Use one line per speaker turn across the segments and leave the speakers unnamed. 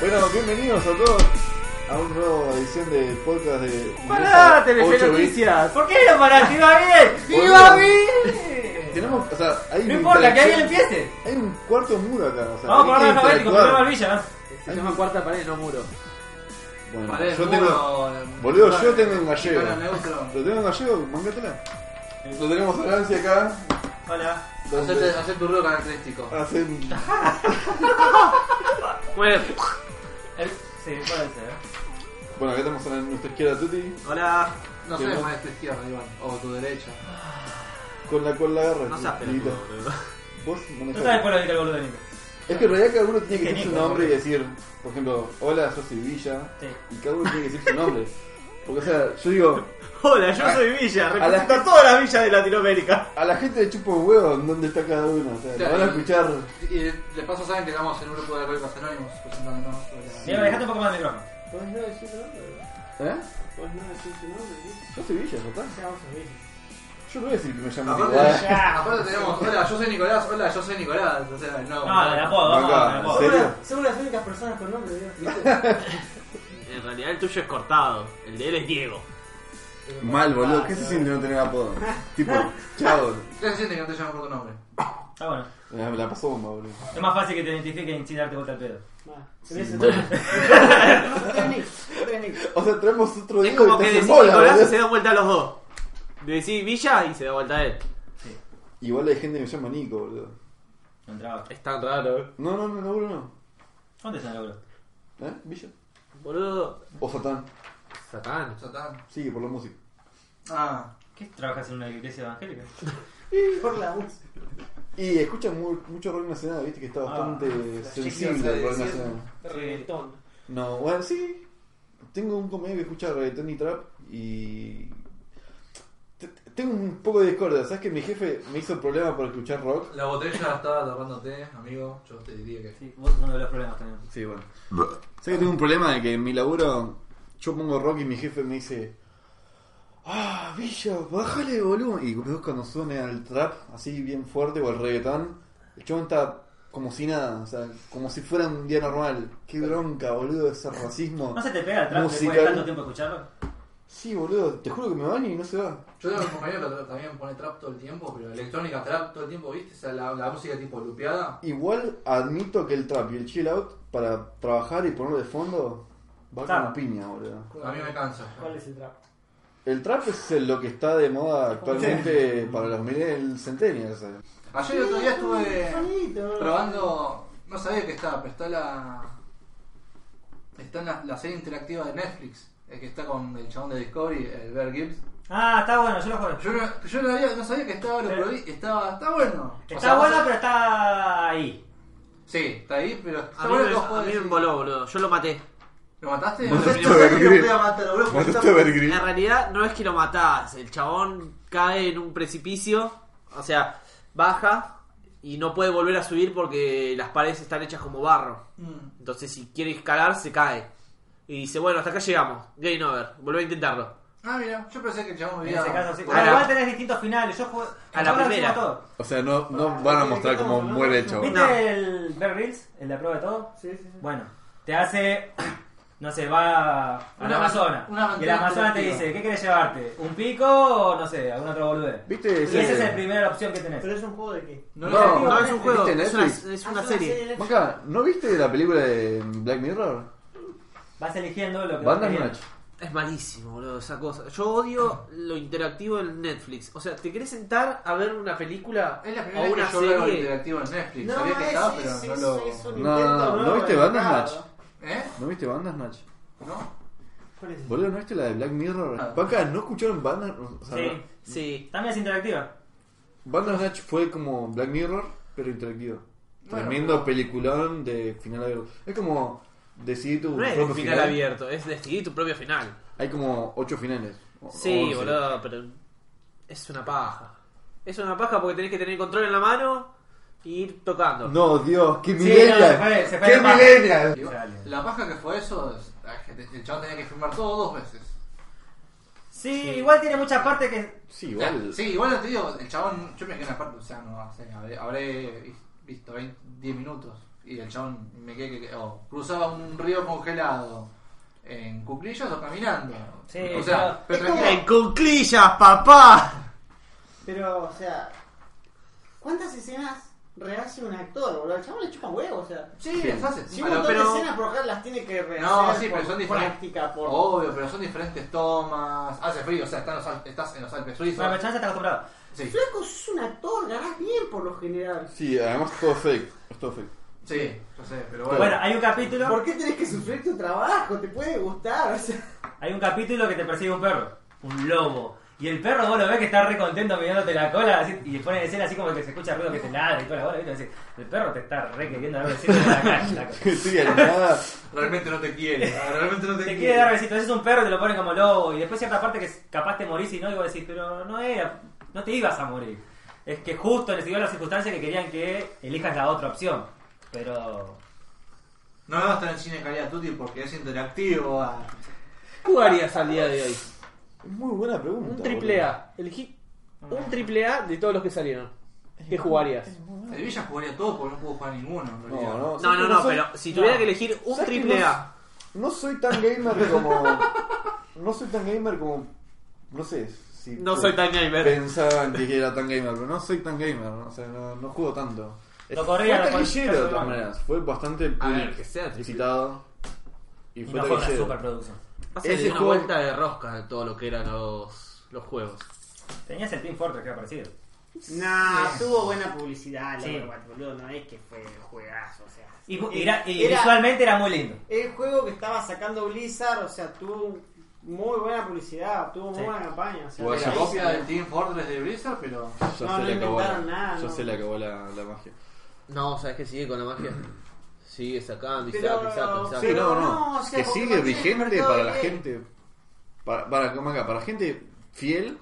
bueno, bienvenidos a todos a una nueva edición del podcast de.
¡Parate, me
Ocho bits.
noticias! ¿Por qué no paraste? ¡Iba bien!
Boludo.
¡Iba bien!
Tenemos, o sea, hay
No
una
importa, que alguien
interacción-
empiece.
Hay un cuarto muro acá, o sea.
Vamos a
hay
ponernos
que
novéticos,
interactuar.
como el Villa.
Se llama cuarta pared, no muro.
Bueno,
Pared,
yo
muro.
tengo. Boludo, yo tengo un gallego.
Nicolás, me gusta.
Lo tengo en gallego, mangatela. Lo tenemos a Nancy acá.
Hola.
donde
Hacete- Hacer tu ruido característico.
Hacen.
Bueno,
El- Sí, puede ser. ¿eh?
Bueno, acá tenemos a nuestra izquierda Tuti,
Hola.
no
Sí,
sé
vos-
más de tu izquierda, Iván. O tu derecha.
con la cual la agarras.
No seas
Dieguito.
pelotudo, boludo.
Vos
Tú sabes
manejás.
por el que el boludo de Nico.
Es que en realidad cada uno tiene que decir su
Genérico,
nombre y decir, por ejemplo, hola, yo soy Villa.
Sí.
Y cada uno tiene que decir su nombre. Porque, o sea, yo digo,
Hola, yo
Ah.
soy Villa,
la-
represento a todas las villas de Latinoamérica.
a la gente le chupa un huevo en dónde está cada uno. O sea,
Claro,
lo van a
y-
escuchar.
Y de de paso saben que estamos en un grupo de Alcohólicos Anónimos presentándonos. sobre-
Mira, alejate un poco más del micrófono.
¿Eh? Yo soy Villa, ¿no está? Yo no voy a decir que me llamo
Aparte,
Nicolás.
aparte tenemos, hola, yo soy Nicolás, hola, yo soy Nicolás. O sea, no.
No, de apodo, vamos,
Acá,
de
¿en
apodo.
serio?
Somos las únicas personas con nombre de Dios.
En realidad el tuyo es cortado, el de él es Diego.
Mal, boludo. ¿Qué se siente no tener apodo? tipo, chao.
¿Qué se siente que no te llaman por tu nombre?
Está bueno.
Me la pasó bomba, boludo.
Es más fácil que te identifiquen sin darte vuelta al pedo.
Va, se ve ese nombre. No tenés nick, no tenés nick.
O sea, traemos otro
Es
Diego
como
que está
que decís
en bola,
Nicolás y se
boludo.
da vuelta a los dos. Decís Villa y se da vuelta a él.
Igual hay gente que me llama Nico, boludo.
No entraba.
Es tan raro, eh.
No, no, no, no, boludo,
¿Dónde está el logro?
no. ¿Eh? ¿Villa?
Boludo.
O Satán.
Satán.
Satán.
Sigue por la música.
Ah,
¿Qué trabajas en una iglesia evangélica?
Por la música.
Y escucha mu- mucho rock nacional, viste que está bastante sensible el rock nacional.
Reggaetón.
No, bueno, sí. Tengo un comedio que escucha reggaetón y trap y. te- te- Tengo un poco de discordia. ¿Sabes que mi jefe me hizo problema por escuchar rock?
la botella estaba tapándote, amigo. Yo te diría que.
Sí, vos uno de los problemas también.
Sí, bueno. ¿Sabes que tengo un problema de que en mi laburo yo pongo rock y mi jefe me dice. Ah, Villa, bájale de volumen. Y después cuando suene al trap así bien fuerte o al reggaetón, el chabón está como si nada, o sea, como si fuera un día normal. Qué bronca, boludo, ese racismo.
¿No se te pega el trap después de
Musical.
tanto tiempo de escucharlo?
Sí, boludo, te juro que me baño y no se va.
Yo tengo un compañero que también pone trap todo el tiempo, pero electrónica trap todo el tiempo, ¿viste? O sea, la, la música tipo lupeada.
Igual admito que el trap y el chill out para trabajar y ponerlo de fondo va
Claro.
con piña, boludo.
A mí me cansa.
¿Cuál es el trap?
El trap es el- lo que está de moda actualmente para los millennials centennials. eh.
Ayer el otro día estuve
Juanito.
probando. No sabía que estaba, pero está la. Está en la, la serie interactiva de Netflix, el que está con el chabón de Discovery, el Bear Gibbs.
Ah, está bueno, yo lo juego.
Yo no, yo no, había- no sabía que estaba, lo
Pero-
probé, estaba. Está bueno. O
Está
sea,
bueno,
no sé-
pero está ahí.
Sí, está ahí, pero
A
está
mí,
bueno
me,
que vos
a
podés
mí me
decir-
voló, boludo. Yo lo maté.
¿Lo mataste?
Mataste
Lo-
a Bear Grylls.
matarlo, boludo. porque
Mataste
está-
a Bear Grylls.
En realidad no es que lo matás. El chabón cae en un precipicio. O sea, baja y no puede volver a subir porque las paredes están hechas como barro.
Mm.
Entonces, si quiere escalar, se cae. Y dice, bueno, hasta acá llegamos. Game over. Vuelve a intentarlo.
Ah, mira, yo pensé que el chabón
En
vivía.
ese caso sí.
por
Ah,
la-
ahí.
igual tenés distintos finales. Yo juego.
A la
yo lo
primera.
encima todo.
O sea, no, no van a mostrar cómo muere el chabón.
¿Viste
No.
el Bear Reels? El de la prueba de todo.
Sí, sí, sí.
Bueno, te hace. No sé, va a la
Una man-
Amazona.
una
Y el
aventura
Amazonas te
interactiva.
dice: ¿Qué querés llevarte? ¿Un pico o no sé, algún otro boludez?
¿Viste?
Y
ese-
esa es la primera opción que tenés.
¿Pero es un juego de qué?
No,
No,
lo
No
no,
es un juego,
¿Viste
es una,
Netflix?
Ah, es
Ah,
una serie.
Maca, ¿no viste la película de Black Mirror?
Vas eligiendo lo que vas
Bandersnatch.
Es malísimo, boludo, esa cosa. Yo odio lo interactivo en Netflix. O sea, ¿te querés sentar a ver una película
Es la primera
o
vez
una
que yo veo algo
serie?
interactivo en Netflix.
No,
Sabía que estaba, pero
es,
no
es,
lo.
es un
No,
intento
no, no,
nuevo
¿viste
de
Bandersnatch?
mercado.
¿Eh?
¿No viste Bandersnatch?
¿No?
¿Cuál es?
Boludo, ¿no viste la de Black Mirror?
Ah.
Maca, ¿no escucharon Bandersnatch? O sea,
Sí.
Sí.
También es interactiva.
Bandersnatch fue como Black Mirror, pero interactivo.
Bueno,
Tremendo peliculón de final abierto. Es como decidir tu
No es
propio
un
final.
final abierto, es decidir tu propio final.
Hay como ocho finales. o- o
Sí,
once.
boludo, pero es una paja. Es una paja porque tenés que tener control en la mano y ir tocando.
No, Dios, qué
Sí,
millennial.
no, se fue- se fue
qué
de paja.
millennial.
Digo,
Dale.
La paja que fue eso, es- ah, que te- el chabón tenía que firmar todo dos veces.
Sí, igual tiene muchas partes que.
Sí,
O sea,
igual.
sí, igual te digo, el chabón, yo me quedé en la parte, o sea, no, o sea, habré, habré visto 20, 10 minutos. Y el chabón me quedé que. o cruzaba un río congelado en cuclillas o caminando.
Sí,
o sea,
claro.
pero
Es como-
tranquilo,
En conclillas, papá.
Pero, o sea, ¿cuántas escenas rehace un actor, boludo? El chabón le chupa huevo, o sea.
Sí, las hace.
Si
A
un
lo-
montón
pero-
de escenas por acá las tiene que rehacer
No, sí,
por
pero son diferentes. Oh.
práctica, por...
Obvio, pero son diferentes tomas. Hace frío, o sea, están los al- estás en los Alpes suizos.
Bueno, pero ya está acostumbrado.
Sí,
Flaco, es un actor, ganás bien por lo general.
Sí, además todo fake. Es todo fake.
sí, yo sé, pero bueno.
Bueno, hay un capítulo.
¿Por qué tenés que sufrir tu trabajo? ¿Te puede gustar? O sea,
Hay un capítulo que te persigue un perro, un lobo. Y el perro vos lo ves que está re contento mirándote la cola así, y le ponen escena así como que se escucha ruido que te ladra y toda la bola. ¿viste? Así, el perro te está re queriendo dar besitos en la calle. flaco.
Sí, animada.
Realmente no te quiere. Realmente no te,
Te quiere dar besitos. Ese es un perro y te lo ponen como lobo. Y después cierta parte que es- capaz te morís y no, y vos decís, pero no era, no te ibas a morir. Es que justo les dio las circunstancias que querían que elijas la otra opción. Pero...
No me gusta el cine en calidad tutti porque es interactivo. ah.
¿Jugarías al día de hoy?
Es muy buena pregunta.
Un triple A. Elegí un triple A de todos los que salieron. ¿Qué jugarías?
El Villa jugaría todo porque no pudo jugar ninguno. En realidad.
No, no.
No, no, no, pero si tuviera
No.
que elegir un
¿Sabes que
triple
no-
A.
No soy tan gamer como. No soy tan gamer como. No sé. Si
No soy tan gamer.
Pensaban que era tan gamer, pero no soy tan gamer. ¿no? O sea, no, no juego tanto.
Lo
fue
corría, lo
taquillero
corría.
de todas maneras. Fue bastante
A ver, que sea triple
visitado. Y
Y
fue
no fue una
taquillero.
superproducción.
Pasa que
Ese
dio una
juego-
vuelta de rosca de todo lo que eran los, los juegos.
Tenías el Team Fortress que ha aparecido.
nah, tuvo buena publicidad, la
Sí.
verdad, boludo. No es que fue un juegazo, o sea.
Y, ju- y Eh, era- y
Era-
visualmente era muy lindo.
El juego que estaba sacando Blizzard, o sea, tuvo muy buena publicidad, tuvo muy
Sí.
buena campaña. O sea,
Igual
Es la
Sí.
copia del Team Fortress de Blizzard, pero.
Ya
No,
se
no
le acabó, la,
inventaron nada,
ya
no.
se le acabó la, la magia.
No, sabes que sigue con la magia. Sigue sacando y
Pero-
saca y saca y saca.
Sí,
Pero
no, no.
no, o sea,
que
como
sigue
mantiene el
vigente
mercado
para la
bien.
gente. Para, para, como acá, para gente fiel,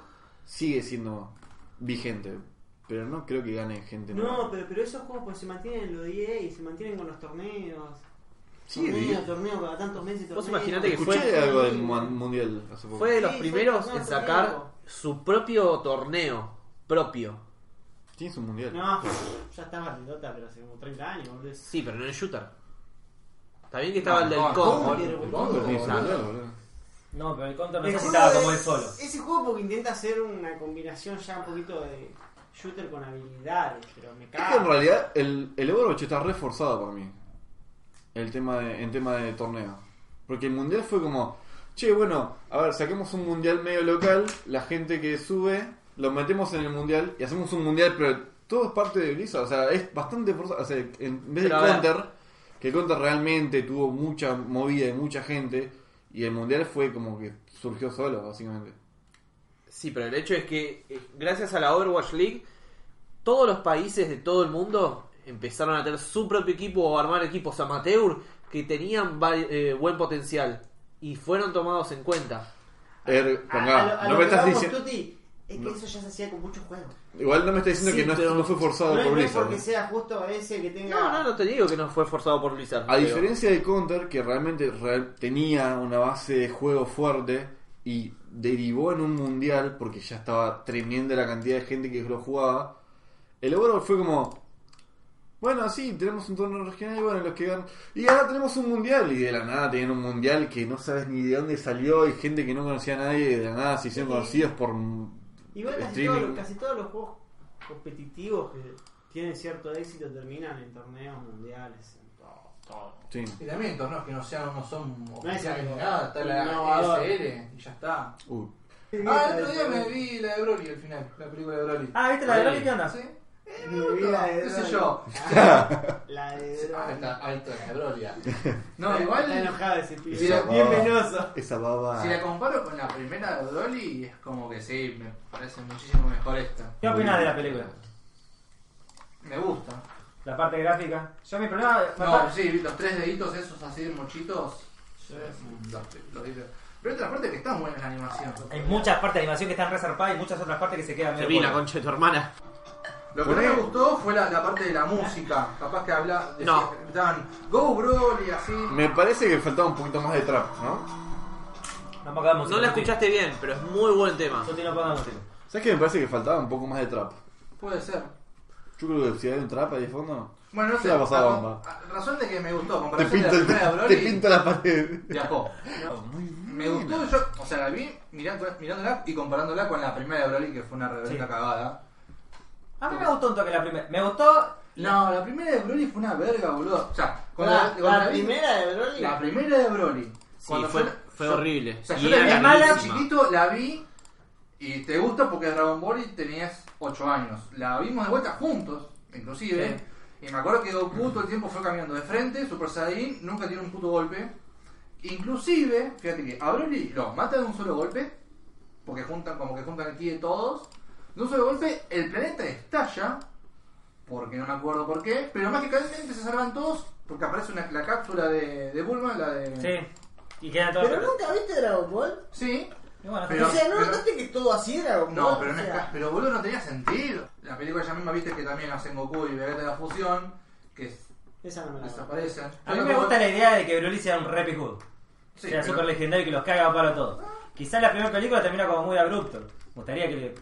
sigue siendo vigente. Pero no creo que gane gente
No,
nueva.
pero, pero esos juegos pues, se mantienen en los EA y se mantienen con los torneos.
Sí,
torneo,
vi-
torneo, cada tantos meses.
Vos
torneo.
imaginate que
Escuché
fue-
algo del mu- mundial hace poco.
Fue de los
Sí,
primeros
fue-
en
no,
sacar
primero.
su propio torneo. Propio.
Tienes un mundial.
No, ya estaba pelota, pero hace como 30 años, boludo.
Sí, pero no en shooter. Está bien que estaba Ah, el del
No, no,
combo.
no,
El mundo tiene su
no.
mundial, boludo.
No, pero el contra
El
necesitaba
juego
como él
es-
solo.
Ese juego porque intenta hacer una combinación ya un poquito de shooter con habilidades, pero me
Es que en
cago.
realidad el, el Overwatch está reforzado para mí. El tema de, en tema de torneo. Porque el mundial fue como, che, bueno, a ver, saquemos un mundial medio local, la gente que sube, lo metemos en el mundial y hacemos un mundial, pero todo es parte de Blizzard. O sea, es bastante forzado. O sea, en vez de
Pero a ver.
Counter, que Counter realmente tuvo mucha movida de mucha gente, y el mundial fue como que surgió solo, básicamente.
Sí, pero el hecho es que eh, gracias a la Overwatch League, todos los países de todo el mundo empezaron a tener su propio equipo o armar equipos amateur que tenían vari- eh, buen potencial y fueron tomados en cuenta.
Er-
A-
pongá,
a lo- a
no
lo
me
que
estás
vamos,
diciendo.
Tuti, es que
No.
eso ya se hacía con muchos juegos.
Igual no me estás diciendo
Sí,
que no,
pero-
no fue forzado
No, es-
por
no es
Blizzard.
porque sea justo ese que tenga.
No, no, no te digo que no fue forzado por Blizzard.
A
pero-
diferencia de Counter, que realmente real- tenía una base de juego fuerte y derivó en un mundial porque ya estaba tremenda la cantidad de gente que lo jugaba, el Overwatch fue como, bueno, sí, tenemos un torneo regional y bueno, los que ganan. Y ahora tenemos un mundial y de la nada tenían un mundial que no sabes ni de dónde salió y gente que no conocía a nadie y de la nada se hicieron
Sí.
conocidos por
Igual casi
streaming.
todos, casi todos los juegos competitivos que tienen cierto éxito terminan en torneos mundiales. en todo.
Sí.
Y también torneos que no sean, no son oficiales
algo
ni nada. Está la
innovador.
ESL y ya está.
Uh,
Ah, el otro día me vi la de Broly al final, la película de Broly.
Ah, ¿viste la de Broly?
Sí.
¿Qué onda?
¿Sí?
Me vi
No,
la de
qué sé
Broly.
yo.
Ah, La de
Ah,
Broly.
está, ahí está la de Broly. ah. No,
Está
igual.
enojado ese pibe.
Sí, la-
Bien venoso.
esa baba...
Si la comparo con la primera de Broly, es como que sí, me parece muchísimo mejor esta.
¿Qué opinas de la película?
Me gusta.
La parte gráfica. Yo mi problema...
No, sí, los tres deditos esos así mochitos. Los- los- Pero hay otras partes que están buenas la animación.
Hay muchas partes de animación que están resarpadas y muchas otras partes que se quedan
Te
medio
vi la
fuera.
concha de tu hermana.
Lo que no me gustó fue la, la parte de la música. Capaz que habla, decía-
No.
gritaban Go Broly así.
Me parece que faltaba un poquito más de trap, ¿no?
No me acabamos.
No la escuchaste bien, pero es muy buen tema.
Yo te no pongo música.
¿Sabes que me parece que faltaba un poco más de trap?
Puede ser.
Yo creo que si hay un trap ahí de fondo,
Bueno, no
Se
sé.
la pasaba
a-
bomba.
a- razón de que me gustó.
te
Comparación
pinta,
de la
el-
primera de
te
Broly.
pinta la pared.
viajó.
Oh,
Me gustó, yo, o sea, la vi mirando, mirándola y comparándola con la primera de Broly, que fue una reverenda
Sí.
cagada.
A mí me gustó un toque la primera. Me gustó.
No, la primera de Broly fue una verga, boludo. O sea, cuando
La,
cuando
la
vi-
primera de Broly.
La primera de Broly.
Sí,
Cuando
fue,
yo-
fue
yo-
horrible.
O sea,
Y
yo la
era
vi mala
larguísima.
chiquito, la vi y te gusta porque Dragon Ball y tenías 8 años. La vimos de vuelta juntos, inclusive. Y me acuerdo que Goku todo el tiempo fue cambiando de frente, Super Saiyan, nunca tiene un puto golpe. Inclusive, fíjate que a Broly lo matan de un solo golpe, porque juntan como que juntan el ki de todos. De un solo golpe, el planeta estalla, porque no me acuerdo por qué, pero mágicamente se salvan todos porque aparece una, la cápsula de, de Bulma, la de...
Sí. Y quedan todos.
Pero nunca viste Dragon Ball.
Sí,
Y bueno,
Pero-
o sea, ¿no
pero-
notaste que todo así era Dragon Ball?
No, pero,
O
no es
sea,
ca- pero boludo no tenía sentido. La película ya misma viste que también hacen Goku y Vegeta la fusión, que s-
Esa no me la
desaparecen.
a mí me gusta la idea de que Broly sea un re pijudo.
Sí,
sea
pero-
súper legendario y que los caga a palo a todos. Quizás la primera película termina como muy abrupto. Me gustaría que le-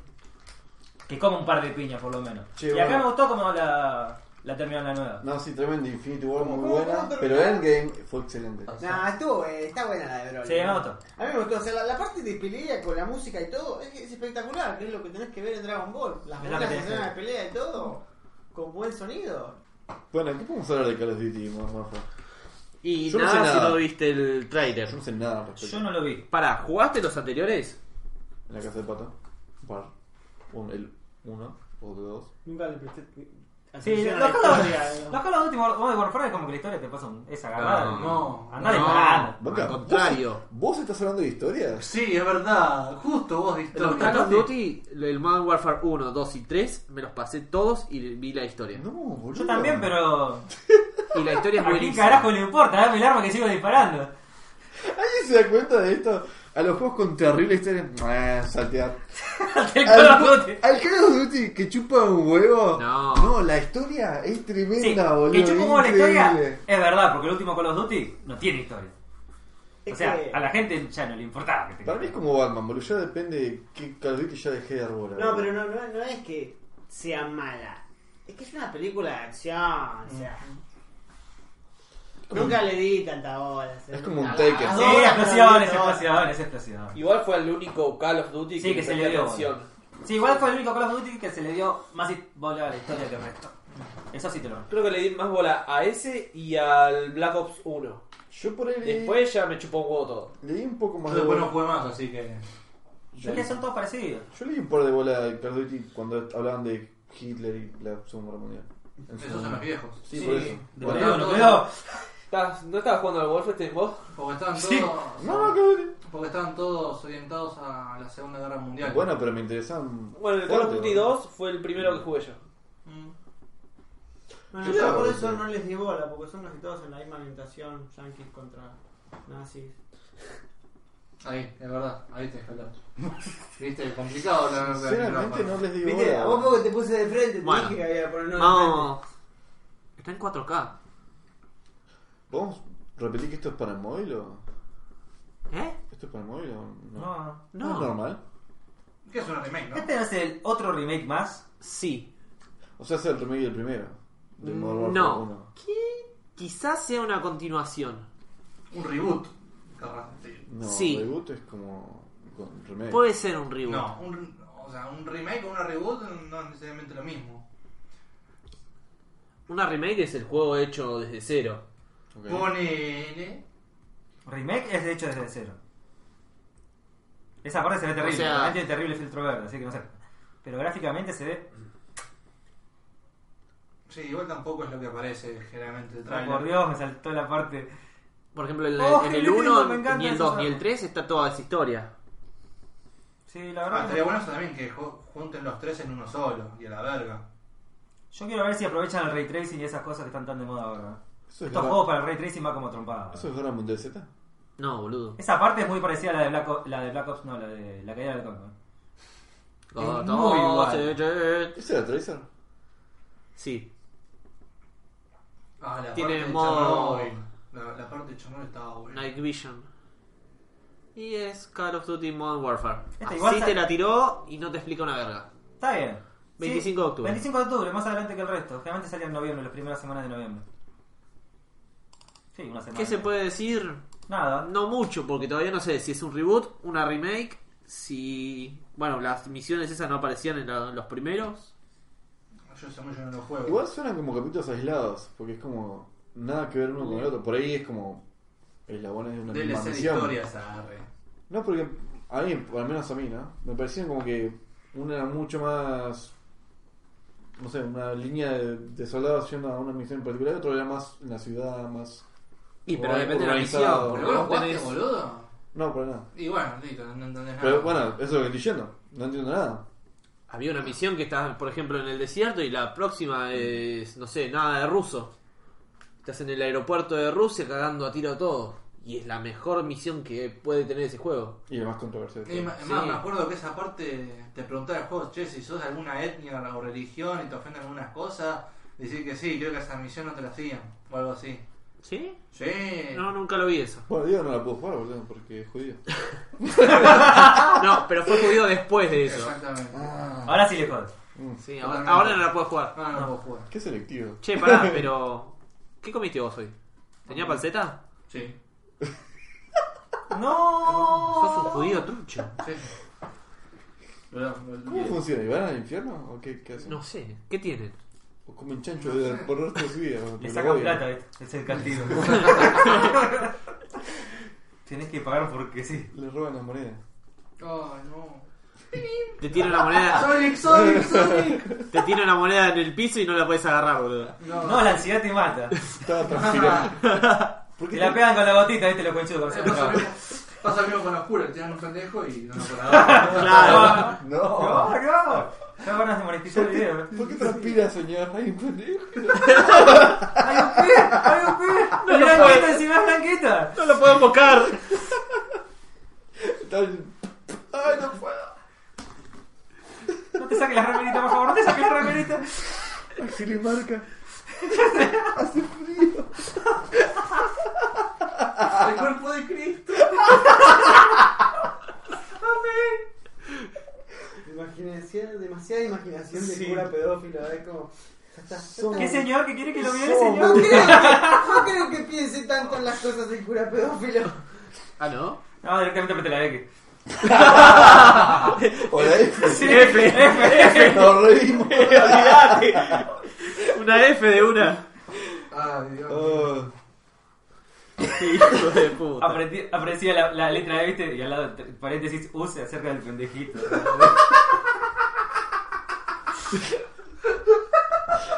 que coma un par de piñas por lo menos.
Che,
y acá
bueno.
me gustó como la, la terminaron la nueva.
No, sí, tremendo. Infinity War muy
¿Cómo,
buena.
cómo, cómo?
Pero Endgame fue excelente.
Nah, estuvo, eh, está buena la de Broly.
Sí, me gustó.
A mí me gustó, o sea, la, la parte de pelea con la música y todo es, es espectacular, que es lo que tenés que ver en Dragon Ball. Las
Es lo
buenas
que tenés que
escenas de
ver.
pelea y todo, con buen sonido.
Bueno, ¿qué podemos hablar de Call of Duty, Modern Warfare?
Y
Yo no
nada,
sé nada.
si no viste el trailer.
Yo no sé nada al respecto.
Yo no lo vi.
Para, ¿jugaste los anteriores?
En la casa de pato. Par. Un, el uno o dos.
Nunca le presté
Sí, los
la historia.
Call of- los Call of Duty Modern Warfare es como que la historia te pasa un- es agarrada.
No.
No,
Andá
no.
disparando.
Boca,
Al contrario.
¿Vos estás hablando de historias?
Sí, es verdad. Justo vos diste.
Los Call of Duty, el Modern Warfare 1, 2 y 3, me los pasé todos y vi la historia.
No, boludo.
Yo también, pero.
Y la historia es
¿A quién
buenísima.
carajo le importa? Dame el arma que sigo disparando.
¿Alguien se da cuenta de esto? A los juegos con terrible historia. Ah, saltear.
El Call
Al,
of Duty.
al Call of Duty que chupa un huevo.
No.
No, la historia es
Sí,
tremenda, boludo.
que yo como la
increíble.
historia es verdad, porque el último Call of Duty no tiene historia. O
Es
sea,
que-
a la gente ya no le importaba que tenga.
Para mí es como Batman, boludo. Ya depende de qué Call of Duty ya dejé de arbolar.
No, pero no, no, no es que sea mala, es que es una película de acción, o sea. Nunca le di tanta bola. o sea,
Es como un
a-
Taken.
a
Ah, Sí,
dos horas
explosiones,
no había-
explosiones, explosiones.
Igual fue el único Call of Duty
Sí, que se le dio. Sí, igual fue el único Call of Duty que se le dio más i- bola a la historia que el resto. Eso sí te lo
Creo que le di más bola a ese y al Black Ops 1.
Yo por ahí leí,
Después ya me chupó un huevo todo.
leí un poco más
Yo
de
después no
bola.
jugué más, así que.
Yo que son todos parecidos.
Yo leí un par de bola de Call of Duty cuando hablaban de Hitler y la Segunda Guerra Mundial. En su
Esos son los
momento.
viejos.
Sí,
Sí.
por eso.
De
Bueno,
pedo, no
todo-
pedo.
¿Estás- ¿No estabas jugando al Wolfenstein vos?
Porque estaban
Sí.
todos.
No, Call of Duty.
Porque estaban todos orientados a la Segunda Guerra Mundial.
Bueno, pero me interesan.
Bueno, el Call of
fuerte,
Duty
¿no?
2 fue el primero que jugué yo.
Mm.
Ah,
Bueno,
Claro,
yo por eso
sí.
no les di bola, porque son casi todos en la misma orientación, yankees contra nazis.
Ahí, es verdad. Ahí te jaló. Viste, complicado la la-
Sinceramente
la-
no les digo.
Viste,
bola.
a vos poco te puse de frente, te
Bueno.
dije que había que ponernos de
Vamos. Está en 4K.
¿Vamos a repetir que esto es para el móvil o.?
¿Eh?
¿Esto es para el móvil o no?
No.
No es normal.
Que es una remake, ¿no?
Este es el otro remake más.
Sí.
O sea, es el remake del primero. De Modern Warfare
Mm, No.
1.
¿Qué? Quizás sea una continuación.
Un reboot. capaz, sí.
No,
Sí.
reboot es como. Con remake.
Puede ser un reboot.
No, un, o sea, un remake o una reboot no es necesariamente lo mismo.
Una remake es el juego hecho desde cero.
Ok.
Ponele.
Remake es de hecho desde cero. Esa parte se ve terrible.
sea-
realmente tiene terrible filtro verde, así que no sé. Pero gráficamente se ve.
Sí, igual tampoco es lo que aparece generalmente el
Oh, por
trailer.
Dios, me saltó la parte.
Por ejemplo, en,
Oh,
en
qué
el
lindo,
1,
me encanta
ni el
esa
2, ni el
saga.
3 está toda esa historia.
Sí, la
Ah,
verdad. que-
estaría bueno eso también que ju- junten los tres en uno solo y a la verga.
Yo quiero ver si aprovechan el ray tracing y esas cosas que están tan de moda ahora.
Eso es
Estos
Guerra-
juegos para el ray tracing va como trompada.
¿Eso es Guerra Mundial Z?
No, boludo.
Esa parte es muy parecida a la de Black, O- la de Black Ops, no, la de la caída del Congo.
Todo-
muy igual.
todo-
¿Ese era Tracer?
Sí.
Ah, la
Tiene
parte de
modo-
Chernobyl. La, la parte de Chernobyl estaba buena.
Night Vision. Y es Call of Duty Modern Warfare.
Este
Así
igual
te
sale-
la tiró y no te explica una verga.
Está bien.
25 de octubre.
25 de octubre, más adelante que el resto. Generalmente salía en noviembre, las primeras semanas de noviembre. Sí, una semana.
¿Qué se puede decir?
Nada.
No mucho, porque todavía no sé si es un reboot, una remake, si... Bueno, las misiones esas no aparecían en la- los primeros.
Yo sé mucho no los juegos.
Igual suenan como capítulos aislados, porque es como nada que ver uno con el otro. Por ahí es como eslabones de una misma
DLC de
misión.
historias, arre.
No, porque a mí, por al menos a mí, ¿no? Me parecían como que una era mucho más. No sé, una línea de, de soldados yendo a una misión en particular, y otro era más en la ciudad, más.
Y pero
Ur-
depende de la
urbanizado.
misión.
¿Pero
porque
vos lo
vos
jugaste,
tenés-
boludo?
No, para nada.
Y bueno, listo, no entendés nada.
Pero bueno, eso es lo que estoy yendo. No entiendo nada.
Había una misión que está, por ejemplo, en el desierto y la próxima es, no sé, nada de ruso. Estás en el aeropuerto de Rusia cagando a tiro a todo. Y es la mejor misión que puede tener ese juego.
Y lo más controversial. de
Y
todo.
ma-
Sí.
más, me acuerdo que esa parte te preguntaba el juego, che, si sos de alguna etnia o religión y te ofenden algunas cosas, decir que sí, creo que esa misión no te la hacían, o algo así.
¿Sí?
Sí.
No, nunca lo vi eso.
Bueno, Diego no la pudo jugar, boludo, porque es judío.
No, pero fue judío después de eso.
Exactamente. Ah,
Ahora sí le jodas.
Sí, ahora, ahora no la puedo jugar.
No, no, lo puedo jugar.
Mm. Qué selectivo.
Che, pará, pero... ¿Qué comiste vos hoy? ¿Tenía panceta?
Sí.
No.
Sos un judío trucho.
Sí. Pero, eh, pero-
¿Cómo funciona? ¿Y van al infierno? ¿O qué, qué hacen?
No sé, ¿qué tienen?
¿O comen chancho de, por el resto de su vida?
Le
porque lo
sacan
odian.
plata, ¿viste? es el castigo. Tenés que pagar porque sí.
Le roban las monedas.
Ay, no.
Te tiran una moneda,
Sonic, Sonic, Sonic.
te tiran una moneda en el piso y no la puedes agarrar, boludo.
Eh,
No, la ansiedad te mata.
Estaba transpirando. ¿Por
Te
qué
la pegan con la gotita, viste, los conchudos.
Eh,
con
Pasa lo
ese-
mismo- pasa lo mismo con Oscura, tiran un pendejo y no lo pueden agarrar.
Claro.
No.
Ah, No, no. No van a monetizar el video. ¿eh?
¿Por qué transpira, señor? Hay un pendejo.
¡Hay un pie! ¡Hay un pie!
No lo
¡Blanquita
puedo.
encima, blanquita!
No lo puedo invocar.
Está el- Ay, no puedo.
No te saques la remerita, por favor, no te saques la remerita.
Así le marca.
El cuerpo de Cristo.
Imaginación, demasiada imaginación de cura pedófilo, ¿eh? Como, ya está, ya está.
¿Qué señor que quiere que lo viole,
Somos- No
señor?
creo, que, no creo que piense tan con las cosas el cura pedófilo.
Ah, ¿no?
No, directamente mete la E X.
O la F.
Sí, F, F.
Nos reímos.
Olvídate. Una F de una.
Ay, Dios.
Oh,
Hijo de puta.
Aprendí- Aparecía la, la letra E, viste, y al lado, t- paréntesis, U se acerca del pendejito.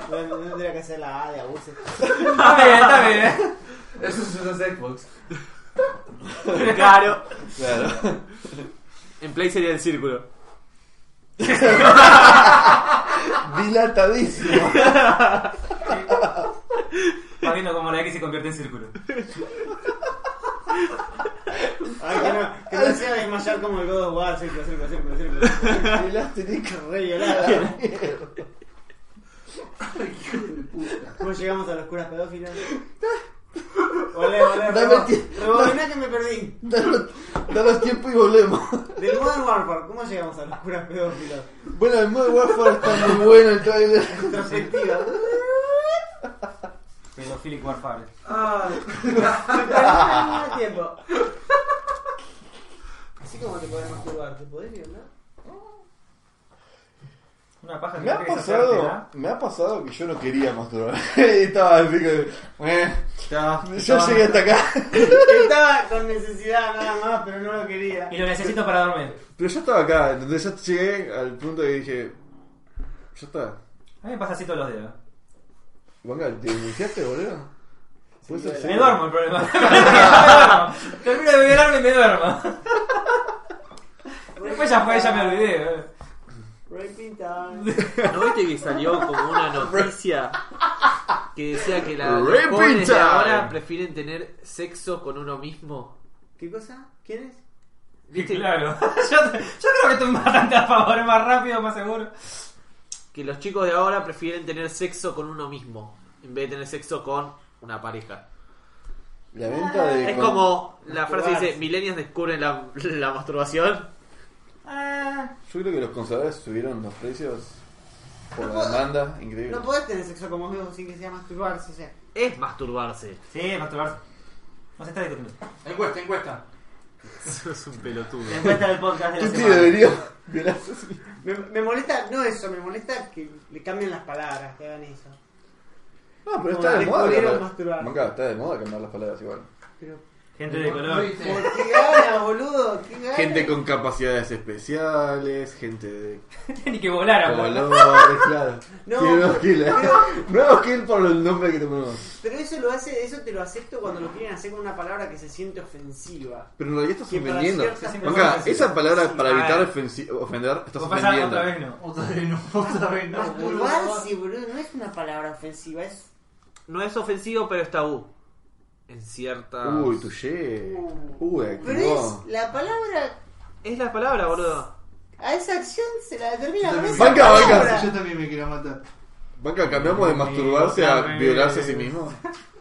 Bueno, no tendría que hacer la A de abuso.
Está bien, está bien.
Eso es una Xbox.
Claro.
claro.
En play sería el círculo.
Dilatadísimo.
Está viendo cómo la X se convierte en círculo.
Ay, que no, que no sea desmayar como el God of War, círculo, círculo, círculo, círculo.
El asterisco
Re violada.
Ay, hijo de puta.
¿Cómo llegamos a los curas pedófilos? Volé, volé,
Dame
rebo-
tie-
rebobiná que me perdí.
Danos, danos tiempo y volvemos.
Del Modern Warfare, ¿cómo llegamos a los curas pedófilos?
Bueno, el modo Warfare está muy bueno el trailer.
Retrospectiva.
Pedophilic Warfare.
Ay, me perdí el tiempo. Así como te podés masturbar, ¿te podés violar?
Una paja que
Me
no
ha
querés hacerte,
pasado,
¿verdad?
me ha pasado que yo no quería masturbar. Estaba así como, eh, yo llegué hasta acá.
Estaba con necesidad nada más, pero no lo quería.
Y lo necesito para dormir.
Pero yo estaba acá, entonces yo llegué al punto que dije, ya está.
A mí me pasa así todos los días.
Vanga, ¿te iniciaste, boludo? ¿Puede ser
Me
así?
duermo el problema. Me duermo. Termino de violarme y me duermo. Después ya fue, ya me olvidé. eh.
Raping time.
¿No viste que salió como una noticia que decía que la- los
Raping
jóvenes de
time.
ahora prefieren tener sexo con uno mismo?
¿Qué cosa? ¿Quién es?
¿Viste?
Claro. Yo, yo creo que estoy bastante a favor, es más rápido, más seguro.
Que los chicos de ahora prefieren tener sexo con uno mismo en vez de tener sexo con una pareja.
La venta de...
Es
con-
como la frase que dice,
masturbarse.
millennials descubren la, la masturbación.
Ah,
Ah,
Yo creo que los conservadores subieron los precios por
No
la
puedo-
demanda, increíble.
No podés tener sexo como vos sin que sea masturbarse, o sea.
Es masturbarse.
Sí, masturbarse. No se está discutiendo.
Encuesta, encuesta.
es un pelotudo.
Encuesta del podcast de la
Tu tío
semana.
debería violarse a su hijo.
Me, me molesta, no eso, me molesta que le cambien las palabras, que hagan eso.
No, Ah, pero
Como
está de moda.
descubrieron
cambiar-
masturbar.
Manca, está de moda cambiar las palabras igual.
Pero,
Gente de color.
Luis,
¿por
eh,
qué gana, boludo? ¿Qué gana?
Gente con capacidades especiales, gente de
Ni que volara. pues. boludo.
colores, claro.
No,
Tiene nuevos kills.
pero-
Nuevos kills por el nombre que te ponemos.
Pero eso lo hace, eso te lo acepto cuando lo quieren hacer con una palabra que se siente ofensiva.
Pero en realidad estás
Que para
ofendiendo.
ciertas
Manca,
Manca,
personas-
esa palabra
Sí,
para
a
evitar
ver.
ofensi- ofender, estás
Vos pasás
ofendiendo.
otra vez no.
Otra vez no, otra vez no.
Masturbarse, boludo, no es una palabra ofensiva, es.
No es ofensivo, pero es tabú. En cierta.
Uy, tu ye. Uy,
Uh. Pero
activó.
es la palabra.
Es la palabra, boludo.
A esa acción se la determina con esa
Banca, Ah, banca.
palabra.
Yo también me quiero matar.
Banca, cambiamos de masturbarse
otra
a
vez.
violarse a sí mismo.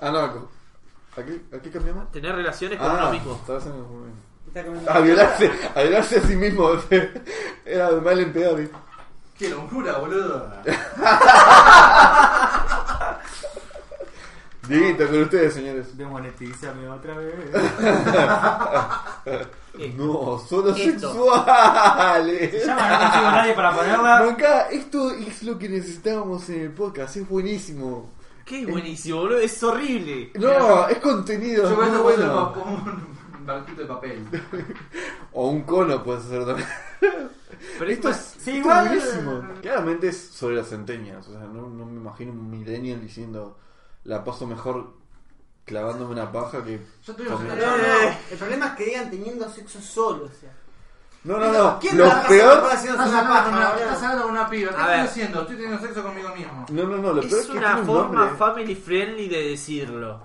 Ah, no. ¿A qué, a qué cambiamos?
Tener relaciones con uno
Ah,
mismo.
estabas en el momento.
Está comiendo-
A violarse, a violarse a sí mismo. Era de mal en peor. ¿eh?
Qué locura, boludo.
Dieguito, con ustedes, señores.
Demonetízame otra vez.
No, solo
Esto.
sexuales.
Se llama, no consigo a nadie para ponerla.
Manca, esto es lo que necesitábamos en el podcast. Es buenísimo.
Qué buenísimo, boludo. Es horrible.
No, es contenido.
Yo
es
con
muy
esto puedo
bueno.
hacer un un barquito de papel.
O un cono puedes hacer también.
Pero
Esto es,
más-
sí,
esto
igual-
es buenísimo. Claramente es sobre las centenias. O sea, no, no me imagino un millennial diciendo la paso mejor clavándome una paja que.
Yo tuve un
Con-
No,
centenial.
no,
Eh.
no. El problema es que digan teniendo sexo solo, o sea.
No, no, no.
¿Quién
Lo
la pasa mejor
peor.
haciendo
Estás
una
hablando con
paja,
una- estás
boludo?
hablando con una piba. ¿Qué
A
estoy
ver.
haciendo? Estoy teniendo sexo conmigo mismo.
No, no, no. Lo peor es,
Es
que tiene
una
un
forma
nombre. ¿eh?
family friendly de decirlo.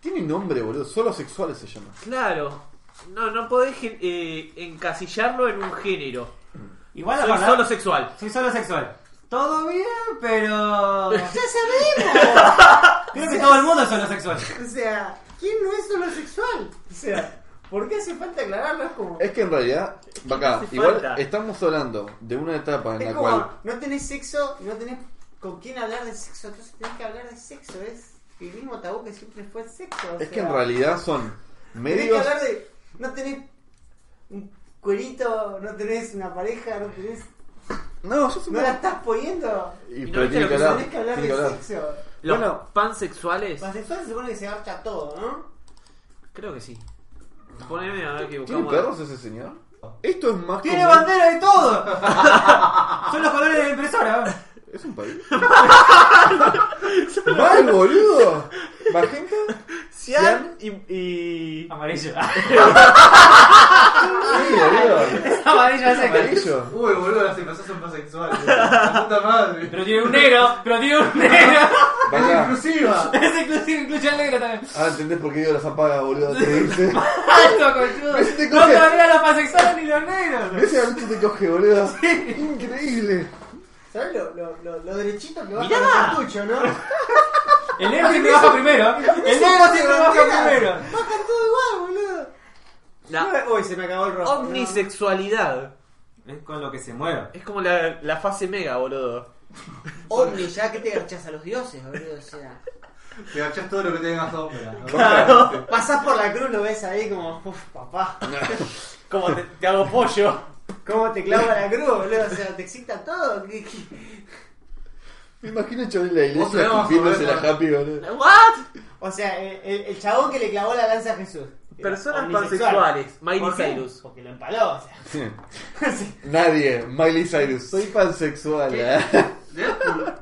Tiene nombre, boludo. Solo sexuales se llama.
Claro. No, no podés gen- eh, encasillarlo en un género.
Igual la
Soy
palabra.
solo sexual.
Soy solo sexual. Todo bien, pero.
Ya sabemos.
Creo que todo el mundo es solo sexual.
O sea, ¿quién no es solo sexual? O sea, ¿por qué hace falta aclararlo? Es como.
Es que en realidad, acá,
hace
igual
falta.
estamos hablando de una etapa en
Es
la
como,
cual.
no tenés sexo, no tenés con quién hablar de sexo, entonces tenés que hablar de sexo, es el mismo tabú que siempre fue el sexo. o
Es que
sea,
en realidad son
Tenés
medios.
que hablar de, no tenés un cuerito, no tenés una pareja, no tenés,
No, yo soy
no la estás poniendo,
Y,
no
pero
viste
tiene
lo
que
que
hablar.
tenés que hablar
tiene
de
que hablar.
sexo.
Los
Bueno.
Pues,
pansexuales.
Para sexual se supone que se abarca todo, ¿no?
Creo que sí. Poneme a ver que
¿Tiene
buscamos.
perros ese señor? Esto es más
Tiene
común-
bandera de todo. Son los colores de la impresora.
¿Es un país? ¡Mal, boludo! ¿Magenta?
Cian y, y-
Amarillo.
Sí, boludo.
Amarillo ese.
Amarillo.
Uy, boludo, las empezás un pansexual. La puta madre.
Pero tiene un negro. Pero tiene un negro.
Es
Vaya.
inclusiva.
Ese inclusive incluye al negro también.
Ah, ¿entendés por qué dio las apagas, boludo? Te dice.
Alto, conchudo.
Ese te
No
coge.
todavía los pansexuales ni los negros.
Ese adulto te coge, boludo. Increíble.
¿Sabes lo, lo, lo, lo derechito que va
Mirá.
con el cartucho, no?
El negro siempre baja primero. El negro siempre baja primero.
Bajan todo igual, boludo.
la
Uy, se me acabó el rojo.
omnisexualidad.
Es con lo que se mueva.
Es como la, la fase mega, boludo.
Omni, ya que te garchás a los dioses, boludo, o sea.
Te agachás todo lo que tengas sombra.
Pasás por la cruz, lo ves ahí como, uff, papá.
Como te, te hago pollo.
¿Cómo te clava la cruz, boludo? O sea, te excita todo. ¿Qué- qué?
Me imagino a Chabel en la iglesia
Otra vez
escupiéndose
vamos a
la
ver,
happy, boludo.
¿What?
O sea, el, el- el chabón que le clavó la lanza a Jesús.
Personas
Omnisexual.
pansexuales. Miley
¿Por qué?
Cyrus.
Porque lo empaló, o sea.
Sí.
Sí.
Nadie. Miley Cyrus. Soy pansexual, ¿eh?
Deadpool.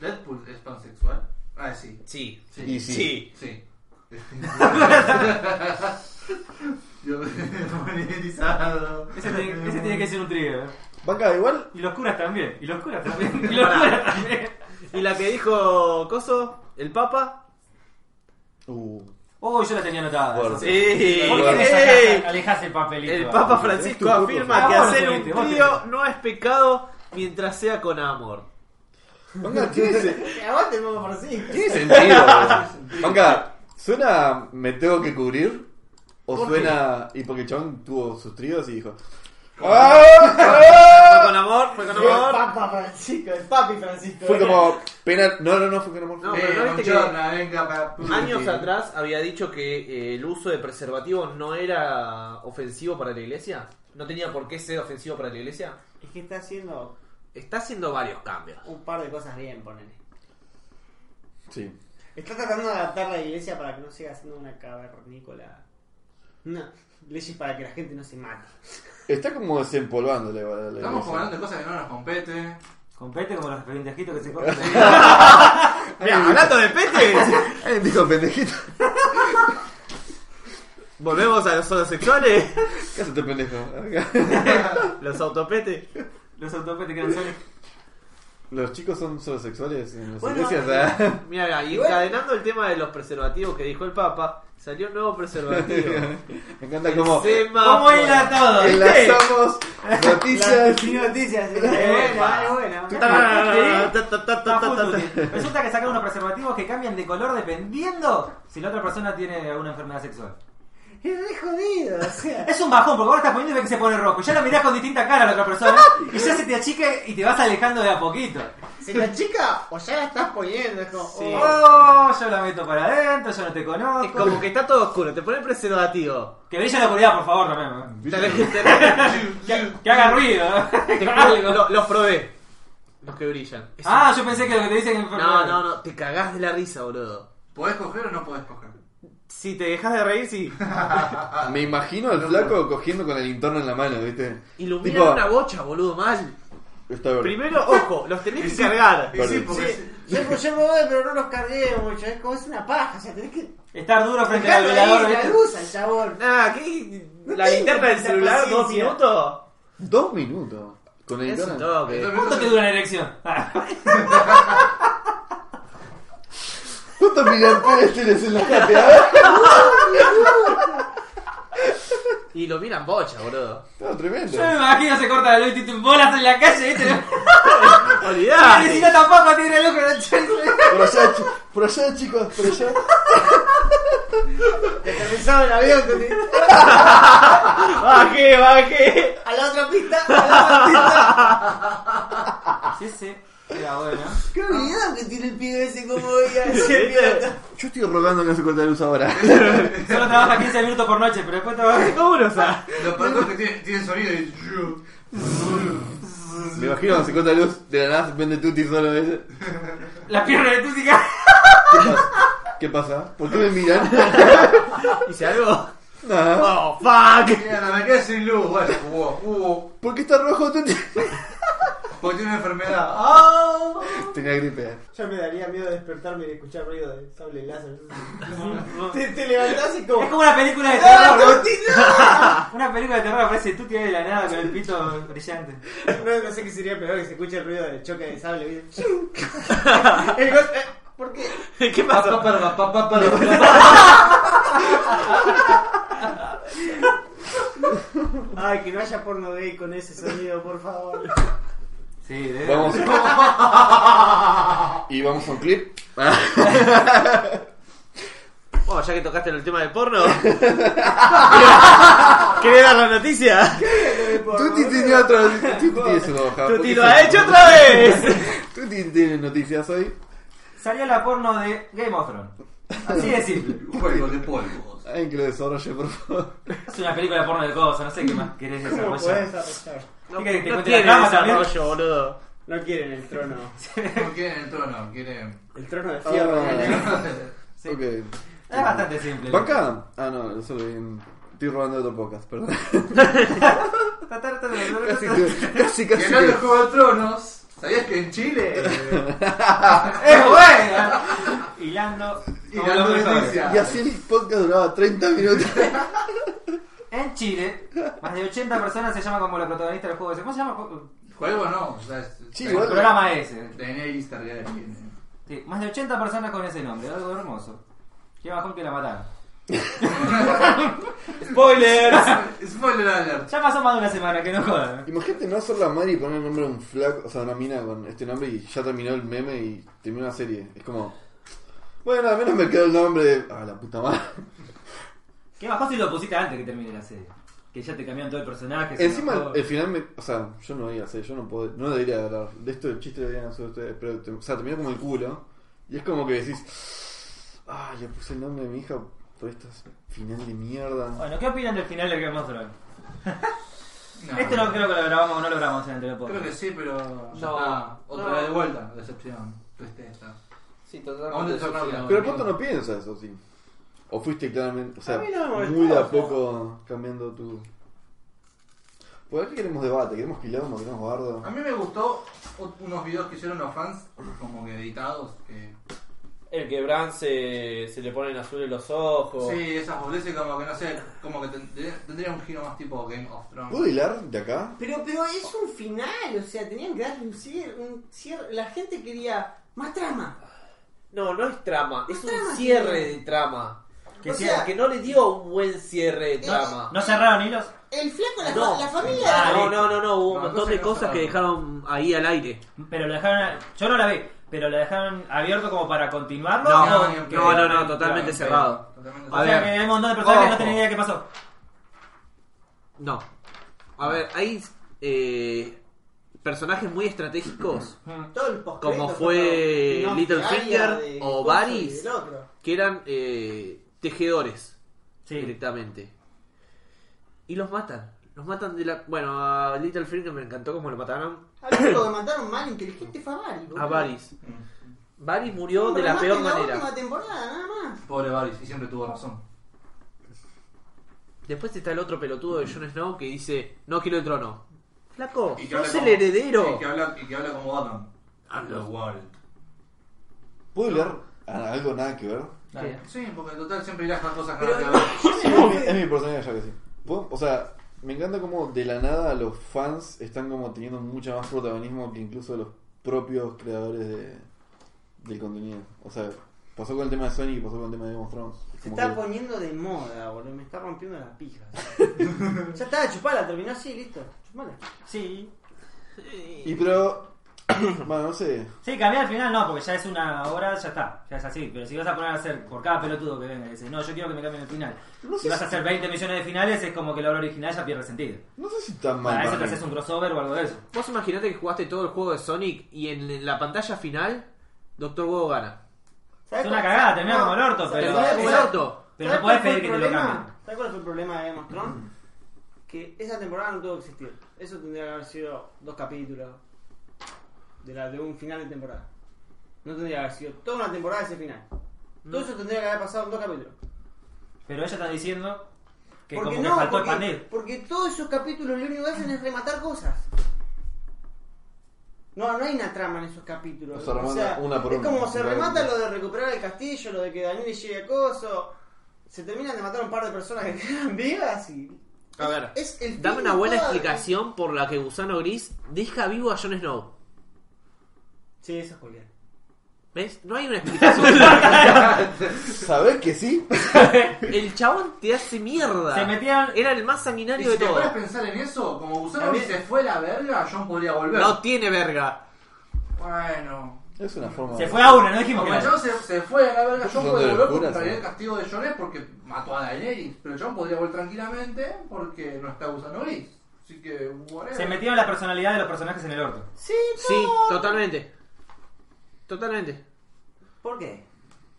Deadpool es pansexual. Ah, sí.
Sí.
Y sí.
Sí. Este, Dios demonetizado.
Ese tiene, ese tiene que ser un trigger. ¿eh?
Banca, igual.
Y los curas también. Y los curas también. Y los curas también.
Y la que dijo Coso, el Papa.
Uh.
Oh, yo la tenía anotada.
Por-
esa sí.
Eh,
¿Por qué le
eh,
sacás- alejás el papelito?
El Papa
Es tu
Francisco
culpa.
afirma
Ah,
que
vos lo
hacer un
subiste, vos lo
trío
subiste.
no es pecado mientras sea con amor.
Banca, tiene, se-
Aguante, vamos por así.
tiene sentido. boludo. Banca, ¿suena a me tengo que cubrir? ¿O
¿Por
suena.? Y porque el chabón tuvo sus tríos y dijo. ¡Ah!
con amor, fue con
Fue el
amor.
Papa Francisco, el Papi Francisco. eh.
Fue como penal. No, no, no, fue como.
No,
fue-
pero
Eh,
viste que-
Conchorna, venga, pa-
Años
Sí.
atrás había dicho que eh, el uso de preservativos no era ofensivo para la iglesia. No tenía por qué ser ofensivo para la iglesia.
Es que está haciendo
Está haciendo varios cambios.
un par de cosas bien, ponele.
Sí.
Está tratando de adaptar la iglesia para que no siga siendo una cavernícola. No, leyes para que la gente no se mate.
Está como desempolvando la, la- la
Estamos
iglesia.
hablando de cosas que no nos competen.
Compete como los pendejitos que se cogen.
Mira, hablando de peces,
Eh, dijo pendejito.
volvemos a los homosexuales,
Cásate, este pendejo.
los autopetes.
los autopetes quedan solos.
Los chicos son sexuales en las
Bueno,
iglesias. ¿eh?
Mira, y
Igual-
encadenando el tema de los preservativos que dijo el Papa, salió un nuevo preservativo.
Me encanta como
¿Cómo
pues.
hila todo? ¿Viste?
enlazamos noticias.
Sin noticias, es
Epa.
buena, es buena.
Está justo, tío. Resulta que sacan unos preservativos que cambian de color dependiendo si la otra persona tiene alguna enfermedad sexual.
Es re jodido, o sea.
Es un bajón, porque ahora estás poniendo y ves que se pone rojo. Ya lo mirás con distinta cara a la otra persona y ya se te achica y te vas alejando de a poquito.
Si la chica o ya la estás poniendo, es como.
Sí.
oh,
Oh, yo la meto para adentro, yo no te conozco.
Es como que está todo oscuro, te pone preservativo.
Que brille la oscuridad, por favor, también.
Te- te-
¿no? Que haga ruido, ¿no?
te-
Que haga algo.
lo- los probé. Los que brillan. Es
Ah, yo pensé que lo que te dicen es
No, no, no, te cagás de la risa, boludo.
¿Podés coger o no podés coger?
Si te dejas de reír, sí.
ah, Me imagino al flaco cogiendo con el linterna en la mano, ¿viste?
Iluminan
Tipo,
una bocha, boludo, mal.
Está bien.
Primero, ojo, los tenés
Y
que
sí.
cargar.
Y sí,
Perdón.
porque
sí, yo, yo probé, pero no los cargué mucho. Es como es una paja, o sea, tenés que.
Estar duro frente al
Dejarlo
velador.
ahí,
¿viste?
la
uh.
luz al chabón.
Nah, ¿qué?
No
La
tengo
linterna del
tanta
celular, dos
paciencia.
minutos.
Dos minutos. Con el
Es un
linterna.
Eh,
toque.
¿Cuánto te dura la erección?
¿Cuántos miliamperes tienes en la ¿eh? jateada?
Y lo miran bocha, boludo.
Está tremendo.
Yo me imagino se corta la luz y te bolas en la calle, ¿viste?
Olvidá.
Ni siquiera tampoco tiene luz con el chance.
Por allá, chi- por allá, chicos, por allá.
Aterrizaba el avión con el-
Bajé, bajé.
a la otra pista, a la otra pista.
Ah.
Sí, sí. Era bueno.
Qué olvidado que tiene el pibe ese como voy a ser
¿Viste?
pirata.
Yo estoy rogando que no se corte la luz ahora.
Solo trabaja 15 minutos por noche, pero después trabaja.
¿Cómo lo sabes?
Lo peor es que tiene, tiene sonido y...
Me imagino cuando se corta la luz, de la nada vende Tutti solo ese.
La pierna de Tusica.
¿Qué pasa? ¿Qué pasa? ¿Por qué me miran?
Hice algo.
Nada.
Oh, fuck.
Mierda, me quedé sin luz. Bueno, hubo, hubo.
¿Por qué está rojo Tutti?
Porque tiene una enfermedad. ¡Ah!
Tenía gripe.
Ya me daría miedo despertarme y escuchar ruido de sable láser. te, te levantás y
Es
como.
como una película de
¡Ah,
terror. ¿no?
Tuti,
Una película de terror aparece Tuti ahí de la nada con el pito brillante.
no! No, no sé qué sería peor que se escuche el ruido del choque de sable. ¿viste? el gol, eh, ¿Por qué?
¿Qué
Papá,
pasó?
para, papá, para.
Ay, que no haya porno gay con ese sonido, por favor.
Sí, de
Vamos. Y vamos a un clip.
Bueno, Oh, ya que tocaste el tema del porno. ¿Querés dar la noticia?
Tutti tiene otro. Tutti tiene su hoja.
Tuti
Porque
lo
son-
ha hecho otra vez.
Tutti tiene noticias hoy.
Salió la porno de Game of Thrones. Así de simple.
Un juego de polvos.
Alguien que lo desarrolle, por favor.
Es una película de porno de cosas, no sé qué más querés
¿Cómo podés
desarrollar.
desarrollar?
No,
¿Qué querés que te cuente
no
la
tiene
trama también?
desarrollo, boludo.
No quieren el trono.
No quieren el trono, quieren...
El trono de fierro.
Oh.
Ah,
Sí.
ok.
Es bastante simple.
Banca. Ah, no, solo bien. Estoy robando otro podcast, perdón. Casi, casi, casi.
Ganando el
que-
juego de tronos. ¿Sabías que en Chile? eh,
¡Es buena! Hilando.
y
como
la
los mejores.
noticia.
Y así el podcast duraba 30 minutos.
En Chile, más de 80 personas se llaman como la protagonista del juego ese. ¿Cómo se llama? el juego?
Juego no, o sea, es-
Sí,
El
es-
igual.
programa ese.
Tenés lista real. tiene.
Sí, más de 80 personas con ese nombre, algo hermoso. Qué bajón que la mataron.
Spoilers.
Spoiler alert.
Ya pasó más de una semana, que no jodan.
Imagínate no hacer la madre y poner el nombre de un flaco, o sea, una mina con este nombre y ya terminó el meme y terminó la serie. Es como. Bueno, al menos me quedó el nombre de. Ah, la puta madre.
Qué bajón si lo pusiste antes que termine la serie. que ya te cambian todo el personaje. se
Encima,
enojó.
el final me. O sea, yo no iba a hacer, yo no puedo. No debería hablar. De esto el chiste lo deberían hacer ustedes. Pero, te- o sea, terminó como el culo. Y es como que decís. Ah, le puse el nombre de mi hija por este final de mierda.
Bueno, ¿qué opinan del final de Game of Thrones?
No,
Este no creo que lo grabamos o no lo grabamos en el anterior
Creo que
podcast.
sí, pero ya
No.
está. Otra
No.
vez de vuelta, decepción, tristeza.
Sí,
¿A dónde
totalmente.
te sacaron?
Pero Poto no piensa eso, sí. O fuiste claramente. O sea,
A mí no me molestó,
muy de a
no.
poco cambiando tu. ¿Por qué queremos debate? ¿Queremos quilombo? ¿Queremos bardo?
A mí me gustó o- unos videos que hicieron los fans, como que editados, que...
El que Bran se, se le ponen azules los ojos.
Sí, esas boludeces como que no sé, como que tendría, tendría un giro más tipo Game of
¿Puedo
Thrones.
hilar de acá?
Pero, pero es un final, o sea, tenían que darle un cierre. un cierre. La gente quería más trama.
No, no es trama, es un
trama,
cierre
sí.
de trama.
O
Que, sí,
sea-
que no le dio un buen cierre de trama.
¿No cerraron hilos?
El flaco, la,
No.
la familia.
Ah,
No, no, no, no, hubo un
No,
montón de
entonces no
cosas que dejaron ahí al aire.
Pero lo dejaron. Yo no la vi, pero lo dejaron abierto como para continuarlo.
No,
o-
ni en
no,
pedo,
no, no,
ni en
totalmente
pedo,
cerrado.
totalmente
A
o
cerrado.
sea
ver.
que hay un montón de personajes que no
Ojo.
tienen idea de qué pasó.
No. A ver, hay eh, personajes muy estratégicos
Todo el post
Como fue Littlefinger o Varys.
El otro.
que eran eh, tejedores
Sí.
directamente. Y los matan. Los matan de la. Bueno, a Littlefinger me encantó como lo mataron.
Al único que mataron mal inteligente fue a Varys. boludo.
A Varys.
Mm.
Varys
No,
murió de
pero
la
más
peor
en La última
manera.
temporada, nada más.
Pobre Varys, y siempre tuvo razón.
Después está el otro pelotudo de Jon Snow que dice: No quiero el trono. Flaco,
Y que habla
sos el
como-
heredero.
Y que habla, y que habla como Batman.
Habla.
igual.
¿Puedo hilar a- algo nada que ver?
Dale.
Sí, porque en total siempre irás a cosas que
Pero-
no te hablan.
es mi personaje ya que sí. ¿Puedo? O sea, me encanta como de la nada los fans están como teniendo mucho más protagonismo que incluso los propios creadores de, del contenido. O sea, pasó con el tema de Sonic y pasó con el tema de Game of Thrones.
Se
Como
está
que-
poniendo de moda, boludo. Me está rompiendo las pijas. ya está, chupala, terminó así, listo. Chupala.
Sí.
Y pero... bueno, no sé.
Sí, cambiar al final no, porque ya es una hora, ya está, ya es así. Pero si vas a poner a hacer por cada pelotudo que venga, que dice, no, yo quiero que me cambien el final.
No
Si
sé,
vas a
si,
hacer 20 millones de finales, es como que la obra original ya pierde sentido.
no sé si tan mal.
Para eso te
para mí.
haces pues un crossover o algo de eso.
Vos imaginate que jugaste todo el juego de Sonic y en la pantalla final, Doctor Huevo gana.
¿Sabés
Es una
cuál-
cagada, termina
No,
como el orto,
¿sabés
Pero-
Terminás como el
cuál-
orto.
Pero
¿Sabés
no podés
cuál fue
pedir que
el
te lo
problema?
cambien. Mm.
¿Sabés cuál fue el problema de Game of Thrones? Que esa temporada no tuvo que existir. Eso tendría que haber sido dos capítulos de, la, de un final de temporada. No tendría que haber sido toda una temporada ese final.
Mm.
Todo eso tendría que haber pasado en dos capítulos.
Pero ellos están diciendo que
Porque
como
no,
que faltó
porque,
expandir.
porque todos esos capítulos lo único que hacen es rematar cosas. No, no hay una trama en esos
O
capítulos.
se remata una por
es
una,
como se
claro.
remata lo de recuperar el castillo, lo de que Daniel llegue a Coso. Se terminan de matar a un par de personas que quedan vivas y.
A ver,
Es el fin
dame una
de
buena
toda-
explicación por la que Gusano Gris deja vivo a Jon Snow.
Sí, eso es Julián.
¿Ves? No hay una explicación.
¿Sabés que sí?
el chabón te hace mierda.
Se metían-
Era el más
Y
sanguinario
si
de
te fueras a
todos.
pensar en eso, como Gusano
También-
se fue la verga, John podría volver.
No tiene verga.
Bueno.
Es una forma
Se
de-
fue a una, no dijimos
Como
que
el
era.
chabón se, se fue a la verga, John
Son
puede
de
volver porque
locura,
en realidad
sí.
el castigo de John es porque mató a Daenerys. Pero John podría volver tranquilamente porque no está Gusano Gris. Así que, whatever.
Se metieron la personalidad de los personajes en el orto.
Sí,
Sí, totalmente. Totalmente.
¿Por qué?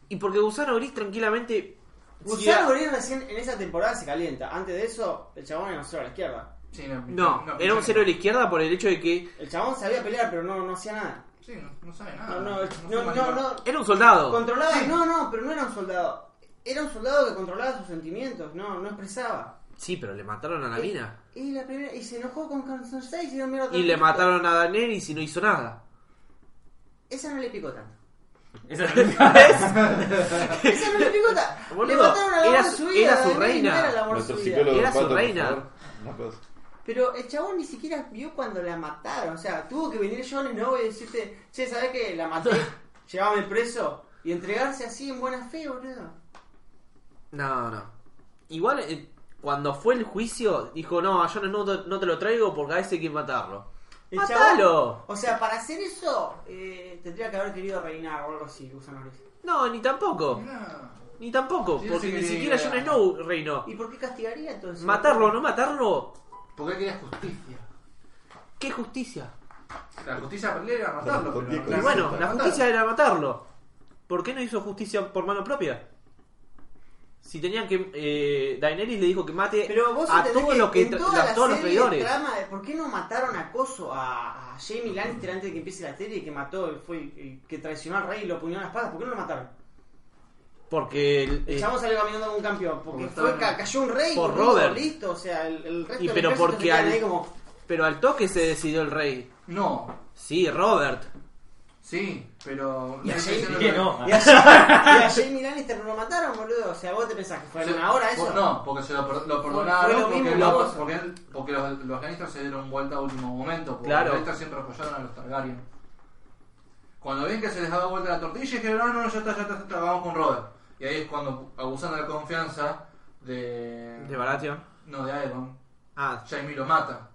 Y porque Gusano Gris tranquilamente...
Gusano Gris recién en esa temporada se calienta. Antes de eso, el chabón era un cero a la izquierda.
Sí, no,
No, era un cero de la izquierda por el hecho de que
El chabón sabía pelear, pero no, no hacía nada.
Sí, no, no sabe nada.
No, no,
se
no,
maneja.
no, no,
era un soldado.
Controlaba,
Sí.
no, no, pero no era un soldado. Era un soldado que controlaba sus sentimientos, no, no expresaba.
Sí, pero le mataron a la
Eh,
mina.
Y la primera, y se enojó con Constance y se dio mierda a todo
Y
el
le
mundo.
mataron a Daenerys y no hizo nada.
Esa no le picó tanto.
Esa
Esa no le picó tanto. le
Boludo,
mataron a la
era
amor de
su-
su vida.
era su
Daenerys no
reina.
era el amor de
Nuestro
su vida.
psicólogo
Era su
Pato, por
reina.
favor. No, pues.
Pero el chabón ni siquiera vio cuando la mataron. O sea, tuvo que venir Jon Snow y decirte, che, ¿sabés que la maté? Llevábame preso. Y entregarse así en buena fe, boludo.
No, no. Igual, eh, cuando fue el juicio, dijo, no, a Jon no, no te lo traigo porque a ese hay que matarlo.
El
¡Matalo!
chabón- O sea, para hacer eso, eh, tendría que haber querido reinar o algo así, Gusano Gris.
No, ni tampoco.
No.
Ni tampoco,
Sí,
porque
sí,
ni
ni
siquiera
idea.
Jon Snow reinó.
¿Y por qué castigaría entonces?
Matarlo o no matarlo,
Porque él quería justicia.
qué justicia.
La justicia para él era matarlo,
Con-
pero.
con-
Y
Claro,
bueno,
sí,
la justicia era matarlo. ¿Por qué no hizo justicia por mano propia? Si tenían que. Eh, Daenerys le dijo que mate
Pero vos
a
entendés
todos los que.
en
tra-
toda
la-
la
todos los
serie
traidores.
trama de ¿Por qué no mataron a Coso a, a Jamie Lannister antes de que empiece la serie que mató, fue eh, que traicionó al rey y lo puñó en la espada? ¿Por qué no lo mataron?
Eh, Porque. el-
El
eh,
chabón salió caminando como un campeón, porque
Porque
fue,
estaba-
ca- cayó un rey
por
boludo,
Robert.
listo, o sea, el, el resto
Y
del
pero
ejército
porque
se quedan
al-
ahí como
pero al toque se decidió el rey.
No,
Sí, Robert.
sí, pero.
Y a Jamie-
Que no.
Ah.
Y a, Jamie, y a Jamie Lannister no lo mataron, boludo. O sea, vos te pensás que fue en
Se-
una hora eso.
por- No, porque se lo, per- lo
Fue-
perdonaron,
fue lo
porque,
mismo,
lo-
vos.
porque, porque los, los Lannister se dieron vuelta a último momento, porque
Claro.
los Lannister siempre apoyaron a los Targaryen. Cuando ven que se les daba vuelta la tortilla, dijeron, no, no, ya está, ya está, ya está, vamos con Robert. Y ahí es cuando, abusando de la confianza de...
De Baratheon.
No, de Aegon,
Ah,
Jaime lo mata.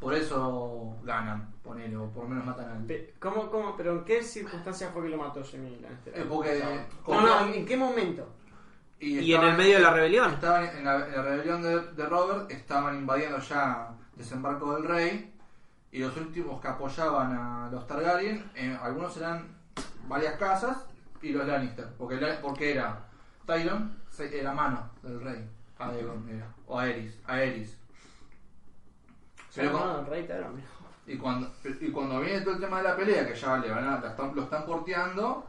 Por eso ganan, ponele, o por lo menos matan al...
Pe- ¿Cómo, cómo? ¿Pero en qué circunstancias fue que lo mató Jamie Lannister?
Eh, porque-
No, no, ¿en- ¿en qué momento?
y en el
estaban-
medio de la rebelión.
Estaban en la, en la rebelión de, de Robert, estaban invadiendo ya desembarco del rey y los últimos que apoyaban a los Targaryen, eh, algunos eran varias casas y los Lannister, porque, la- porque era Tyrion se- era mano del rey, Aegon era, o Aerys, Aerys. Se lo con-
no, el rey Tyrion.
y cuando, y cuando viene todo el tema de la pelea, que ya le van a- la están- lo están porteando,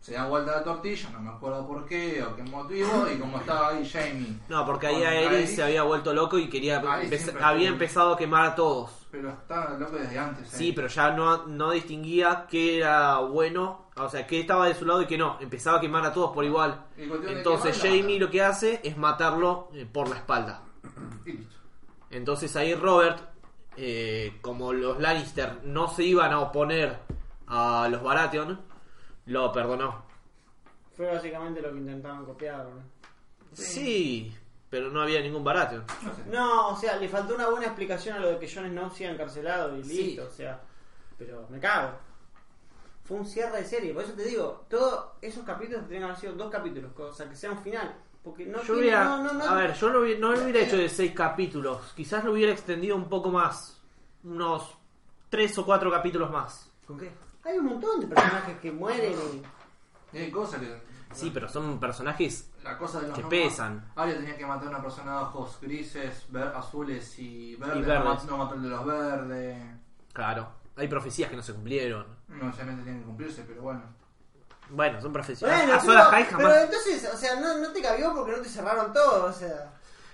se dan vuelta la tortilla, no me acuerdo por qué o qué motivo, y como estaba ahí Jamie.
No, porque ahí
con
Aerys
Aerys,
se había vuelto loco y quería
Aerys
empeza-
siempre
había
fue-
empezado a quemar a todos.
Pero estaba loco desde antes. ¿eh?
Sí, pero ya no, no distinguía qué era bueno, o sea, qué estaba de su lado y qué no. Empezaba a quemar a todos por igual.
Y cuestión de
Entonces
quemarlo,
Jamie lo que hace es matarlo eh, por la espalda.
Y listo.
Entonces ahí Robert, eh, como los Lannister no se iban a oponer a los Baratheon, lo perdonó.
Fue básicamente lo que intentaban copiar, ¿no?
Sí, pero no había ningún Baratheon.
No sé.
No, o sea, le faltó una buena explicación a lo de que Jon Snow sea encarcelado y
Sí.
listo, o sea. Pero me cago. Fue un cierre de serie, por eso te digo, todos esos capítulos tendrían que haber sido dos capítulos, o sea, que sea un final. Porque no,
Yo
tiene-
hubiera,
no, no, no.
a ver, yo lo hubiera- no lo hubiera hecho de seis capítulos. Quizás lo hubiera extendido un poco más, unos tres o cuatro capítulos más.
¿Con qué? Hay un montón de personajes que mueren y.
Y hay cosas que.
Sí, pero son personajes.
La cosa de los
Que
no-
pesan.
Arya tenía que matar a una persona de ojos grises, ver- azules y verdes.
verdes.
No, mat- no mató el de los verdes.
Claro, hay profecías que no se cumplieron.
No necesariamente tienen que cumplirse, pero bueno.
Bueno, son profecías.
Bueno,
a
pero,
solas hay
pero
jamás.
entonces, o sea, no, no te cabió porque no te cerraron todo, o sea.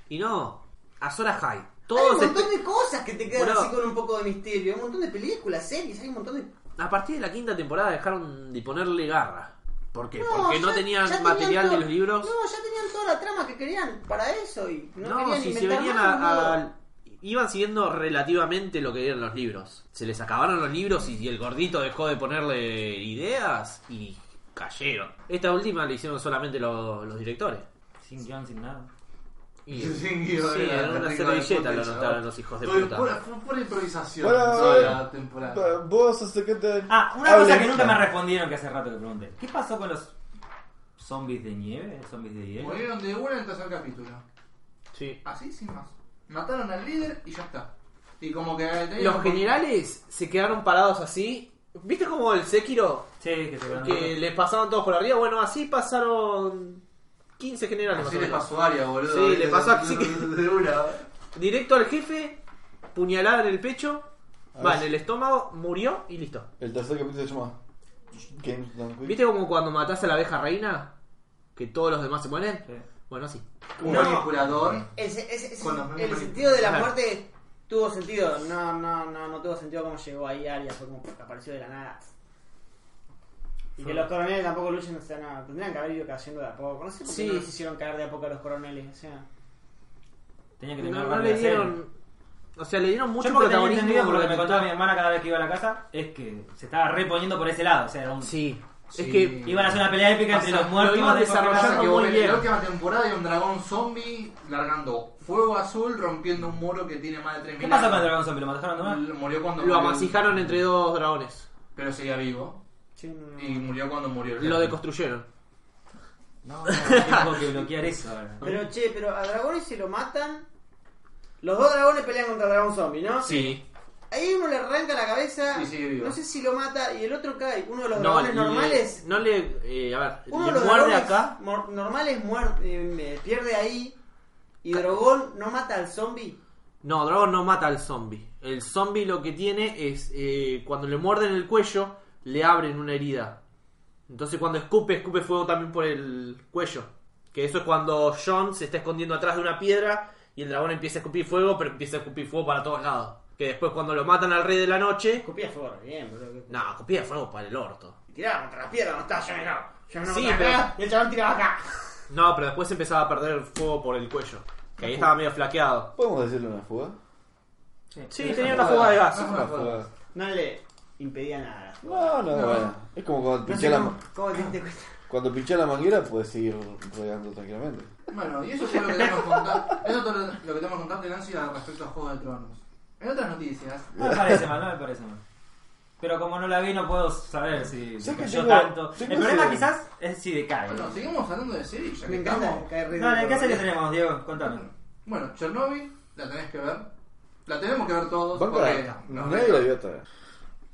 Y no, a solas hay.
hay un
Todos
montón
este-
de cosas que te quedan
Boludo.
así con un poco de misterio, hay un montón de películas, series, hay un montón de
A partir de la quinta temporada dejaron de ponerle garra. ¿Por qué?
No,
Porque no
ya-
tenían
ya
material
todo-
de los libros.
No, ya tenían toda la trama que querían para eso y no,
No,
querían
si se
inventar
venían
más,
a,
boludo.
a- Iban siguiendo relativamente lo que eran los libros. Se les acabaron los libros y, y el gordito dejó de ponerle ideas y cayeron. Esta última la hicieron solamente lo- los directores.
Sin guión, sin nada.
Y,
Sí,
sí,
era
era
la
una
película de
servilleta lo
puta,
anotaron
chaval.
los hijos de
Fue
puta.
pura- Fue pura improvisación
Hola,
toda
hola.
la temporada.
Pa- Vos este, acercate.
Ah, una
Hable
cosa que
mucho.
nunca me respondieron que hace rato que pregunté. ¿Qué pasó con los zombies de nieve? ¿Zombies de hielo?
Murieron de una en el tercer capítulo.
Sí.
Así sin más. Mataron al líder y ya está. Y como que. tenían
Los
como-
generales se quedaron parados así. ¿Viste como el Sekiro
Sí, que se quedaron
que
Ah.
les pasaban todos por arriba? Bueno, así pasaron 15 generales. más
Así
o
le
menos.
pasó a Aria, boludo.
Sí, le pasó así que-
De una.
Directo al jefe, puñalada en el pecho,
A
va
ver.
en el estómago, murió y listo.
El tercer capítulo se llama Games Done Quick.
¿Viste como cuando matás a la abeja reina? Que todos los demás se mueren. Bueno, así.
Un
No.
manipulador.
Ese- ese- ese-
Cuando me-
el sentido de la
Claro.
muerte tuvo sentido. No, no, no, no tuvo sentido cómo llegó ahí Arias, fue como que apareció de la nada. Y que los coroneles tampoco luchen, o sea, no, tendrían que haber ido cayendo de a poco. No sé por qué
Sí.
no los hicieron caer de a poco a los coroneles, o sea.
Tenía que
No,
terminar
no
rápido
le
la serie.
dieron. O sea, le dieron mucho
Yo porque tenía
protagonismo.
entendido por lo que me
durante
contaba mi hermana cada vez que iba a la casa, es que se estaba reponiendo por ese lado. O sea, era un-
todo- Sí.
Sí.
Es que.
iban a hacer una pelea épica entre
Pasa-
los muertos.
lo iban
de-
desarrollando.
Pasa que
muy
bueno, en
bien.
la última temporada hay un dragón zombie largando fuego azul rompiendo un muro que tiene más de 3
¿Qué pasó con el dragón zombie? ¿Lo mataron nomás?
Murió cuando
Lo
murió-
amasijaron entre dos dragones.
Pero seguía vivo.
Sí, no, no.
Y murió cuando murió el
Lo
jefe.
deconstruyeron.
No,
Tengo que bloquear eso ahora.
Pero che, pero a dragones se lo matan. Los dos dragones pelean contra el dragón zombie, ¿no?
Sí.
Ahí uno le arranca la cabeza.
Y sigue vivo.
No sé si lo mata y el otro cae. Uno de los dragones
le-
normales.
No le. eh, a ver,
Uno
le
de los
muerde
dragones
acá.
mor- normales muer- eh, eh, pierde ahí. Y Dragón no mata al zombie.
No, Dragon no mata al zombie. El zombie lo que tiene es. eh, cuando le muerden el cuello, le abren una herida. Entonces cuando escupe, escupe fuego también por el cuello. Que eso es cuando John se está escondiendo atrás de una piedra y el dragón empieza a escupir fuego, pero empieza a escupir fuego para todos lados. Que después cuando lo matan al rey de la noche.
Escupía fuego, bien, boludo.
No, escupía fuego para el orto.
Tiraba contra la piedra, no estaba yo, no. Yo no
Sí,
acá,
pero-
y el chabón tiraba acá.
No, pero después empezaba a perder el fuego por el cuello. Que ahí estaba medio flaqueado.
¿Podemos decirle una fuga?
Sí, tenía una fuga de gas.
Una fuga.
No le impedía nada.
No, no, bueno. Es como cuando
No
pinché,
sé
la,
cómo,
ma-
cómo te diste cuenta.
cuando pinché la manguera, puedes seguir rodeando tranquilamente.
Bueno, y eso es lo que tenemos que contar. Eso es todo lo lo que tenemos que contar de Nancy respecto a Juego de Tronos. En otras noticias,
No me parece mal, no me parece mal. Pero como no la vi, no puedo saber si
Sé que
yo
tengo-
tanto.
tengo
El problema
ese-
quizás es si decae.
bueno, seguimos hablando de series, ya que
Me encanta
estamos.
caer re
No,
duro.
¿qué serie tenemos, Diego? Contame.
Bueno, Chernobyl, la tenés que ver. La tenemos que ver todos.
Van con
porque
la-
nos
Nadie la vio otra vez.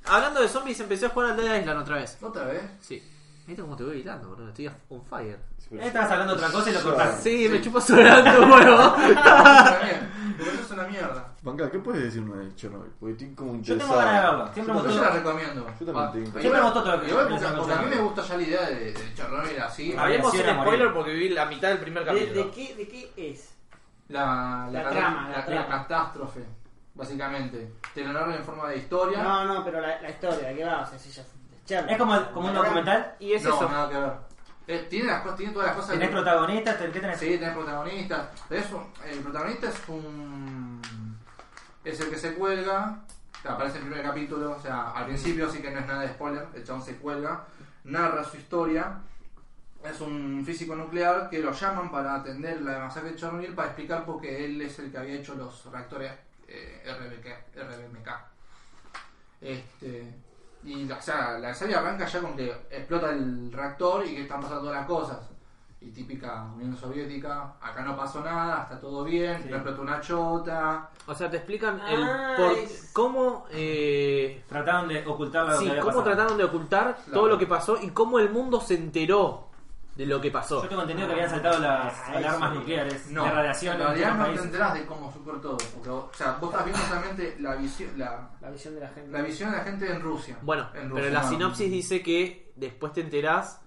Hablando de zombies, empecé a jugar al Dead Island otra vez.
Otra vez.
Sí. ¿Viste cómo te voy gritando, boludo? Estoy on fire.
Pues,
Estabas hablando otra cosa y lo cortaste.
Sí, me chupo sobrando, boludo.
También, porque eso es una mierda.
Banca, ¿qué puedes decirme de Chernobyl? Porque estoy como
Yo
interesado.
tengo ganas de verlo. Siempre me
Yo se
gustó.
la recomiendo.
Yo también
Ah,
tengo.
igual-
Yo me gustó todo lo que-
igual porque,
pensando
porque a mí
en-
me gusta ya la idea de, de Chernobyl así.
Ah, bien.
Hablemos sin
Había sido
spoiler
morir.
porque viví la mitad del primer
¿De, de
capítulo.
qué, ¿De qué es?
La,
La
cata-
trama, la
la- la
trama.
catástrofe, básicamente. Te lo narran en forma de historia.
No, no, pero la, la historia, ¿de qué va? O sea, si ya fue- Chernobyl.
Es como, como un
La-
documental.
Y es
No,
eso.
nada que ver. Eh, tiene, las, cosas- tiene todas las cosas
Tenés
que-
protagonistas, ¿qué tenés?
Sí, tenés protagonistas. Es un- el protagonista es un. Es el que se cuelga. Te aparece en el primer capítulo, o sea, al principio, así que no es nada de spoiler. El chabón se cuelga, narra su historia. Es un físico nuclear que lo llaman para atender la masacre de Chernobyl para explicar por qué él es el que había hecho los reactores eh, RBK, RBMK. Este, y la, o sea, la serie arranca ya con que explota el reactor y que están pasando todas las cosas y típica Unión Soviética, acá no pasó nada, está todo bien,
Sí.
no explotó una chota.
O sea, te explican el
Ah,
por
es-
cómo eh,
Trataron de ocultar lo
sí,
que había
cómo
pasado.
trataron de ocultar todo lo que pasó y cómo el mundo se enteró de lo que pasó.
Yo tengo entendido que habían saltado las
Ah,
alarmas
eso.
nucleares
No,
de radiación
en
en
realidad
otros
no te
países.
enterás de cómo ocurrió todo. Porque, vos- o sea, vos estás viendo solamente la visión, la,
La visión de la gente.
la visión de la gente en Rusia.
Bueno,
En
pero
Rusia,
la
no.
sinopsis dice que después te enterás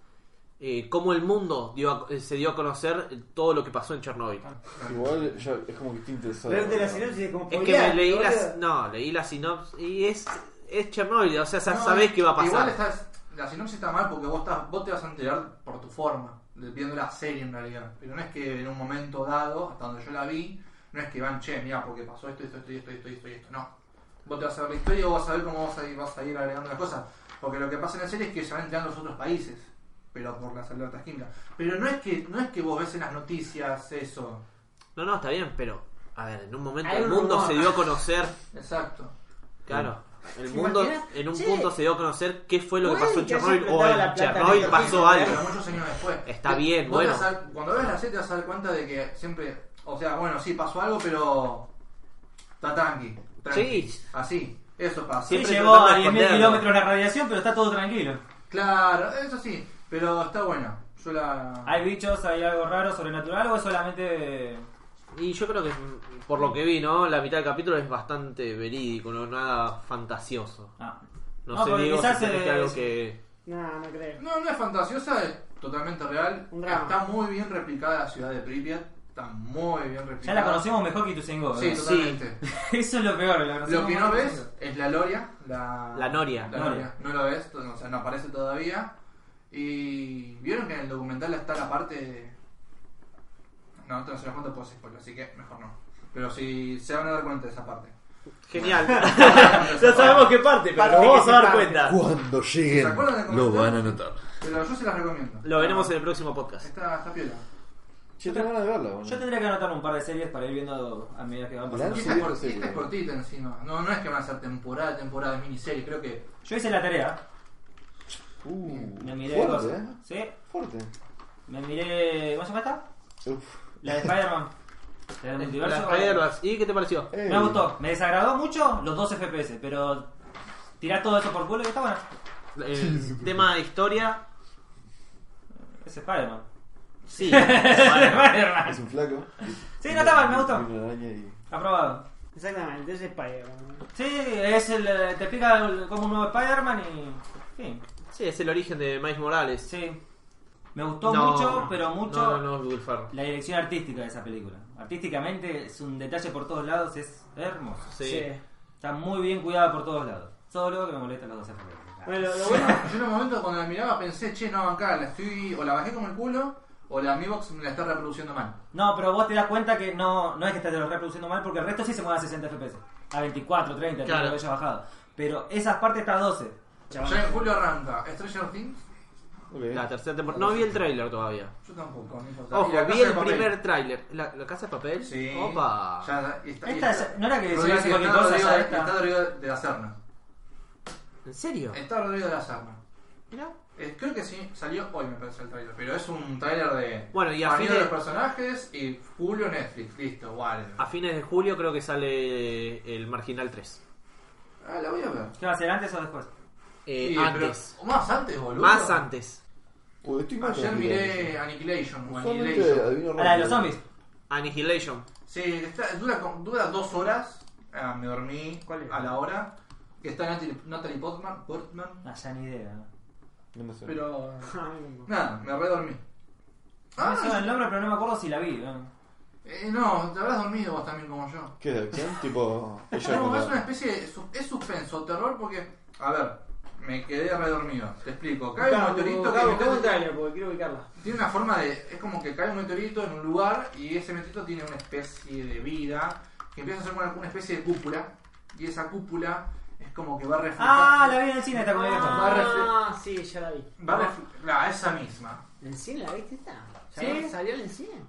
eh, cómo el mundo dio a- eh, se dio a conocer todo lo que pasó en Chernóbil.
Igual ya es como que estoy interesado.
Verte la sinopsis es como
es que
spoilear,
me leí
boludo.
la no, leí la sinopsis y es es Chernóbil, o sea, sa-
No,
sabés qué va a pasar.
Igual estás, la sinopsis está mal porque vos, estás, vos te vas a enterar por tu forma, de- viendo la serie en realidad. Pero no es que en un momento dado, hasta donde yo la vi, no es que van, che, mira, porque pasó esto, esto, esto, y esto, y esto, y esto, y esto. No. Vos te vas a ver la historia y vos vas a ver cómo vas a ir, vas a ir agregando las cosas. Porque lo que pasa en la serie es que se van enterando los otros países, pero por las alertas químicas. Pero no es que no es que vos ves en las noticias eso.
No, no, está bien, pero a ver, en un momento
Hay
el
un
mundo
rumor.
se dio a conocer,
Exacto.
claro. El
¿Te
mundo
imaginas?
en un
Che.
punto se dio a conocer qué fue lo que
Puede
pasó en
que haya
Chernobyl o
explotado
en
la planta
Chernobyl
en
pasó
Argentina.
algo.
Pero muchos años después.
Está
Te-
bien,
vos te
bueno.
vas a- cuando ves la serie te vas a dar cuenta de que siempre, o sea, bueno, sí pasó algo, pero está tranqui. tranqui.
Sí.
Así, eso pasa.
Sí,
Siempre
llegó
tratando
a
de
10.000
esconderlo.
kilómetros la radiación, pero está todo tranquilo.
Claro, eso sí, pero está bueno. Yo la...
¿Hay bichos, hay algo raro, sobrenatural o es solamente...
Y yo creo que mm, por lo que vi, ¿no? La mitad del capítulo es bastante verídico, no nada fantasioso.
Ah.
No,
No,
sé,
porque
digo,
quizás
si tenés
es-
algo que...
No, no creo.
No, no es fantasiosa, es totalmente real.
Un drama.
Está muy bien replicada la ciudad de Pripyat, está muy bien
Ya
replicada.
la conocemos mejor que Ituzengo.
Sí,
¿verdad?
totalmente.
Eso es lo peor. La
Lo que no ves
conocemos.
es la Loria, la,
La Noria.
La Noria. No lo ves, o sea, no aparece todavía. Y vieron que en el documental está la parte. No, te no se las cuento por spoiler, así que mejor no. Pero si se van a dar cuenta de esa parte.
Genial.
ya
ya sabemos qué parte, pero
Parte
nos
que
vamos a
se
dar
parte.
cuenta.
Cuando lleguen,
¿Se acuerdan de
lo
comentar?
van a notar.
Pero yo se las recomiendo.
Lo veremos en el próximo podcast.
Está, está piola.
Che, tengo ganas de verla, boludo.
Yo tendría que anotar un par de series para ir viendo a medida que van pasando.
Y
Sí,
esta, es cort-
sí,
y esta es
sí.
cortita encima. No, no es que van a ser temporada, temporada, miniserie. Creo que
Yo hice la tarea.
Uh,
Me miré
fuerte,
cosas.
eh.
¿Sí?
Fuerte.
Me miré. ¿Cómo se llama esta?
Uf.
La de Spider-Man. La del
La
multiverso.
Spider-Verse. ¿Y qué te pareció?
Ey.
Me gustó. Me desagradó mucho los dos FPS, pero. Tirá todo eso por culo y está bueno.
El Eh, tema de historia.
Es Spider-Man.
Sí.
Spider-Man.
Eh, Es un flaco.
Sí, no está mal, me gustó.
Tiene una araña y-
Aprobado.
Exactamente, es Spider-Man.
Sí, es el, eh, te explica el- cómo un nuevo Spider-Man y. Fin.
Sí, es el origen de Miles Morales.
Sí. Me gustó
No,
mucho, pero mucho
No, no, no, Will Ferrell.
la dirección artística de esa película. Artísticamente es un detalle por todos lados, es hermoso.
Sí.
Está muy bien cuidada por todos lados. Solo que me molestan los dos FPS.
Bueno, lo, lo
Bueno,
bueno.
yo en un momento cuando la miraba pensé, che, no, acá la estoy. O la bajé como el culo, o la Mi Box me la está reproduciendo mal.
No, pero vos te das cuenta que no, no es que estés reproduciendo mal, porque el resto sí se mueve a 60 FPS. A 24, 30,
Claro.
claro. lo que haya bajado. Pero esas partes está a 12.
Ya en julio arranca Stranger Things,
Ok.
La tercera temporada. No vi el tráiler todavía.
yo tampoco, no importa.
Ojo,
Y La
vi
Casa de
el
Papel.
primer tráiler. ¿La, la casa de papel?
Sí.
Opa.
Ya, y está, y
Esta
está-
es- no era que se
Rodrigo-
iba a hacer cualquier
está
cosa,
Rodrigo-
ya está.
Está Rodrigo de la Serna.
¿En serio?
Está Rodrigo de la Serna.
Mirá.
Eh, Creo que sí, salió hoy me parece el tráiler, pero es un tráiler de
Bueno, y a
paneo de
fines-
los personajes y julio Netflix, listo, vale.
A fines de julio creo que sale el Marginal 3.
Ah, la voy a ver.
¿Qué va a ser antes o después?
Eh,
Sí,
antes.
pero- más antes, boludo.
Más antes.
Uy, estoy mal con
Ayer
los
Ah, miré
videos.
Annihilation, o
Usualmente
Annihilation.
adivino
A la de
rápido.
los zombies.
Annihilation.
Sí, está- dura, con- dura dos horas. Ah, me dormí
¿Cuál es?
a la hora. Que está Natalie, Natalie Portman, Portman.
Ah, ya ni idea. ¿no?
No me suena.
Pero.
Ay,
Nada, me redormí.
Ah,
Ah,
me suena el nombre, pero no me acuerdo si la vi. ¿no?
eh, no, te habrás dormido vos también como yo.
¿Qué es de acción? tipo. ella
No,
con
es
la-
una especie de. su- Es suspenso, terror, porque. A ver, me quedé redormido. Te explico. Cae un
Gustavo,
meteorito que
Gustavo,
me
Gustavo, un
cae-
tráiler porque quiero ubicarla.
tiene una forma de. Es como que cae un meteorito en un lugar y ese meteorito tiene una especie de vida que empieza a ser una, una especie de cúpula. Y esa cúpula es como que va a reflejar.
Ah, la vi en el cine esta con mi viejo.
va a
Ah, sí, ya la vi.
Va a refle- la- esa misma.
¿En cine la viste esta?
Sí.
¿Salió- ¿Salió en cine?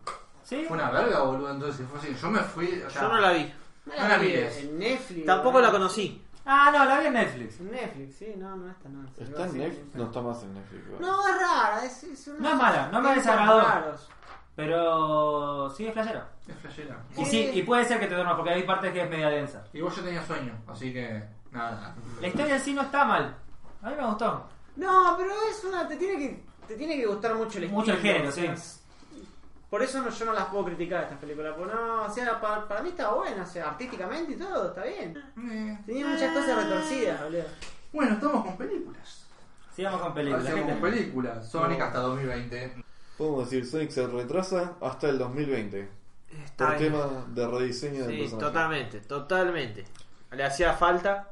¿Sí?
Fue una verga, boludo. Entonces fue así. Yo me fui. O sea,
Yo no la vi.
No
No la
vi,
mires.
En Netflix.
Tampoco la
conocí.
conocí.
Ah, no, la vi en Netflix.
En Netflix, sí, no, no está, no. se
¿Está
va
en
así,
Netflix? No está más en Netflix. ¿verdad?
No, es rara, es, es una...
No es mala, no me
tiene
desagradó.
cosas raras.
Pero sí es flashero.
Es flashera.
Y sí, y puede ser que te duermas, porque hay partes que es media densa.
Y vos yo tenía sueño, así que. Nada.
La historia en sí no está mal. A mí me gustó.
No, pero es una... Te tiene que, te tiene que gustar mucho el
Mucho el
estilo,
género,
o sea,
sí.
Por eso no, yo no las puedo criticar estas películas, porque no, o sea, para, para mí está buena, o sea, artísticamente y todo, está bien.
Eh,
Tenía muchas cosas retorcidas, boludo.
Bueno, estamos con películas.
Sigamos con películas.
Estamos
gente.
con películas. Sonic hasta 2020.
Podemos decir Sonic se retrasa hasta el 2020.
Está
Por
bien.
tema de rediseño del
Sí,
personaje.
totalmente, totalmente. Le hacía falta.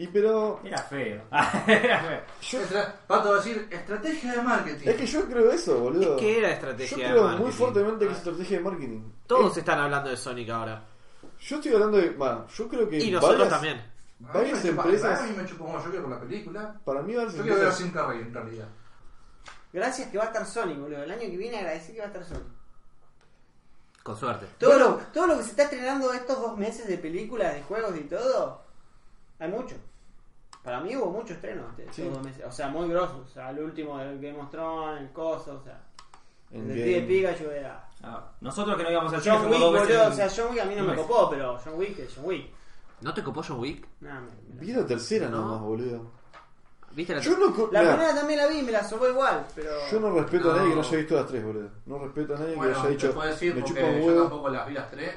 Y pero.
Era feo. Era feo.
Yo, es
Estra- Pato va a decir estrategia de marketing.
que yo creo eso, boludo.
Es que era
Yo
estrategia de
creo muy
marketing. Ah.
fuertemente que es estrategia de marketing.
Todos
Eh,
están hablando de Sonic ahora.
Yo estoy hablando de. Bueno, yo creo que.
Y nosotros
varias-
también.
A mí
Varias
me chupa-
empresas.
A mí me chupa un huevo, yo quiero ver la película.
Para mí, varias
Yo quiero ver
empresas.
sin Carrey en realidad.
Gracias que va a estar Sonic, boludo. El año que viene agradecí que va a estar Sonic.
Con suerte.
Todo, lo, todo lo que se está estrenando estos dos meses de películas, de juegos y todo, hay mucho. Para mí hubo mucho estreno este- estos
Sí.
dos meses. O sea, muy grosso. O sea, el último del Game of Thrones, el coso, o sea. El
en
detective
game.
Pikachu era.
Ah, Nosotros que no íbamos al cine
John
fuimos
Wick,
dos veces.
boludo. O
en-
sea, John Wick a mí no
un
me
mes.
copó, pero John Wick es John Wick.
¿No te copó John Wick?
Nada, me- me la-
Vi la tercera
No.
nomás, boludo.
¿Viste la
Yo no. co-
La
mirá,
primera también la vi, me la sobó igual, pero.
yo no respeto a nadie que no
No.
haya visto las tres, boludo. No respeto a nadie que
Bueno,
haya
te
dicho.
puedo decir
me chupa
porque
un
yo
huevo.
tampoco las vi las tres.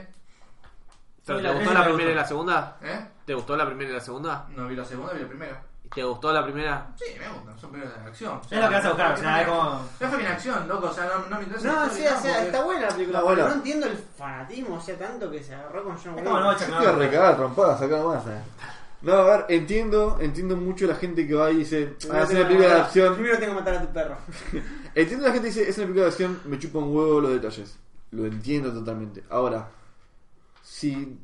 ¿Pero
Sí,
¿Te
la
gustó
tres
la
me
primera y
gustó.
la segunda?
¿Eh?
¿Te gustó la primera y la segunda?
No vi la segunda, vi la primera.
¿Te gustó la primera?
Sí, me gustan, son películas de acción. O
Es lo que vas a buscar, o sea, es como.
Ya fue en acción, loco, o sea, no, no me interesa.
No,
la
sí,
historia,
o sea,
porque-
está buena la película.
Ah,
pero
bueno.
No entiendo el fanatismo, o sea, tanto que se agarró con John
Es como el
Wick.
Bocha,
Yo
¿no?
te voy a recagar trompadas acá nomás, eh. No, a ver, entiendo, entiendo mucho la gente que va y dice, ah,
Primero
es una
tengo que
película de
matar-
acción.
Primero tengo que matar a tu perro.
Entiendo la gente que dice, es una película de acción, me chupa un huevo los detalles. Lo entiendo totalmente. Ahora, si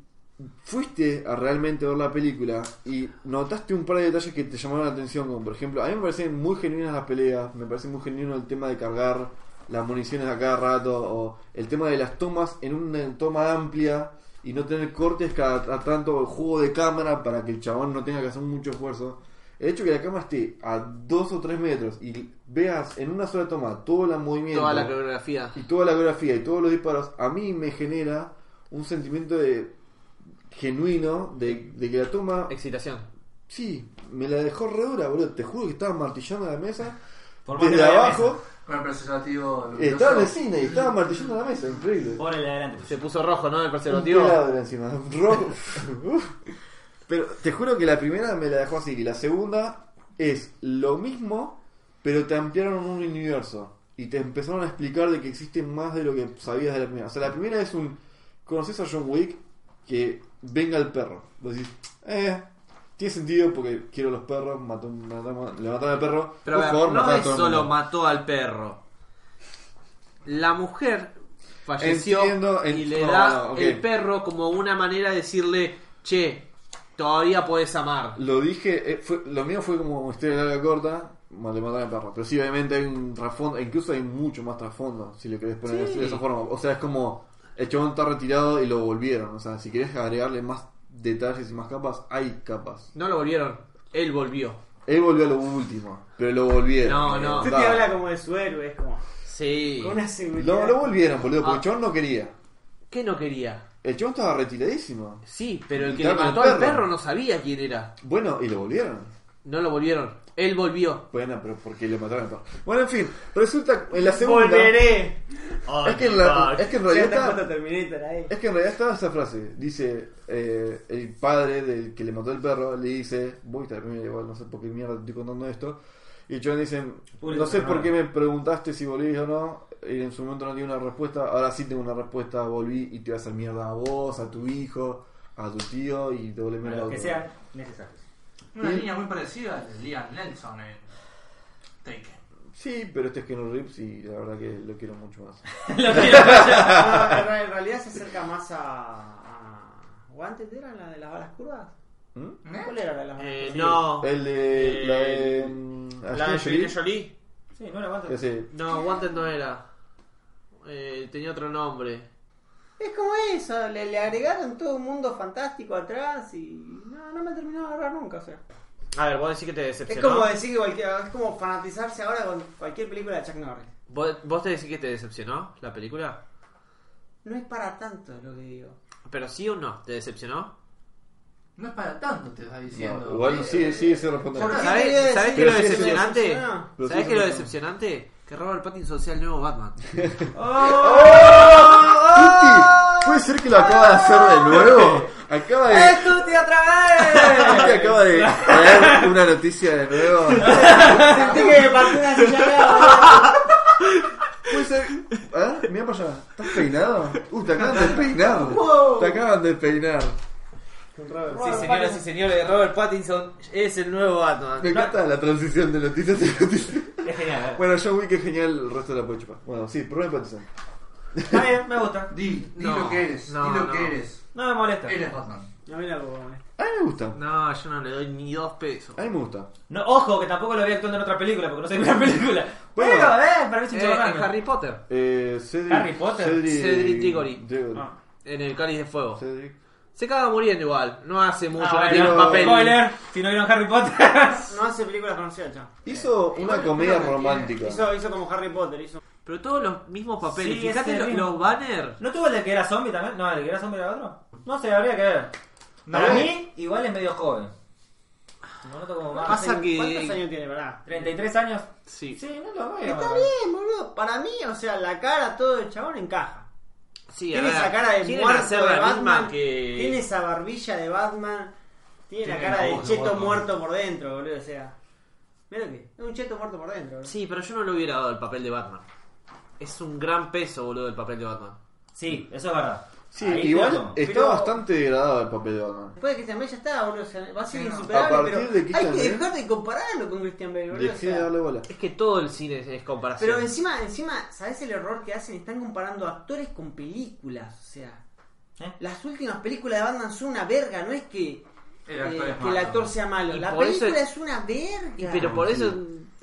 fuiste a realmente ver la película y notaste un par de detalles que te llamaron la atención, como por ejemplo, a mí me parecen muy genuinas las peleas, me parece muy genuino el tema de cargar las municiones a cada rato, o el tema de las tomas en una toma amplia y no tener cortes cada a tanto el juego de cámara para que el chabón no tenga que hacer mucho esfuerzo. el hecho de que la cámara esté a dos o tres metros y veas en una sola toma todo el movimiento
Toda la coreografía.
y toda la coreografía y todos los disparos, a mí me genera un sentimiento de genuino de, de que la toma
Excitación.
Sí, me la dejó re dura, boludo. Te juro que estaba martillando la mesa.
Por más que
desde
no haya
abajo.
Con el preservativo.
eh, estaba en el cine y estaba martillando la mesa, increíble.
Por el de adelante. pues.
Se puso rojo, ¿no? El
Un
preservativo.
pelado era encima. rojo. Uf. pero te juro que la primera me la dejó así. Y la segunda es lo mismo, pero te ampliaron un universo. Y te empezaron a explicar de que existe más de lo que sabías de la primera. O sea, la primera es un. ¿Conoces a John Wick? Que venga el perro. Vos decís, eh. Tiene sentido porque quiero los perros, mató, matamos- le mataron al perro.
Pero a
Por
ver,
favor,
no
matá a
es
todo el
solo
mundo.
mató al perro. La mujer falleció
Entiendo, en-
y le
no,
da
no, ok.
el perro como una manera de decirle, che, todavía podés amar.
Lo dije, eh, fue- lo mío fue como historia larga corta, ma- le mataron al perro. Pero sí, obviamente hay un trasfondo, e incluso hay mucho más trasfondo, si lo querés poner así, de esa forma. O sea, es como el chabón está retirado y lo volvieron. O sea, si querés agregarle más detalles y más capas, hay capas.
No lo volvieron, él volvió.
Él volvió a lo último, pero lo volvieron.
No, no.
Eh,
Usted te
da.
Este habla como de su héroe, es como.
Sí.
Con una seguridad.
Lo, lo volvieron, boludo, porque
Ah.
el chabón no quería.
¿Qué no quería?
El chabón estaba retiradísimo.
Sí, pero el que
Claro,
le mató
el
al
perro.
perro no sabía quién era.
Bueno, y lo volvieron.
No lo volvieron, él volvió.
Bueno, pero porque le mataron al perro. Bueno, en fin, resulta en la segunda.
Volveré.
Es que, en la- es que en realidad. está-
Ya está puesto Terminator ahí.
Es que en realidad estaba esa frase. Dice, eh, el padre del que le mató el perro le dice, voy a terminar igual, no sé por qué mierda te estoy contando esto. Y John dice,
Público
no sé
sonoro.
por qué me preguntaste si volví o no. Y en su momento no tenía una respuesta. Ahora sí tengo una respuesta, volví y te vas a hacer mierda a vos, a tu hijo, a tu tío y te vuelve
A
mierda a
los que
otro.
sean necesarios.
Una
Y-
línea muy parecida de Liam Nelson en Taken.
Sí, pero este es Keanu Reeves y la verdad que lo quiero mucho más.
Lo quiero callar.
No, en re- en realidad se acerca más a. a- ¿Guantes era la de las balas curvas?
¿Mm?
¿Eh?
¿Cuál era la de las balas
Eh,
curvas?
no.
El de... la de...
El-
mm,
¿La de
Angelina
Angelina
Jolie.
Jolie?
Sí, no lo aguanto.
Ese,
No, Wanted no era. Eh, tenía otro nombre.
Es como eso, le, le agregaron todo un mundo fantástico atrás y. No, no me terminó de agarrar nunca, o sea.
A ver, vos decís que te
Es
decepcionó.
como decir que cualquier, es como fanatizarse ahora con cualquier película de Chuck Norris.
¿Vos, vos te decís que te decepcionó la película?
No es para tanto lo que digo.
Pero sí o no, ¿te decepcionó?
No es para tanto, te está diciendo. Eh,
No, igual sí, sí, se responde.
¿Por qué quería
¿Sabes,
decir
¿sabes qué
que
es lo
sí se
decepcionante?
decepcionó?
Pero
¿Sabes
sí
qué es lo
se
decepcionante? Que Robert Pattinson sea el nuevo Batman.
Tuti, ¿puede ser que lo acaba de hacer de nuevo? Acaba de.
¡Es Tuti otra vez!
Tuti acaba de traer una noticia de nuevo.
Sentí que me partió una silla acá.
Puede ser. ¿Ah? Mira para allá. ¿Estás peinado? Uh, te acaban de peinar. Te acaban de peinar.
Sí, señoras y señores, Robert Pattinson es el nuevo
Me
Batman.
encanta la transición de noticias a noticias.
Es genial.
Bueno, John Wick es genial, el resto de la puedo chupar. Bueno, sí, Robert Pattinson.
Está bien, me gusta.
Di, di
No,
lo que eres,
no,
di lo
no.
que eres.
No me molesta.
Eres Batman.
No, mira eh. cómo es.
A mí me gusta.
No, yo no le doy ni dos pesos. Eh,
A mí me gusta.
No, ojo, que tampoco lo vi actuando en otra película, porque no sé qué otra película.
Bueno.
Bueno, eh, para mí es un
Eh, en
chorrano.
Harry Potter,
Eh, Cedric,
Harry Potter.
Cedric,
Cedric Diggory.
Diggory.
Ah.
en el Cáliz de Fuego.
Cedric.
Se caga muriendo igual, no hace mucho,
Ah,
no
bueno,
tiene un
pero-
papel.
Spoiler, si no vieron Harry Potter.
No hace películas conocidas, chao.
Hizo
Eh,
una comedia romántica.
Hizo, hizo como Harry Potter, hizo.
Pero todos los mismos papeles.
Sí,
Fíjate
ese
lo-
mismo.
los banners.
¿No tuvo el de que era zombie también? No, el de que era zombie era otro. No sé, habría que ver. Para
No.
mí, igual es medio joven. No noto como más.
Pasa que-
¿Cuántos años tiene, verdad?
33 años.
Sí.
Sí, no lo veo.
Está bien, boludo. Para mí, o sea, la cara, todo el chabón encaja.
Sí, a
Tiene
ver,
esa cara de
quieren
muerto
hacer
de
la misma
Batman.
que-
Tiene esa barbilla de Batman. Tiene, la
Tiene
cara
la
de
voz de
cheto
Batman.
muerto por dentro, boludo. O sea, mira lo que es un cheto muerto por dentro. boludo.
Sí, pero yo no le hubiera dado el papel de Batman. Es un gran peso, boludo, el papel de Batman.
Sí, eso es verdad.
Sí,
Ahí te la
igual
tomo.
está
Pero-
bastante degradado el papel de Batman.
Después de Christian Bale ya está, boludo. O sea, va a ser
Sí, no.
insuperable.
A partir
pero
de Christian
hay que
Bale-
dejar de compararlo con Christian Bale, boludo. o
Dejé de
sea.
darle bola.
Es que todo el cine es comparación.
Pero encima, encima, ¿sabes el error que hacen? Están comparando actores con películas, o sea.
¿Eh?
Las últimas películas de Batman son una verga, no es que,
El actor
eh,
es
que el
malo.
actor sea malo.
Y
La
por eso
película
es-
es... una verga.
Y pero por eso,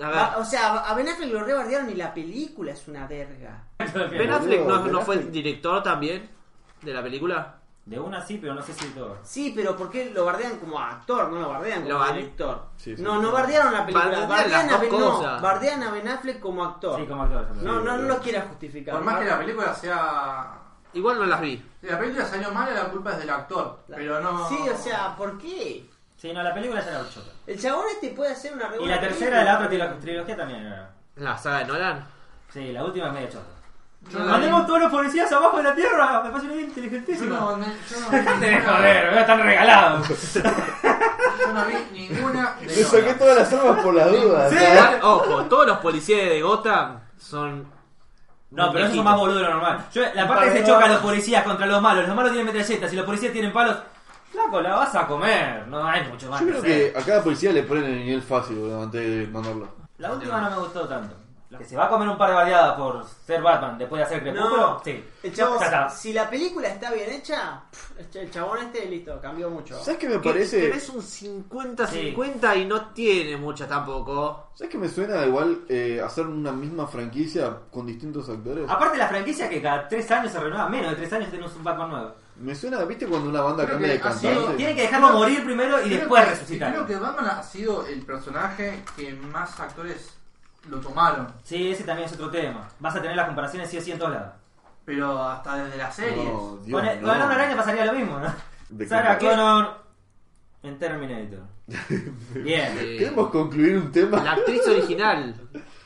a ver,
Va- O sea, a Ben Affleck lo rebardearon y la película es una verga.
Ben Affleck no,
Ben
no fue el
Affleck.
director también de la película.
De una sí, pero no sé si de todo.
Sí, pero ¿por qué lo bardean como actor? No lo bardean como
Lo barde-
director.
Sí, sí,
no,
sí.
no bardearon la película.
Bardean
Bardean,
las
a
dos
Ben, no,
cosas.
bardean a Ben Affleck como actor.
Sí, como actor. también.
no, no, no
pero-
lo quiera justificar.
Por más que la película sea.
Igual no las vi.
Si la película salió mala, la culpa es del actor.
La-
Pero no.
Sí, o sea, ¿por qué?
Sí, no, la película ya era un choto.
El chabón este puede hacer una re
Y
buena
la tercera de la otra
película.
trilog- trilogía también era.
La saga de Nolan.
Sí, la última es media chota.
Yo no,
Mandemos todos los policías abajo de la tierra, me parece una idea
yo
inteligentísima.
no, yo no vi
Déjate de
ninguna-
joder, me están regalados.
Yo no vi ninguna de
Le saqué
Nolan.
todas las armas por las dudas.
Sí.
¿sabes?
Igual, ojo, todos los policías de Gotham son.
No, pero eso es
viejitos.
más boludo de lo normal. Yo, la parte
Para
que se
no-
chocan los policías contra los malos, los malos tienen metralletas y los policías tienen palos, flaco, la vas a comer. No hay mucho más
Yo
que
creo
hacer.
que a cada policía le ponen el nivel fácil boludo, antes de mandarlo.
La última no me gustó tanto. La que se va a comer un par de bardeadas por ser Batman después de hacer Crepúsculo,
No.
sí.
El chabón,
Ya está.
si la película está bien hecha, pff, este- el chabón este, listo, cambió mucho.
¿Sabes qué me
Que
parece?
Tenés un 50-50 y no tiene mucha tampoco.
¿Sabes qué me suena igual eh, hacer una misma franquicia con distintos actores?
Aparte la franquicia que cada tres años se renueva, menos de tres años tenemos un Batman nuevo.
Me suena, ¿viste cuando una banda
Creo
cambia
que
de
ha sido-
cantante?
Tienen que dejarlo
Creo-
morir primero y
Creo
después
que- Creo
resucitarlo.
que Batman ha sido el personaje que más actores lo tomaron.
Sí, ese también es otro tema. Vas a tener las comparaciones sí o sí en todos lados.
Pero hasta desde las series.
No, Dios,
Con el,
no.
con el Hombre Araña pasaría lo mismo, ¿no?
De
Sarah
que-
Connor en Terminator. Bien.
Eh,
Queremos concluir un tema.
la actriz original,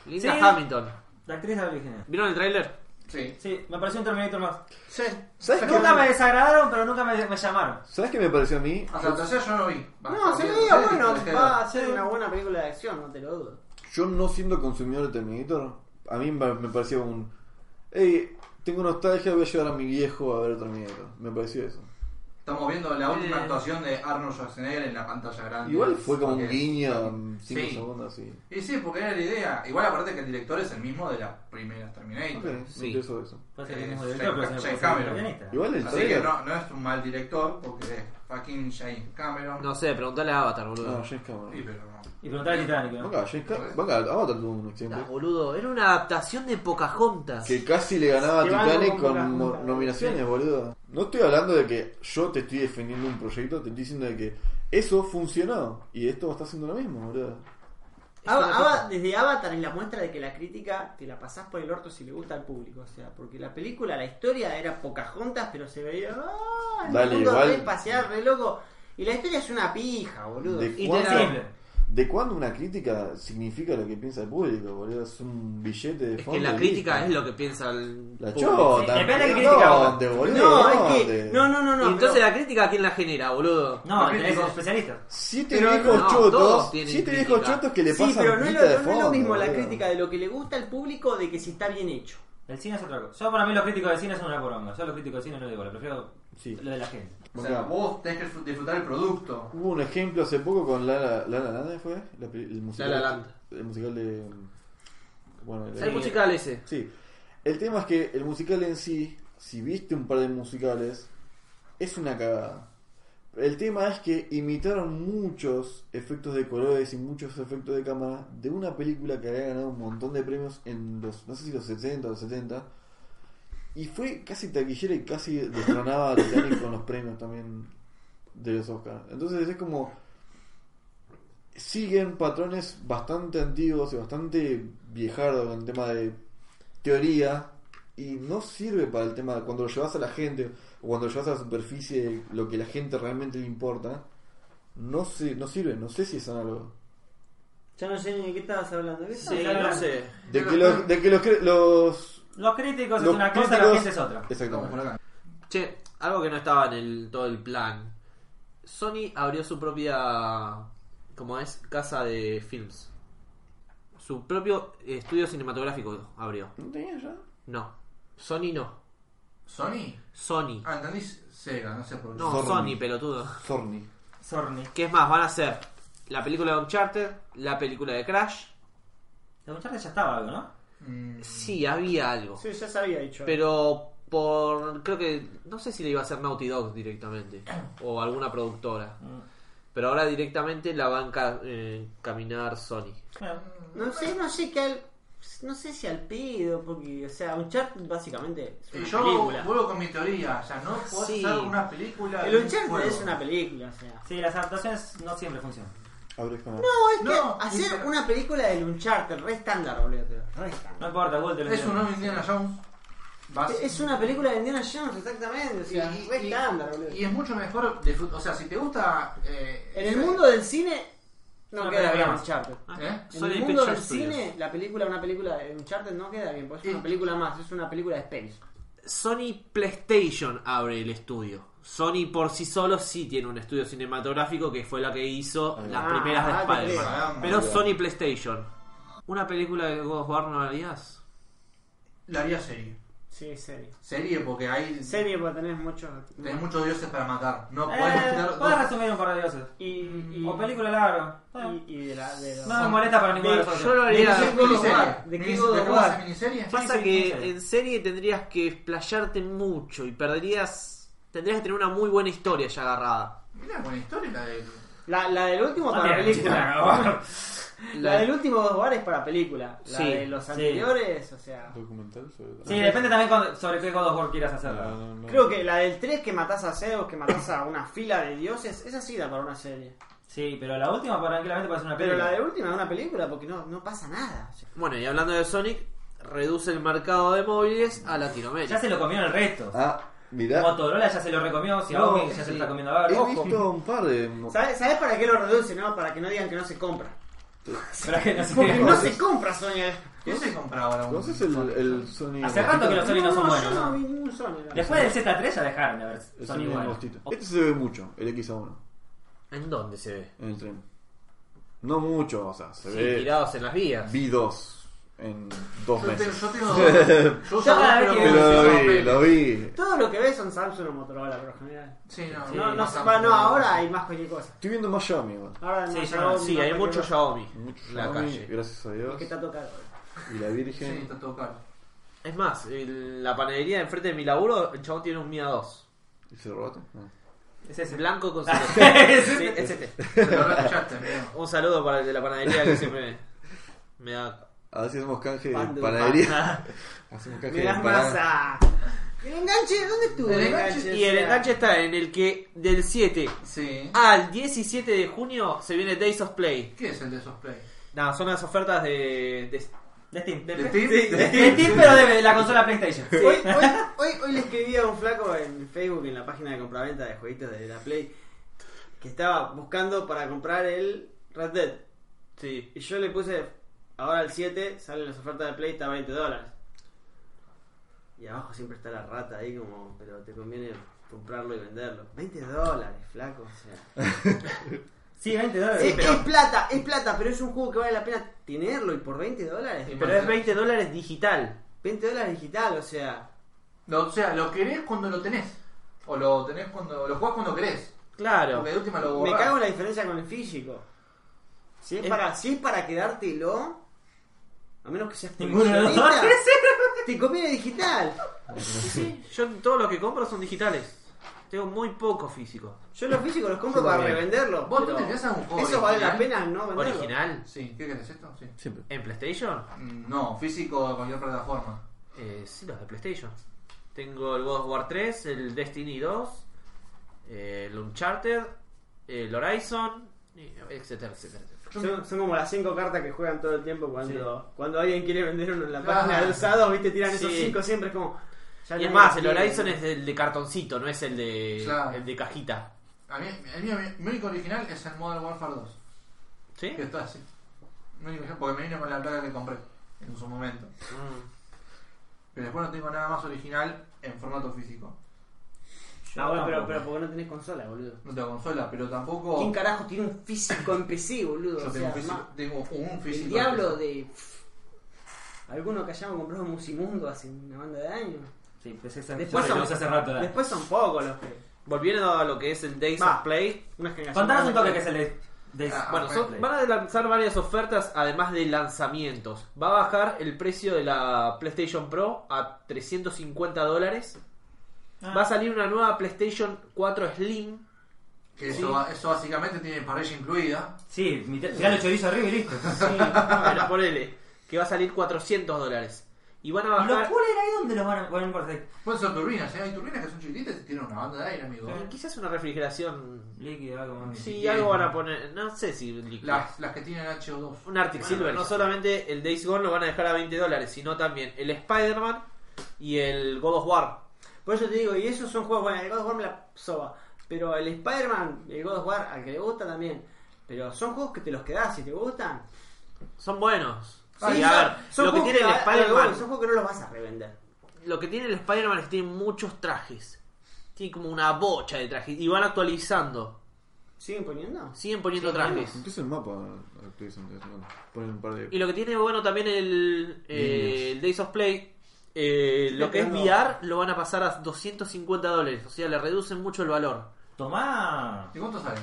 Linda
Sí.
Hamilton.
La actriz de la original.
¿Vieron el tráiler?
Sí.
Sí, me pareció un Terminator más.
Sí.
¿Sabes qué?
Nunca me desagradaron, pero nunca me, me llamaron.
¿Sabes qué me pareció a
Ah.
mí?
Hasta la tercera yo no vi.
No,
Porque
se veía
la serie
bueno,
dejé de ver.
va a ser una buena película de acción, no te lo dudo.
Yo no siendo consumidor de Terminator, a mí me me parecía un... Hey, tengo nostalgia, voy a llevar a mi viejo a ver Terminator. Me pareció eso.
Estamos viendo la última
Eh.
actuación de Arnold Schwarzenegger en la pantalla grande.
Igual fue como un
Porque-
guiño, mm, cinco
Ah, Sí.
segundos así.
Y sí, porque era la idea. Igual aparte que el director es el mismo de la primera
Ok,
Terminator.
me
Sí.
interesó eso.
Puede ser el
Eh,
mismo
James
director, pero
Ca-
se me
James
puede ser
Cameron.
un guionista.
Igual el
Así que
trailer...
no, no es un mal director porque es fucking James Cameron.
No sé, preguntale a Avatar, boludo.
No, Ah, James Cameron.
Sí, pero no.
Y preguntar al Titanic, ¿no?
Venga, James Cameron. Venga, Avatar tuvo un
Ah,
ejemplo.
boludo, era una adaptación de Pocahontas.
Que casi le ganaba a
Que van
Titanic
con
con
pocas
mo-
juntas.
nominaciones, boludo. No estoy hablando de que yo te estoy defendiendo un proyecto, te estoy diciendo de que eso funcionó y esto está haciendo lo mismo, boludo.
Ava-
una
Ava-
cosa.
desde Avatar es la muestra de que la crítica te la pasás por el orto si le gusta al público. O sea, porque la película, la historia era Pocahontas, pero se veía. ¡Ah! el
Dale,
mundo
igual.
re espacial, re loco. Y la historia es una pija, boludo.
De
Y
cuándo-
tenés-
¿De cuándo una crítica significa lo que piensa el público, boludo? Es un billete de
Es
fondo.
que la
y
crítica es
listo.
lo que piensa el.
La
público.
chota.
Sí, depende de qué
¿no?
crítica vos.
¿Dónde,
no,
boludo?
es que.
¿Dónde?
No, no, no,
Y
no.
entonces
pero-
la crítica, ¿quién la genera, boludo?
No,
Los
tenés
críticos-
especialistas.
Siete
Pero
viejos
no,
chotos.
todos tienen
Siete viejos
crítica.
chotos que le pasan
Sí, pero no es,
guita
lo,
de
no es lo
fondo,
mismo la
boludo.
crítica de lo que le gusta al público de que si está bien hecho.
El cine es otra cosa. Yo para mí los críticos de cine son una poronga. Yo los críticos de cine no les digo, lo prefiero
Sí.
lo de la gente.
O
Venga,
sea, vos tenés que disfrutar el producto.
Hubo un ejemplo hace poco con La La, La La Land, ¿fue? La peli- el musical,
La La Land.
El musical de... Bueno, el-
El musical ese.
Sí. El tema es que el musical en sí, si viste un par de musicales, es una cagada. El tema es que imitaron muchos efectos de colores y muchos efectos de cámara de una película que había ganado un montón de premios en los, no sé si los 60 o los 70. Y fue casi taquillera y casi destronaba a Titanic con los premios también de los Oscars. Entonces es como siguen patrones bastante antiguos y bastante viejardos en tema de teoría y no sirve para el tema de cuando lo llevas a la gente o cuando lo llevas a la superficie lo que la gente realmente le importa no se, no sirve no sé si es análogo
Ya no sé ni de qué estabas hablando. ¿Qué estabas
Sí,
hablando?
no sé.
de que los de que los cre- los,
Los críticos es
los
una cosa, la
críticos-
gente es otra.
Vamos por
exactamente
acá.
Che, algo que no estaba en el, todo el plan. Sony abrió su propia, como es, casa de films. Su propio estudio cinematográfico abrió.
no tenía ya
No, Sony no.
¿Sony?
Sony.
Ah, entendí Sega, no sé por qué.
No,
Sony.
Sony, pelotudo.
Zorni
Sorny.
¿Qué es más? Van a hacer la película de Uncharted, la película de Crash.
De muchachos ya estaba algo, ¿no?
Mm,
Sí, había algo.
Sí, ya se había dicho.
Pero por. Creo que. No sé si le iba a hacer Naughty Dog directamente. O alguna productora.
Mm.
Pero ahora directamente la van a encaminar eh, Sony.
Bueno,
No sé, no sé qué. al- No sé si al pedo, porque, o sea, Uncharted básicamente es
Y
una
yo
película.
vuelvo con mi teoría, o sea, no puedo
Sí.
hacer una película.
El
de un
Uncharted
juego.
es una película, o sea.
Sí, las adaptaciones no siempre funcionan.
Abre con la-
No, es que
No,
hacer
pero-
una película del Uncharted, re estándar, boludo. Re estándar.
No importa, Google te lo
Es un
entiende.
nuevo Indiana Jones. Básico.
Es una película de Indiana Jones, exactamente, o
Ah, Y,
sea, re
y-
estándar, boludo.
y es mucho mejor. disfrut- O sea, si te gusta. eh,
En el mundo del cine no,
No
queda
queda
bien
más.
Uncharted.
¿Eh?
En el mundo del cine, la película, una película de Uncharted no queda bien, porque es
Y-
una película más, es una película de Space.
Sony PlayStation abre el estudio. Sony por sí solo sí tiene un estudio cinematográfico que fue la que hizo
Ah,
las primeras de
ah, te
Spider-Man.
creo.
Ah,
Pero
muy
Sony PlayStation. ¿Una película de God of War no la harías?
La haría serie.
Sí, serie.
Serie, porque hay.
Serie porque tenés muchos.
Tenés muchos dioses para matar. No
Eh,
podés meter
podés
dos-
resumir un par de dioses.
Y, y,
O película larga.
y, y de la. De la-
No me molesta para ninguno de los
Yo
otros.
lo haría.
Miniserie. God of
miniserie.
War, de
Minis-
God of
¿Dejamos
War.
hacer miniserie?
Pasa
Sí, sí,
que
sí.
en serie tendrías que explayarte mucho y perderías. Tendrías que tener una muy buena historia ya agarrada.
Mirá, buena historia la de.
La, la del último
No
para
tiene
película.
chiste,
La del último dos horas es para película. La
Sí,
de los anteriores, o sea.
Documental sobre Ah,
Sí, depende también cuando- sobre qué God of War quieras hacerla.
No, no, no.
Creo que la del 3 que matás a Zeus, que matás a una fila de dioses, esa sí da para una serie.
Sí, pero la última tranquilamente puede ser una
Pero
película.
la de última es una película porque no, no pasa nada. o sea.
Bueno, y hablando de Sonic, reduce el mercado de móviles a Latinoamérica.
Ya se lo comieron el resto.
Ah, mirá.
Motorola ya se lo recomió, Xiaomi ya se lo está comiendo ahora.
He
Ojo.
visto un par de. mo-
¿Sabes, sabes para qué lo reduce? No, para que no digan que no se compra.
Pero es que no se
Porque
quiere-
no se compra, Sonia.
¿Quién se compra ahora? un-
¿Conoces el, el Sony?
Hace rato que los Sony no son
yo
buenos.
no
¿no?
vi ningún Sony. la
Después del Z3 ya dejaron de ver
El
Sony
Sony
bueno.
Mosquito. Este se ve mucho, el XA1,
¿En dónde se ve?
en el tren. No mucho, o sea, se
Sí,
ve.
tirados en las vías.
Vi dos en dos
Yo tengo,
meses.
yo tengo dos. Yo uso dos,
cada vez
pero
que
como
veo-
si
Pero
fuera
lo vi,
papel.
lo vi.
verdad. Todo lo que ves son Samsung o Motorola, por lo general.
Sí, no,
Sí,
no, no,
más
se-
tampoco.
no, ahora hay más cualquier cosa.
Estoy viendo más Xiaomi, igual.
Ahora
Sí,
no,
ya-
Sí,
no, no,
hay
cualquier
mucho
cosa.
Xiaomi
Mucho
en la
Xiaomi,
calle.
Gracias a
Que
Dios.
está tocado.
Y la
Sí,
Virgen.
está todo caro.
Es más, en la panadería de enfrente de mi laburo, el chabón tiene un Mia 2.
¿Y se robaste? No.
Es ese.
Blanco con
Ah,
celeste.
es
Sí,
este.
es este.
Pero lo escuchaste, mira.
Un saludo para el de la panadería que siempre me da.
A ver si hacemos canje de
Pan de
panadería. Hacemos canje
Me
de
das
panadería.
masa. El enganche, ¿dónde estuvo?
El enganche-
Y el enganche está en el que del 7
Sí.
Ah.
al 17 de junio se viene Days of Play.
¿Qué es el de esos play?
Nada, son las ofertas de. de-
De Steam.
¿De Steam?
De Steam, pero de la consola PlayStation.
Hoy, hoy, hoy, hoy le escribí a un flaco en Facebook, en la página de compraventa de jueguitos de la Play, que estaba buscando para comprar el Red Dead.
Sí.
Y yo le puse, ahora el 7, salen las ofertas de Play, está a 20 dólares. Y abajo siempre está la rata ahí como, pero te conviene comprarlo y venderlo. 20 dólares, flaco. O sea.
Sí, 20 dólares.
es, es plata, es plata, pero es un juego que vale la pena tenerlo y por 20 dólares.
Sí.
Pero es 20 dólares digital.
20 dólares digital, o sea.
No, o sea, lo querés cuando lo tenés. O lo tenés cuando. lo jugás cuando querés.
Claro.
Porque de última lo
Me
borrás.
cago en la diferencia con el físico. Si es,
Es-
para, si es para quedártelo, a menos que seas
Ninguno de los dos.
coleccionista, te conviene digital.
Yo todos los que compro son digitales. Tengo muy poco físico.
Yo los físicos los compro para
también.
revenderlo.
Vos
pero
te interesa un juego
Eso vale la
original.
pena no venderlo.
¿Original?
Sí, ¿qué querés esto? Sí.
Siempre.
¿En PlayStation?
Mm, No, físico o cualquier plataforma.
Eh, sí, los de PlayStation. Tengo el God of War 3, el Destiny 2, eh, el Uncharted, el Horizon, y- etcétera, etcétera. etcétera.
Son, son como las 5 cartas que juegan todo el tiempo cuando, cuando alguien quiere vender uno en la
Ah.
página de usados, viste, tiran esos
Sí.
5 siempre, es como... ya
Y es
nadie
más, el
quiere.
Horizon es el de cartoncito, no es el de,
Claro.
el de cajita.
A mí, el mío, mi, mi único original es el Modern Warfare 2.
¿Sí?
Que está así. Mi único original, porque me vino con la placa que compré en su momento.
Mm.
Pero después no tengo nada más original en formato físico.
Ah, bueno, pero,
tampoco.
pero porque no tenés consola, boludo.
No tengo consola, pero tampoco.
¿Quién carajo tiene un físico en PC, boludo?
Yo
O
tengo
sea,
un físico.
ma-
Tengo un físico.
El diablo de. Alguno que hayamos comprado en Musimundo hace una banda de años.
Sí, pues esa-
Después
ya lo
son-
usé hace rato. ¿verdad?
Después son pocos los que.
Volviendo a lo que es el Days
Va.
of Play.
Una generación.
Contanos un
más
toque que
grande.
es el de... de-
Ah,
Bueno, son-
Play.
van a lanzar varias ofertas además de lanzamientos. Va a bajar el precio de la PlayStation Pro a 350 dólares.
Ah.
Va a salir una nueva PlayStation 4 Slim
Que eso, va- eso básicamente tiene parrilla incluida.
Sí, mi- tirá los chorizos arriba y listo.
Sí, bueno, ponele. que va a salir 400 dólares. Y van a
¿Los
bajar.
coolers ahí dónde los van a.? Bueno, no importa.
Pues son turbinas, ¿eh? Hay turbinas que son chiquititas y tienen una banda de aire, amigo.
Eh, Quizás una refrigeración.
Líquido, algo más.
Sí,
siquiera.
algo van a poner. No sé si líquido.
Las, las que tienen HO2.
Un Arctic
Bueno,
Silver.
ya
No
está.
solamente el Days Gone lo van a dejar a 20 dólares, sino también el Spider-Man y el God of War.
Por eso te digo, y esos son juegos buenos. El God of War me la soba. Pero el Spider-Man, el God of War, al que le gusta también. Pero son juegos que te los quedás si te gustan.
Son buenos.
Sí,
Sí,
son-
a ver,
son
lo que
juegos
tiene el
a- a lo que voy,
Spider-Man
Son juegos que no los vas a revender.
lo que tiene el Spider-Man es que tiene muchos trajes. Tiene como una bocha de trajes. Y van actualizando.
¿Siguen poniendo?
Siguen poniendo
Sí,
trajes.
Incluso el mapa actualizan. Ponen un par de.
Y lo que tiene bueno también el, eh,
Niños.
el Days of Play. eh, lo que es
Pero-
VR lo van a pasar a 250 dólares. O sea, le reducen mucho el valor.
Tomá.
¿Y cuánto sale?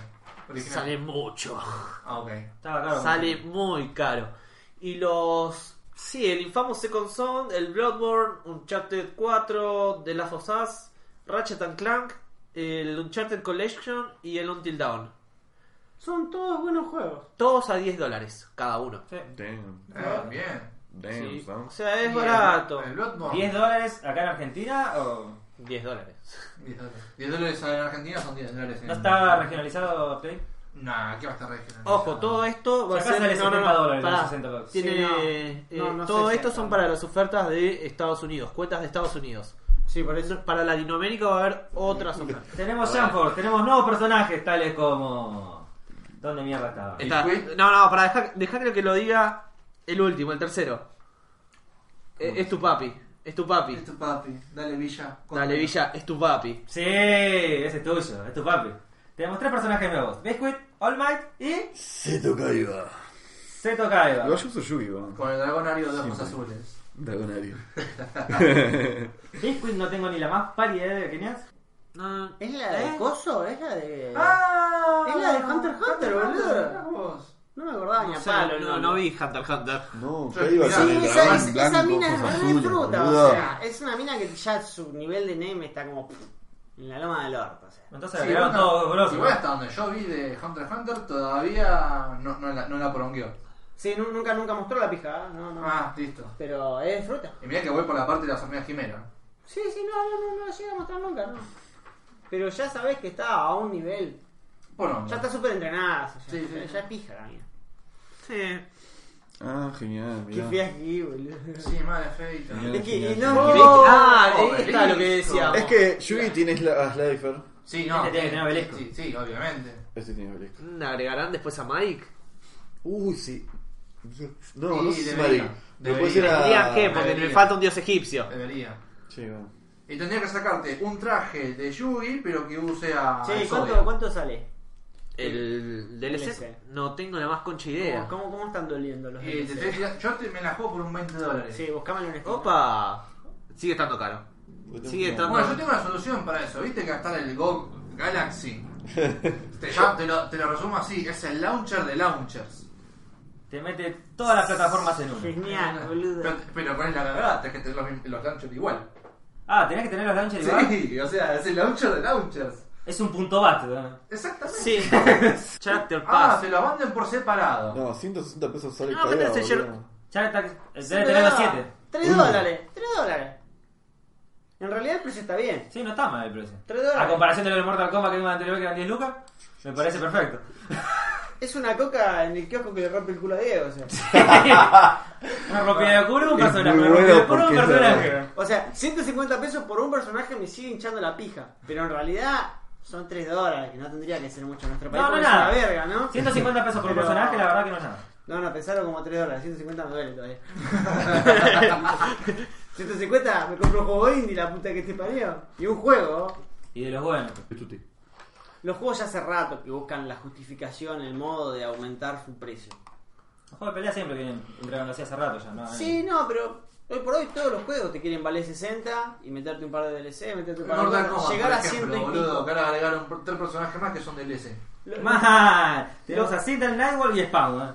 Original.
Sale mucho.
Ah, ok.
Estaba caro.
Sale muy caro. Y los. Sí, el infamo Second Son, el Bloodborne, Uncharted 4, The Last of Us, Ratchet and Clank, el Uncharted Collection y el Until Dawn.
Son todos buenos juegos.
Todos a 10 dólares cada uno.
Sí.
Damn.
Ah, bien.
Damn,
Sí.
son.
O sea, es
Y el-
barato.
El Bloodborne.
10 dólares acá en Argentina o.
10 dólares.
10 dólares. 10 dólares en Argentina son 10 dólares. En...
¿No está regionalizado Play?
Nah, ¿qué va a estar regionalizado?
Ojo, todo esto va a
Acá
ser.
sale
no, no,
70
no,
dólares,
pará.
60 dólares.
Tiene,
Sí, no.
eh,
No, no
todo
60,
esto son
no.
para las ofertas de Estados Unidos, cuentas de Estados Unidos.
Sí, por eso.
Eso es Para Latinoamérica va a haber otras ofertas.
Tenemos Sanford, tenemos nuevos personajes tales como. ¿Dónde mierda estaba?
Está-
Queen?
no, no, para dejar, dejar que lo diga el último, el tercero. Eh, Es, tu papi, es tu papi.
Es tu papi. Dale, Villa.
Dale, Villa, es tu papi.
Sí, ese es tuyo, es tu papi. Tenemos tres personajes nuevos: Biscuit, All Might y.
Se toca Iba.
Seto Kaiba.
Lo ayudo Yugi, weón.
Con el dragonario de ojos
Siempre.
azules.
Dragonario.
Biscuit no tengo ni la más pálida idea de quién es.
No,
¿Es la de
¿Eh?
Coso? ¿Es la de.?
¡Ah!
Es la de Hunter x Hunter, boludo.
mirá vos.
No me acordaba ni
no
a
sé,
palo.
no, no vi Hunter x Hunter.
No,
Sí,
Kaiba
mirá.
con
Sí,
el
esa,
dragón
es- esa
blanco,
mina
ojos
es re
azules,
fruta,
boludo.
o sea, es una mina que ya su nivel de NEM está como pff, en la loma del orto, o sea.
Entonces
Sí,
agregaron
bueno,
todos los
igual
grosos.
hasta donde yo vi de Hunter x Hunter todavía no, no la, no la porongueó.
Sí, nu- nunca, nunca mostró la pija, ¿eh? no, no.
Ah, listo.
Pero es fruta.
Y mirá que voy por la parte de las hormigas quimera.
Sí, sí, no, no, no, no la llega a mostrar nunca, no. Pero ya sabés que está a un nivel.
Bueno,
Ya está súper entrenada, o sea,
Sí, sí.
ya, ya es pija la mina.
Sí.
Ah, genial,
Qué
mirá.
fea aquí, boludo.
Sí, madre feita.
Genial,
Es que, y
genial,
no,
genial.
¿Viste?
no,
Ah,
Oh,
ahí está lo que
listo.
decíamos.
Es que Yugi tiene Sla- a Slifer.
Sí, no.
Este tiene que tener obelisco.
Sí, sí, obviamente.
Este tiene Obelisco.
¿Agregarán después a Mike?
Uy, sí. No,
Sí,
no sé si
debería.
Mike.
Debería.
Después era.
Tendrían que, porque
debería.
le falta un dios egipcio.
Debería.
Che, bueno.
Y tendría que sacarte un traje de Yugi, pero que use a.
Che,
a
Eh, ¿cuánto,
Zodiac.
¿cuánto sale?
¿El DLC?
DLC.
No tengo la más concha
¿Cómo,
idea.
cómo, cómo están doliendo los
Eh, te estoy
DLC?
tirando- yo te- me la juego por un 20 dólares.
Sí, buscámosle un Steam.
Opa. Sigue estando caro. Sigue estando-
Bueno, yo tengo una solución para eso. Viste que está el Go Galaxy. te, ya- te lo, te lo resumo así: es el launcher de launchers.
Te mete todas las plataformas en uno.
Genial, boludo.
Pero, pero ¿cuál es la verdad? Es que te- los, los launchers igual.
Ah, tenés que tener los launchers igual.
Sí, o sea, es el launcher de launchers.
Es un punto ¿eh? bat. ¿no?
Exactamente.
Sí. Charter
Ah,
Pass.
te lo manden por separado.
No, 160 pesos sale
No, pero
Kaiba,
ese yo-
boludo.
Ya está, eh, debe tener los 7.
3 dólares, 3 dólares. En realidad el precio está bien.
Sí, no está mal el precio.
Tres dólares.
A comparación de lo del Mortal Kombat que vimos anterior que eran 10 lucas, me parece perfecto.
Es una coca en el kiosco que le rompe el culo a Diego, o sea.
Una rompida de culo, un
Es
personaje.
muy
Una rompida de
bueno
culo, un
porque es
personaje.
verdad.
O sea, 150 pesos por un personaje me sigue hinchando la pija. Pero en realidad son 3 dólares, que no tendría que ser mucho en nuestro país.
No, no,
porque es
nada.
una verga, ¿no?
150 pesos por un
Pero-
personaje, la verdad que no es nada.
No, no, pensaron como 3 dólares. 150 me duele todavía. 150 me compro un juego indie, la puta que te parió. Y un juego.
Y de los buenos.
Tuti.
Los juegos ya hace rato que buscan la justificación, el modo de aumentar su precio.
Los juegos de pelea siempre vienen entraron así hace rato ya,
Ah,
¿no?
Sí, no, pero hoy por hoy todos los juegos te quieren valer 60 y meterte un par de DLC, meterte un par de
Mortal
cosas,
Kombat,
llegar
por
a 100
ejemplo,
y
boludo,
pico.
que ahora agregaron por- tres personajes más que son del S.
Lo-
Mal. Tenemos a Seattle Nightwall y Spawn. ¿eh?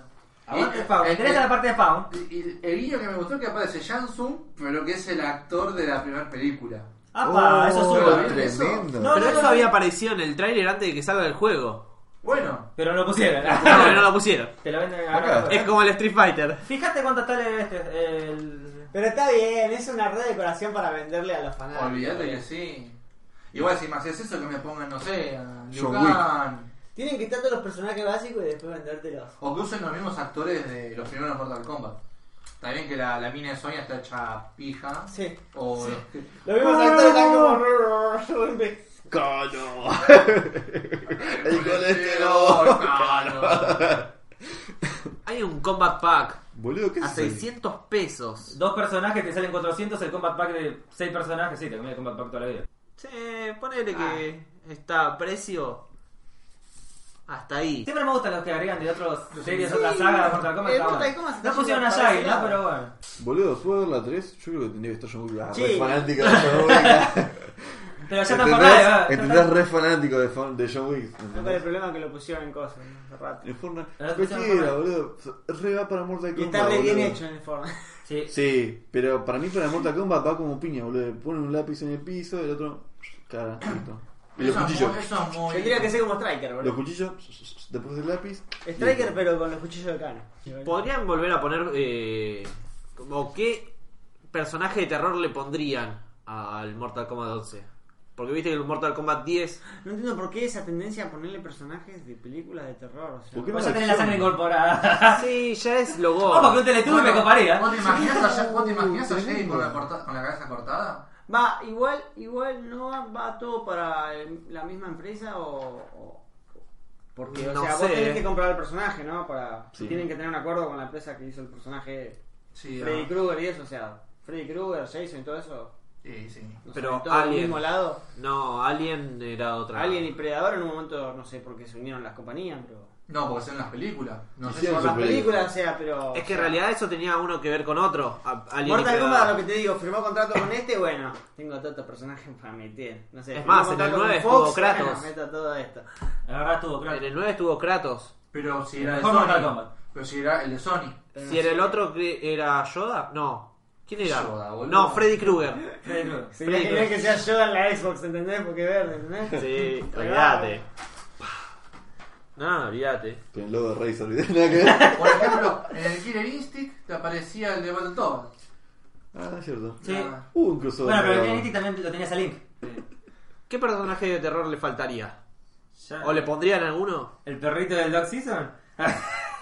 Aguante
Eh,
Spawn.
eh,
Me interesa
eh.
la parte de Spawn.
Y- y el guiño que me gustó es que aparece Jansum, pero que es el actor de la primera película.
Oh,
¡Apa! eso ¿eh? sube.
es
tremendo.
No,
Pero
no,
eso
no.
había aparecido en el tráiler antes de que salga el juego.
Bueno,
Pero no lo pusieron. ¿eh?
No, no lo pusieron.
Te lo venden
Acá.
ahora.
Es como el Street Fighter.
Fíjate cuánto sale este. El...
Pero está bien, es una red de decoración para venderle a los fanáticos.
Ah, olvídate que sí. Igual si me haces eso que me pongan, no sé, a Liu
John Wick.
Kang,
Tienen que estar todos los personajes básicos y después vendértelos.
O que usen los mismos actores de los primeros Mortal Kombat. Está bien que la, la mina de Sonya está hecha pija.
Sí.
O
Lo mismo actores están como.
¡Cono!
el
colesterol,
Hay un Combat Pack
Boludo, ¿qué
a
es eso?
600 pesos.
Dos personajes te salen 400, el combat pack de seis personajes, sí, te comí el combat pack toda la vida.
Sí, ponele que
Ah.
está a precio hasta ahí.
Siempre me gustan los que agregan de otras series, otras sagas de Mortal Kombat.
el
está
Mortal
bueno.
Kombat se está
no pusieron a
yendo para
Shaggy,
ese
¿no?
lado.
Pero bueno.
Boludo, ¿puedo ver la 3? Yo creo que tendría que estar yo muy ah,
Sí.
re fanático de John Wick.
Pero ya están
¿Entendés?
para
Entendés re fanático de, fan- de John Wick.
No, pero el problema es que lo pusieron en cosas, ¿no? hace rato.
En Fortnite.
Ahora
Cualquiera, Pues boludo. Re va para Mortal
Y
Kombat.
está re bien
boludo.
hecho en el forma.
Sí.
Sí, pero para mí para Mortal Kombat va como piña, boludo. Pone un lápiz en el piso, el otro. Cara, listo. Y los
Eso es
cuchillos.
muy- eso es muy-
Tendría que ser como Striker,
Los
boludo.
cuchillos, después el lápiz.
Striker, pero con los cuchillos de cano.
Podrían volver a poner. Eh, como qué personaje de terror le pondrían al Mortal Kombat 11. Porque viste que el Mortal Kombat 10.
No entiendo por qué esa tendencia a ponerle personajes de películas de terror. O sea,
¿Por qué no
Vos Pues ya tenés la
acción?
sangre
Ah.
incorporada.
Sí, ya es lo
Vamos, que un
gore.
teletubby me coparía.
¿Vos te imaginas a, Ja- vos te imaginas a Jay con la, corta- con la cabeza cortada?
Va, igual, igual no va, va todo para el- la misma empresa o. o- porque, o
No
sea,
sé.
vos tenés que comprar el personaje, ¿no? Para,
Sí.
Tienen que tener un acuerdo con la empresa que hizo el personaje
Sí,
Freddy
ah,
Krueger y eso, o sea, Freddy Krueger, Jason y todo eso.
sí, sí.
no sé,
Pero
todo al
Alien.
mismo lado.
No, Alien era otra.
Alien y Predador en un momento, no sé por qué se unieron las compañías, pero.
No, porque son las películas. No sé si
Hicieron
son
sus
las
Las
películas.
películas.
películas, o sea, pero.
Es que en realidad eso tenía uno que ver con otro. a- Alien y
Mortal
Predator.
Kombat, lo que te digo, firmó contrato con este, bueno, tengo este tantos personajes para meter. No sé,
Es
firmó
más, en
contrato
el
con
9
Fox,
estuvo Kratos.
bueno, meto todo esto.
La verdad estuvo,
En
claro.
el 9 estuvo Kratos.
Pero si era de
Mejor Mortal
Sony.
Kombat.
Pero si era el de Sony.
Pero
Si
no
era
sé.
el otro que era Yoda, no. ¿Quién era?
Yoda, boludo.
no, Freddy Krueger.
Freddy Krueger.
Sería que ver que sea yo en la Xbox, ¿entendés? Porque verde, ¿entendés?
Sí, olvídate. No, olvídate.
Con el logo de Razer, ¿viste? Nada que ver.
Por ejemplo, en el Killer Instinct te aparecía el de Battletoads.
Ah, es cierto.
Sí.
Ah,
Hubo un crossover.
Bueno, pero el
pero-
Kinetic también lo tenías a Link.
¿Qué personaje de terror le faltaría?
Ya-
¿O le pondrían alguno?
¿El perrito del Dog Season?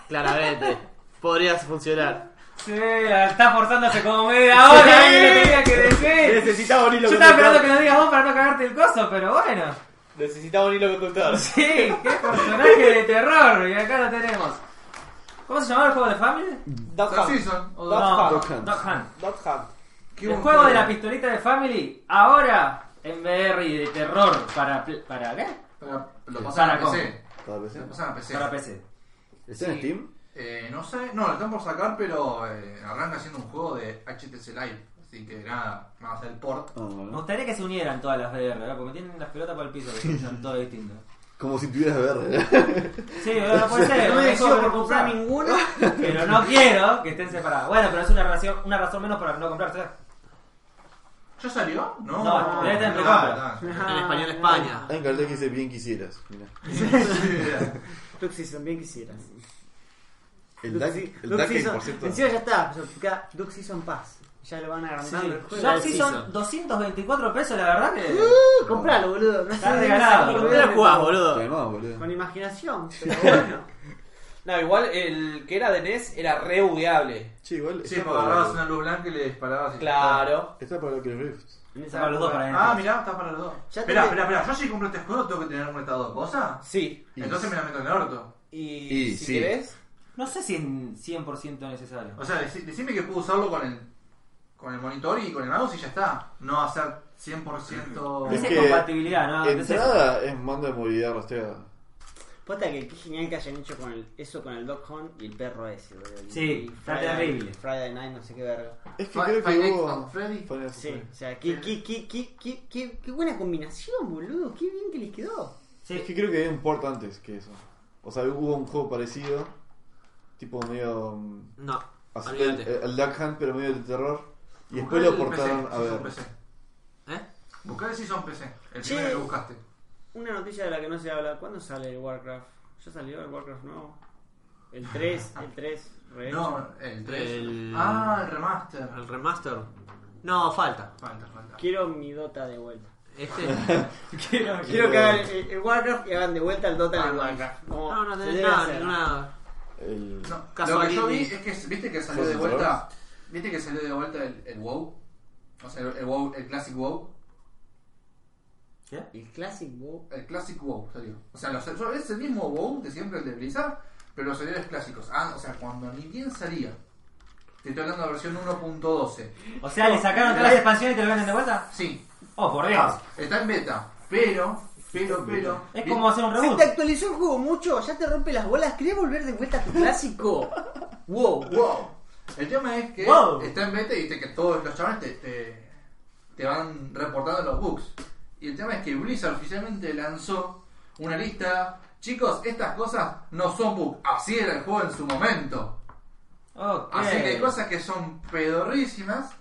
Claramente. Podría funcionar.
Sí, la está forzándose como media hora,
Sí.
¿eh? lo tenía que decir.
Necesitaba un
Yo
hilo
estaba esperando que nos digas vos para no cagarte el coso, pero bueno.
Necesitaba un hilo conductor.
Sí, qué personaje de terror, y acá lo tenemos. ¿Cómo se llamaba el juego de Family?
Dot
Dark
Hunt.
Season. o
Dog
Dark-
Hunt.
Dog
Dog Hunt.
Hunt.
Dot Hunt.
Qué
El
buen
juego de la pistolita de Family, ahora en VR y de terror para. pl- ¿Para qué?
Pero Lo
Sí.
pasaron a
Para
PC.
Para PC.
Lo pasaron a PC.
Para PC.
¿Está en
Sí.
Steam?
Eh, no sé, no, lo están por sacar, pero eh, arranca siendo un juego de HTC Live. Así que nada, van a hacer el port.
Ah,
Me
bueno.
gustaría que se unieran todas las VR, ¿verdad? Porque tienen las pelotas para el piso, que son todo distinto.
Como si tuvieras VR.
Sí, no puede ser.
No me decido
mejor,
por comprar
usar.
ninguno.
Pero no quiero que estén separadas. Bueno, pero es una razón, una razón menos para no comprárselas.
¿Ya salió? No, Ah,
No, debe estar en precompra.
no, no.
En español España.
Hay un cartel que dice bien quisieras. Mirá.
Tú Season, bien quisieras.
El
Duck
Duck,
Se-
el
Duck
Duck,
Season.
por cierto.
Encima ya está. o sea, acá, Duck Season Pass. Ya lo van agrandando el juego.
Yo sí son 224 pesos, la verdad que.
Uh, Compralo, boludo. No
Está
sé,
regalado.
no sé,
¿Dónde la jugás, boludo?
Además, boludo.
Con imaginación, pero bueno.
No, igual el que era de NES era re bugueable.
Che, igual.
Sí,
está
porque agarrabas una luz blanca y le disparabas. y-
Claro.
Está para que Rift.
En
Está para los dos, para él.
Ah, mirá, está para los dos.
Ya
Espera,
te-
espera, espera. Yo si compro este juego tengo que tener un estas dos cosas.
Sí.
Entonces me la meto en el orto.
Y,
Y
si
sí.
querés.
No sé si es 100% necesario.
O sea, deci- decime que puedo usarlo con el con el monitor y con el mouse y ya está. No hacer 100%.
Es
Dice
que-
compatibilidad, ¿no? Entonces,
Entrada es mando de movilidad rastreada.
Posta que qué genial que hayan hecho con el, eso con el Dog Hunt y el perro ese, boludo. Y-
Sí,
y
está
Friday-
terrible.
Friday Night, no sé qué verga.
Es que
Fi-
creo
Five
que
Nights
hubo.
at Freddy.
Five Nights at
Ah, Sí,
Freddy.
o sea, qué, qué, qué, qué, qué, qué, qué buena combinación, boludo. Qué bien que les quedó.
Es que
sí.
creo que había un port antes que eso. O sea, hubo un juego parecido. Tipo medio. mm,
No.
así, el,
Olvídate.
el Duck Hunt, pero medio de terror. Y
Buscá
después lo
el
portaron
PC,
a
si son
ver.
PC.
¿Eh?
Buscá el si son PC. El
Sí.
primero que buscaste.
Una noticia de la que no se habla. ¿Cuándo sale el Warcraft? Ya salió el Warcraft nuevo. El 3, el 3, rehecho.
No, el 3.
El-
Ah, el remaster.
El remaster. No, falta.
Falta, falta.
Quiero mi Dota de vuelta.
Este.
Quiero,
Quiero que hagan el, el Warcraft y hagan de vuelta el Dota en el
Ah,
Warcraft. Como
No, no
se
tenés
debe
nada,
hacer.
ninguna.
El-
No, lo que
Casuality.
yo vi es que viste que salió
¿Sos
de vuelta. ¿Viste que salió de vuelta el, el WoW? O sea, el, el WoW, el Classic WoW.
El Classic WoW.
El Classic WoW salió. O sea, los- yo- es el mismo WoW de siempre, el de Blizzard, pero los servidores clásicos. Ah, o sea, cuando ni bien salía. Te estoy hablando de la versión 1.12.
O sea, le sacaron todas las expansiones y te lo venden de vuelta.
Sí,
Oh, por Dios.
está en beta, pero, pero, pero.
Es
bien-
como hacer un
Si
reboot.
te actualizó el juego mucho, ya te rompe las bolas. ¿Querés volver de vuelta a tu clásico? wow.
Wow. El tema es que
Wow.
está en beta y viste que todos los chavales te, te, te van reportando los bugs. Y el tema es que Blizzard oficialmente lanzó una lista. Chicos, estas cosas no son bugs. Así era el juego en su momento.
Ok.
Así que hay cosas que son pedorrísimas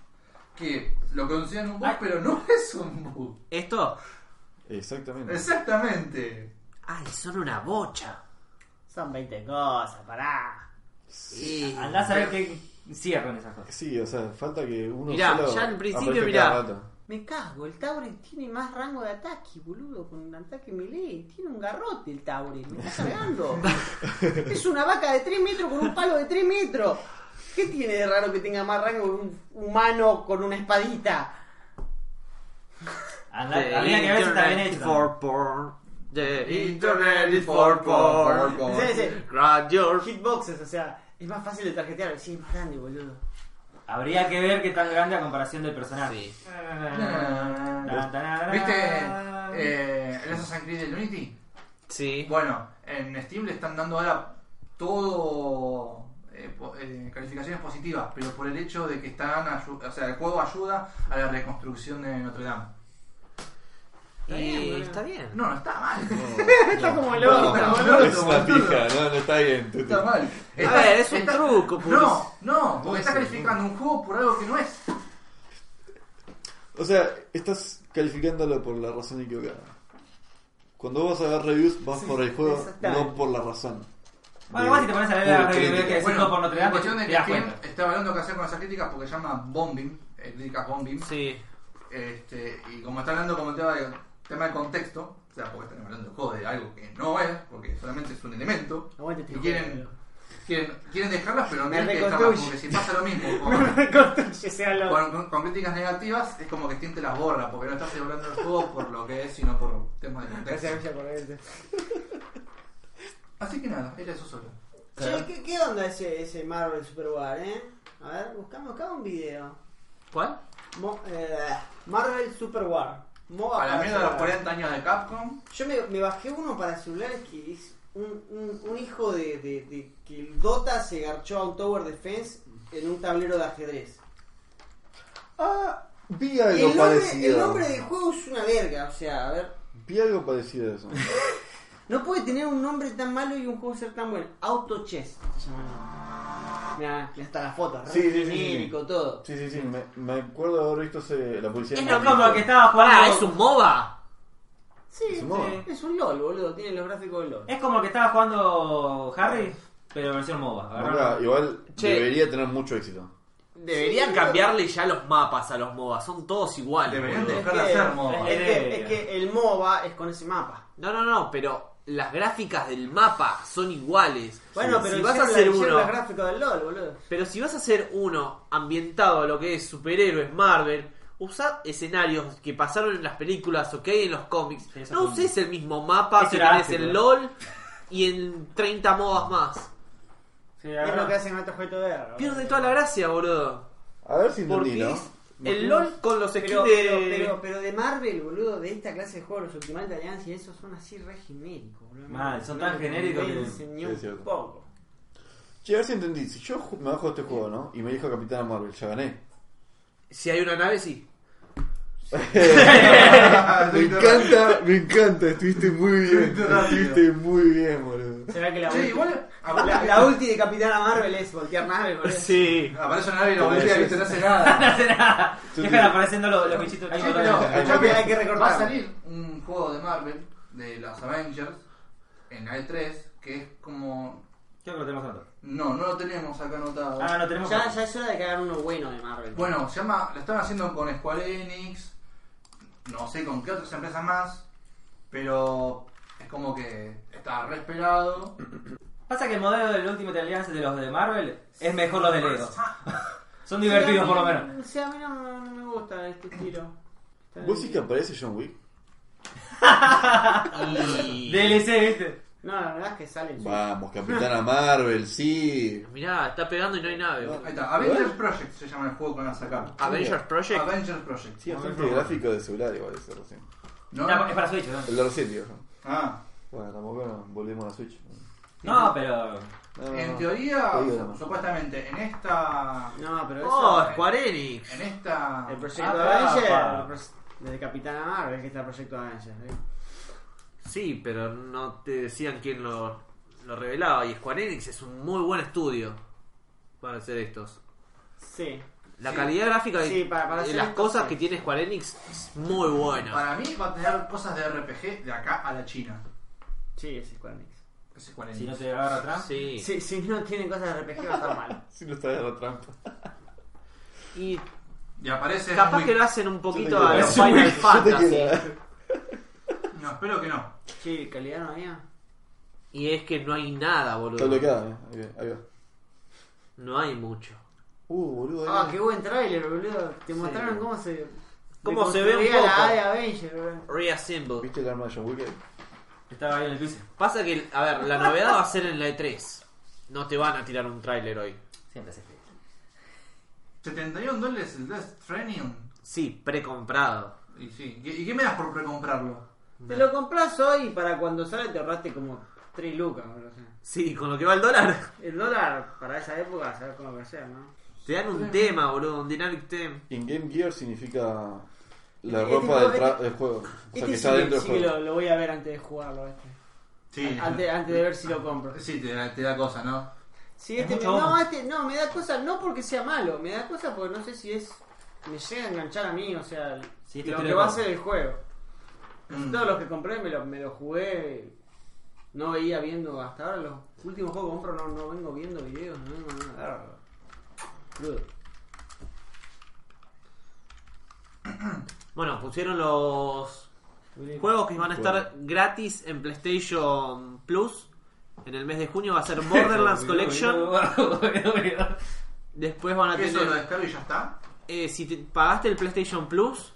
que lo consideran un bug,
Ay.
pero no es un bug.
Esto.
Exactamente.
Exactamente.
Ay, son una bocha.
Son 20 cosas, pará.
Sí.
Andá a saber qué cierran esas cosas.
Sí, o sea, falta que uno
Mirá,
solo
ya al principio,
aparezca
mirá.
cada rato.
Me casgo, el Tauren tiene más rango de ataque, boludo, con un ataque melee. Tiene un garrote el Tauren, me está cargando. es una vaca de 3 metros con un palo de 3 metros. ¿Qué tiene de raro que tenga más rango un humano con una espadita?
Andá, habría que ver si está bien hecho. también.
for porn. The internet is for porn.
Sí, sí.
Grab your
Hitboxes, o sea, es más fácil de tarjetear. Sí, es más grande, boludo.
Habría que ver qué tan grande a comparación del personaje.
Sí.
Tan, tan, tan,
¿Viste
tan.
eh, el Assassin's Creed del Unity?
Sí.
Bueno, en Steam le están dando ahora todo eh, po- eh, calificaciones positivas, pero por el hecho de que están, ayu- o sea, el juego ayuda a la reconstrucción de Notre Dame.
Y está bien.
No, no está mal.
Está como
No,
loco.
no,
no,
no,
es una
no.
pija, no, no está bien. Tuti.
Está mal.
A ver, es un truco, pues.
No, no, porque está calificando un juego por algo que no es.
O sea, estás calificándolo por la razón equivocada. Cuando vos vas a dar reviews, vas por el juego,
exactamente.
no por la razón.
Bueno, igual si te pones a leer la
Por
review,
crítica.
que- Decirlo por Notre Dame,
la cuestión
te-
de
te
que
das
Steam
cuenta.
está evaluando qué hacer con esas críticas porque se llama bombing, eh, críticas bombing.
Sí.
Este, y como están hablando como tema de, tema de contexto, o sea, porque están hablando de juego de algo que no es, porque solamente es un elemento,
Aguante este
y quieren,
juego,
quieren, quieren dejarlas, pero no
Me
quieren que dejarlas, porque
reconstruye.
si pasa lo mismo
boludo.
con,
Reconstruye, sea lo-
con- con- con críticas negativas, es como que Steam te las borra, porque no estás celebrando el juego por lo que es, sino por temas de contexto.
Gracias, Villa Corriente.
Así que nada, era eso solo.
Che, ¿qué, qué onda ese, ese Marvel Super War, eh? A ver, buscame, buscame un video.
¿Cuál?
Mo- eh, Marvel Super War. MOBA
A la
para
mierda de los
celular.
40 años de Capcom,
Yo me, me bajé uno para celulares que es un, un, un hijo de, de- de que el Dota se garchó a un Tower Defense en un tablero de ajedrez.
Ah, vi
El
algo
nombre,
parecido.
el nombre del juego es una verga, o sea, a ver.
Vi algo parecido a eso.
No puede tener un nombre tan malo y un juego ser tan bueno. Auto Chess se llama. Mira, hasta las fotos,
Sí, sí, sí, sí, sí.
genérico, todo.
Sí, sí, sí, me, me acuerdo haber visto ese, la policía.
Es
en
lo
México.
mismo que estaba jugando.
Pará, Ah, es un MOBA.
Sí,
Es un MOBA.
sí. es un LOL, boludo. Tiene los gráficos del LOL.
Es como el que estaba jugando Harry, pero versión MOBA.
No,
agarraron-
mira, igual
Che.
debería tener mucho éxito.
Deberían cambiarle ya los mapas a los MOBA. Son todos iguales.
deberían
boludo.
dejar de
Es que-
hacer MOBA.
Es que, es que el MOBA es con ese mapa.
No, no, no, pero las gráficas del mapa son iguales.
Bueno,
Sí.
pero
si vas a
hicieron la-
hacer
hicieron
uno,
los gráficos del LOL, boludo.
pero si vas a hacer uno ambientado a lo que es superhéroes, Marvel, usad escenarios que pasaron en las películas, ok, en los cómics.
Sí, eso
No
es un-
uses el mismo mapa
Eso
que
era
tenés
ácido.
en LOL y en 30 modas más.
Sí,
Es
agarraron-
lo que hacen en otro juego de guerra.
Pierde toda la gracia, boludo.
A ver si entendí,
Porque
¿no?
es el LOL con los skins
Pero, pero, pero,
de...
pero de Marvel, boludo, de esta clase de juegos, los Ultimate Alliance y esos son así re genéricos, boludo.
Mal, son tan genéricos que-
Ni
Sí,
un
es cierto.
poco.
Che, a ver si entendí. Si yo ju- me bajo este juego, ¿no? Y me dijo Capitana Marvel, ya gané.
Si hay una nave, sí.
Me encanta, me encanta. Estuviste muy bien.
Estuviste rápido.
Estuviste muy bien, boludo.
¿Será que la,
Che,
ulti,
igual,
la, la ulti de Capitana Marvel es voltear nave, boludo?
Sí.
aparece una nave y la voltea y viste, no hace nada.
No hace nada.
Sí,
Dejan
sí.
apareciendo los, los bichitos
Hay
chicos.
que- no,
hay
escuchame,
que- hay que recordar.
Va a salir un juego de Marvel, de las Avengers, en la E3, que que es como.
Creo que lo tenemos anotado.
No, no lo tenemos acá anotado.
Ah, no tenemos.
Ya, ya es hora de que hagan uno bueno de Marvel.
Bueno, se llama, lo están haciendo con Square Enix, no sé con qué otras empresas más, pero es como que está re esperado.
Pasa que el modelo del Ultimate Alliance de los de Marvel es mejor los de Lego. Son divertidos por lo menos.
O sea, a mí no, no me gusta este estilo. Está
¿Vos
bien.
decís que aparece John Wick?
Y-
DLC, ¿viste?
No, la verdad es que salen.
Vamos, Capitana Marvel, sí.
Mirá, está pegando y no hay nave. boludo.
Ahí está, Avengers Project se llama el juego que van a sacar.
Avengers Project.
Avengers Project.
Sí, bastante gráfico de celular igual ese recién.
No,
No, es para Switch, ¿no?
El de recién, digo. ¿no?
Ah,
Bueno, tampoco no, volvimos a la Switch.
No, pero.
No, no,
en
no.
teoría,
Te digo nada más.
supuestamente, en esta.
No, pero eso.
Oh, Square Enix.
En esta.
el proyecto
Ah,
Avenger.
pa.
el pro- De Capitana Marvel, que está el proyecto Avenger. ¿eh?
Sí, pero no te decían quién lo, lo revelaba. Y Square Enix es un muy buen estudio para hacer estos.
Sí.
La
Sí.
calidad gráfica de,
Sí, para- para
de
hacer
las
estos,
cosas
sí.
que tiene Square Enix es muy buena.
Para mí va a tener cosas de RPG de acá a la China.
Sí, es Square Enix.
Es Square
Si no
Enix.
te agarra atrás.
Sí.
Si, si no tienen cosas de RPG va a estar mal.
Sí, lo está de la trampa.
Y
Y aparece.
capaz
Wick.
que lo hacen un
Yo
poquito
te
a
quiero.
los
Yo te
Final
quiero. Yo te
Fantasy.
quiero.
No, espero que no.
Sí, calidad no había.
Y es que no hay nada,
Está
boludo.
bloqueada, ¿eh? Ahí va, ahí va.
No hay mucho.
Uh, boludo. ahí
Ah,
va.
qué buen tráiler, boludo. Te mostraron cómo se.
Cómo se ve un
deconstruía
poco.
la A de Avenger, boludo.
Reassemble.
¿Viste el arma de John Wick? ahí?
Estaba ahí en el piso.
Pasa que, a ver, la novedad va a ser en la E3. No te van a tirar un tráiler hoy.
Siempre se fue.
71 dólares el Death Stranding.
Sí, precomprado.
Y sí. ¿Y y qué me das por precomprarlo?
Te lo compras hoy y para cuando sale te ahorraste como 3 lucas, boludo. o sea.
Sí, con lo que va el dólar.
El dólar para esa época, saber cómo va a ser, ¿no?
Te dan un tema, boludo, un Dynamic Theme.
In Game Gear significa la
Este
ropa
juego-
del, tra-
este-
del juego. O sea,
Este
que
sí,
está
que-
dentro del
sí que
juego.
lo, lo voy a ver antes de jugarlo. Este.
Sí.
Antes, antes de ver si lo compro.
Sí, te da, te da cosa, ¿no?
Sí,
Es
este me,
mucho humo.
no, este no, me da cosa, no porque sea malo, me da cosa porque no sé si es. Me llega a enganchar a mí, o sea, el-
Sí, este
lo
estoy
que
de
va a
acuerdo.
ser el juego. Casi
Mm.
Todos los que compré me los me lo jugué. No veía viendo hasta ahora los últimos juegos que compro, no, no vengo viendo videos, no vengo nada. Crudo.
Bueno, pusieron los juegos que van a estar gratis en PlayStation Plus. En el mes de junio va a ser Borderlands Collection. Después van a
Que Eso lo
tener...
descargo y ya está.
eh, si te pagaste el PlayStation Plus,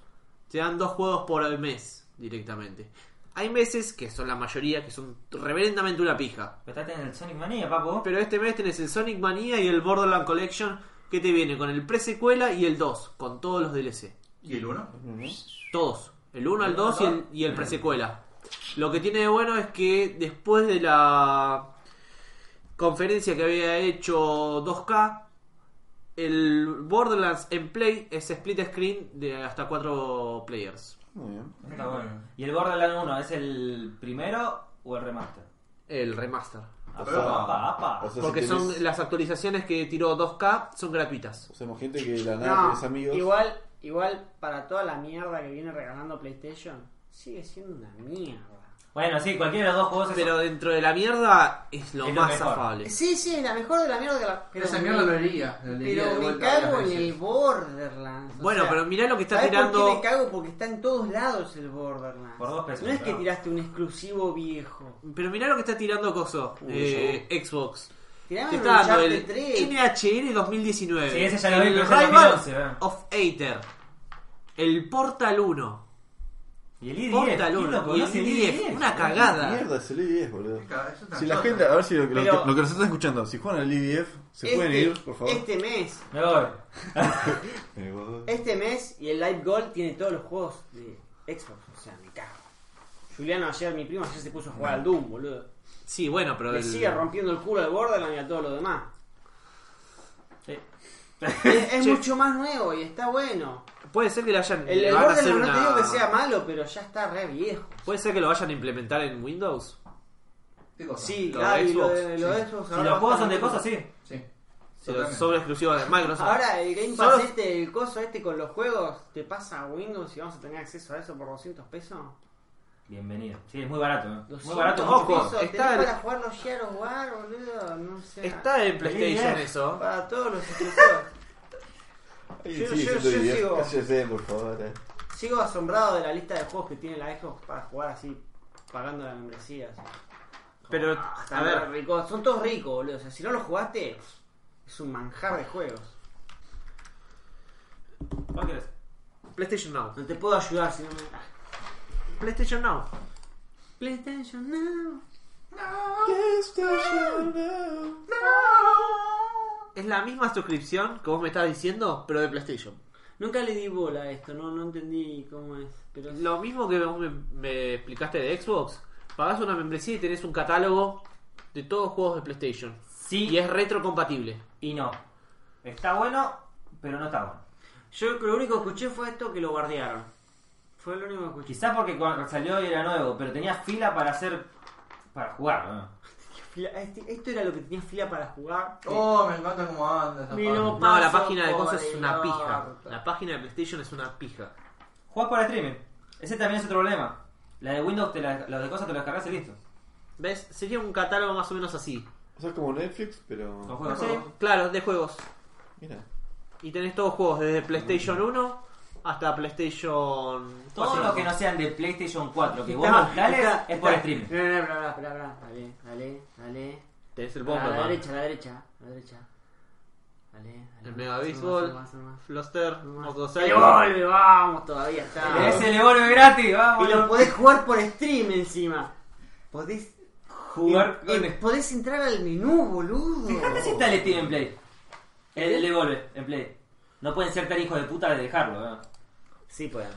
te dan dos juegos por el mes directamente. Hay meses, que son la mayoría, que son reverendamente una pija.
Estás en el Sonic Mania, papo.
Pero este mes tenés el Sonic Mania y el Borderlands Collection que te viene con el pre-secuela y el 2, con todos los DLC.
¿Y el 1?
Todos. El 1, el 2 y el, y el pre-secuela. Lo que tiene de bueno es que después de la conferencia que había hecho 2K, el Borderlands en Play es split screen de hasta 4 players.
Muy bien.
Está bueno. ¿Y el Borderlands 1 es el primero o el remaster?
El remaster.
Apa,
Opa.
apa, apa.
O sea,
Porque
si tenés-
son las actualizaciones que tiró 2K son gratuitas.
O sea, imagínate que de la nada
No,
tenés amigos.
Igual, igual para toda la mierda que viene regalando PlayStation, sigue siendo una mierda.
Bueno, sí, cualquiera de los dos juegos es
Pero dentro de la mierda es lo
Es lo
más
mejor.
afable.
Sí, sí, la mejor de la mierda que la.
Esa mierda lo leería. Lo leería
Pero
de
me
vuelta
cago
varias
en el
veces.
Borderlands. o
Bueno,
sea,
pero mirá lo que está
¿sabés
tirando.
por qué me cago? Porque está en todos lados el Borderlands.
Por dos pesos,
No es que
claro.
tiraste un exclusivo viejo.
Pero mirá lo que está tirando Coso,
Uy,
eh, Xbox. Te
Tirame un
está dando
Uncharted
el
3.
NHR 2019.
Sí, ese ya lo vi,
el
pero ese es
Rival
2011, ¿verdad?
of Aether. El Portal 1.
Y el I10.
Portal
¿Quién lo
1. Y el
conoce el I10?
10. Una cagada.
Mierda, es el IDF, boludo.
Claro, eso está
Si la
chota.
gente, a ver si lo, lo
Pero-
que, lo que nos están escuchando, si juegan al IDF, se
Este-
pueden ir, por favor.
Este mes,
Me voy.
Me voy.
este mes y el Live Gold tiene todos los juegos de Xbox. O sea, me cago. Juliano ayer, mi primo, ayer se puso a jugar al Doom, boludo.
Sí, bueno, pero.
Le
el-
sigue rompiendo el culo al Borderlands y a todo lo demás.
Sí.
Es, es
Che.
mucho más nuevo y está bueno.
Puede ser que le hayan.
El,
le
el
van a hacer
Borderlands no te digo
una-
que sea malo, pero ya está re viejo.
Puede ser que lo vayan a implementar en Windows.
¿Qué cosa?
Sí,
Lo
Gaby,
de
lo
Xbox,
de, lo de
sí.
Xbox
Si
ahora
los
va
juegos
a
son
estar
de cosas,
muy
sí.
Sí.
Sobre
Totalmente.
sobre exclusivos de
bueno.
Microsoft.
Ahora el Game Pass
Solo-
este, el coso este con los juegos, te pasa a Windows y vamos a tener acceso a eso por 200 pesos.
Bienvenido. Sí, es muy barato, ¿eh? Muy
200
barato, ojo.
pesos,
está
tenés
el-
para jugar los Gear of War, boludo. No sé.
Está en PlayStation
Sí, eh.
eso.
Para todos los estresados.
Ay,
Yo-
sigue
yo-
siendo
yo
idiota.
sigo.
Cállese, por favor. eh.
Sigo asombrado de la lista de juegos que tiene la Xbox para jugar así, pagando la membresía. así.
Pero,
Hasta
a ver,
rico. Son todos ricos, boludo. O sea, si no los jugaste, es un manjar de juegos.
¿Cuál querés?
PlayStation Now.
No te puedo ayudar si no me. Ah.
PlayStation Now.
PlayStation Now.
Es la misma suscripción que vos me estás diciendo, pero de PlayStation.
Nunca le di bola a esto, no, no entendí cómo es. Pero
Lo mismo que vos me, me explicaste de Xbox. Pagás una membresía y tenés un catálogo de todos los juegos de PlayStation.
Sí
Y es retrocompatible.
y no. Está bueno, pero no está bueno.
yo lo único que escuché fue esto que lo guardearon. Fue lo único que escuché.
Quizás porque cuando salió era nuevo, pero tenía fila para hacer. para jugar, ¿no?
Fila- este- esto era lo que tenía fila para jugar.
Oh, me encanta cómo anda esa
Mi
parte.
no-
No, la
Paso
página de
por
cosas es
el
una pija.
orto.
La página de PlayStation es una pija.
Jugás por streaming. Ese también es otro problema. La de Windows, te la, la de cosas te lo descargas y listo.
¿Ves? Sería un catálogo más o menos así.
O sea, es como Netflix,
Con
pero.
juegos.
Sí, claro, de juegos.
Mira.
Y tenés todos juegos desde PlayStation 1 hasta PlayStation
Todo
4.
lo que no sean de PlayStation 4 que vos
Está-
instales
está-
es por
está-
streaming.
No, no, no, pará, pará, pará. Dale, dale, dale.
Tenés el
a la
Bomberman,
derecha, a la derecha, a la derecha. Dale, dale.
el Mega
Suma,
Baseball,
suma, suma.
Floster, Moto 6.
Le vuelve, vamos, todavía está.
Ese le vuelve gratis, vamos.
Y lo podés jugar por stream encima. Podés
Jugar
y-
con-
y podés entrar al menú, boludo.
Fíjate si está el Steam en Play. El, el Evolve en Play. No pueden ser tan hijos de puta de dejarlo, ¿no?
Sí pueden. Eh,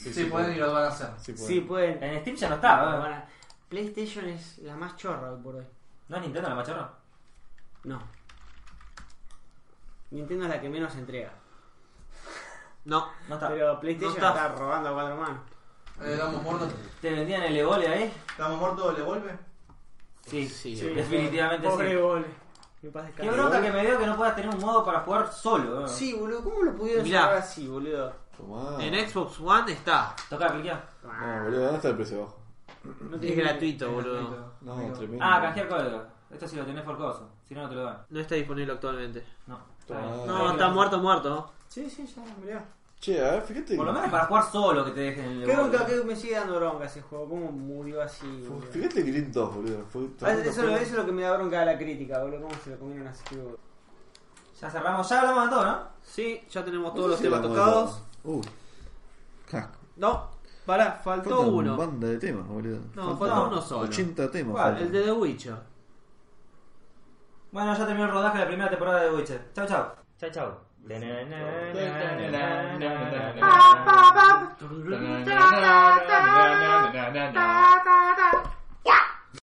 Sí,
Sí, pueden y lo van a hacer.
Sí, pueden.
Sí pueden.
En Steam ya no está, ¿no?
Ahora, PlayStation es la más chorra hoy por hoy.
¿No es Nintendo la macharra?
No. Nintendo es la que menos entrega.
No,
No está.
Pero PlayStation
No está.
está. robando a cuatro manos.
Eh, damos muerto.
¿Te vendían el Evolve ahí?
Damos muerto, le vuelve.
Sí,
Sí,
definitivamente
Pobre
sí.
gole. Me pasa
Qué bronca que me dio que no puedas tener un modo para jugar solo, ¿no?
Sí, boludo, ¿cómo lo pudieron
Mirá.
sacar así, boludo?
Tomá.
en Xbox One está.
Toca, cliquear.
No, boludo, ¿dónde está el precio bajo?
No
Ah, Es
tiene-
gratuito, boludo.
No, tremendo.
Ah, canjear código. Esto si lo tenés por coso. Si no, no te lo dan.
No está disponible actualmente.
No.
Toma.
Ahí.
No,
No,
Ahí
está
lo-
muerto, muerto.
Sí, sí, ya, mirá.
Che, a ver, fíjate.
Por lo menos para jugar solo que te dejen el
Qué
Evolve.
bronca que me sigue dando bronca ese juego, cómo murió así, boludo.
Fue- Fíjate que lindo, boludo. Fue
Ah, Eso, eso es lo que me da bronca a la crítica, boludo, cómo se lo comieron así, boludo.
Ya cerramos, ya hablamos de todo, ¿no?
Sí, ya tenemos
No
todos
sé
los
si
temas
hablamos de
tocados.
todo. Uh, casco.
No, pará, faltó
Faltan
uno.
Banda de temas, boludo.
No,
Faltan
faltó uno solo.
80 temas.
¿Cuál?
faltan.
El de The Witcher.
Bueno, ya terminó el rodaje de la primera temporada de Witcher. Chau, chau. Chau, chau.
Bye.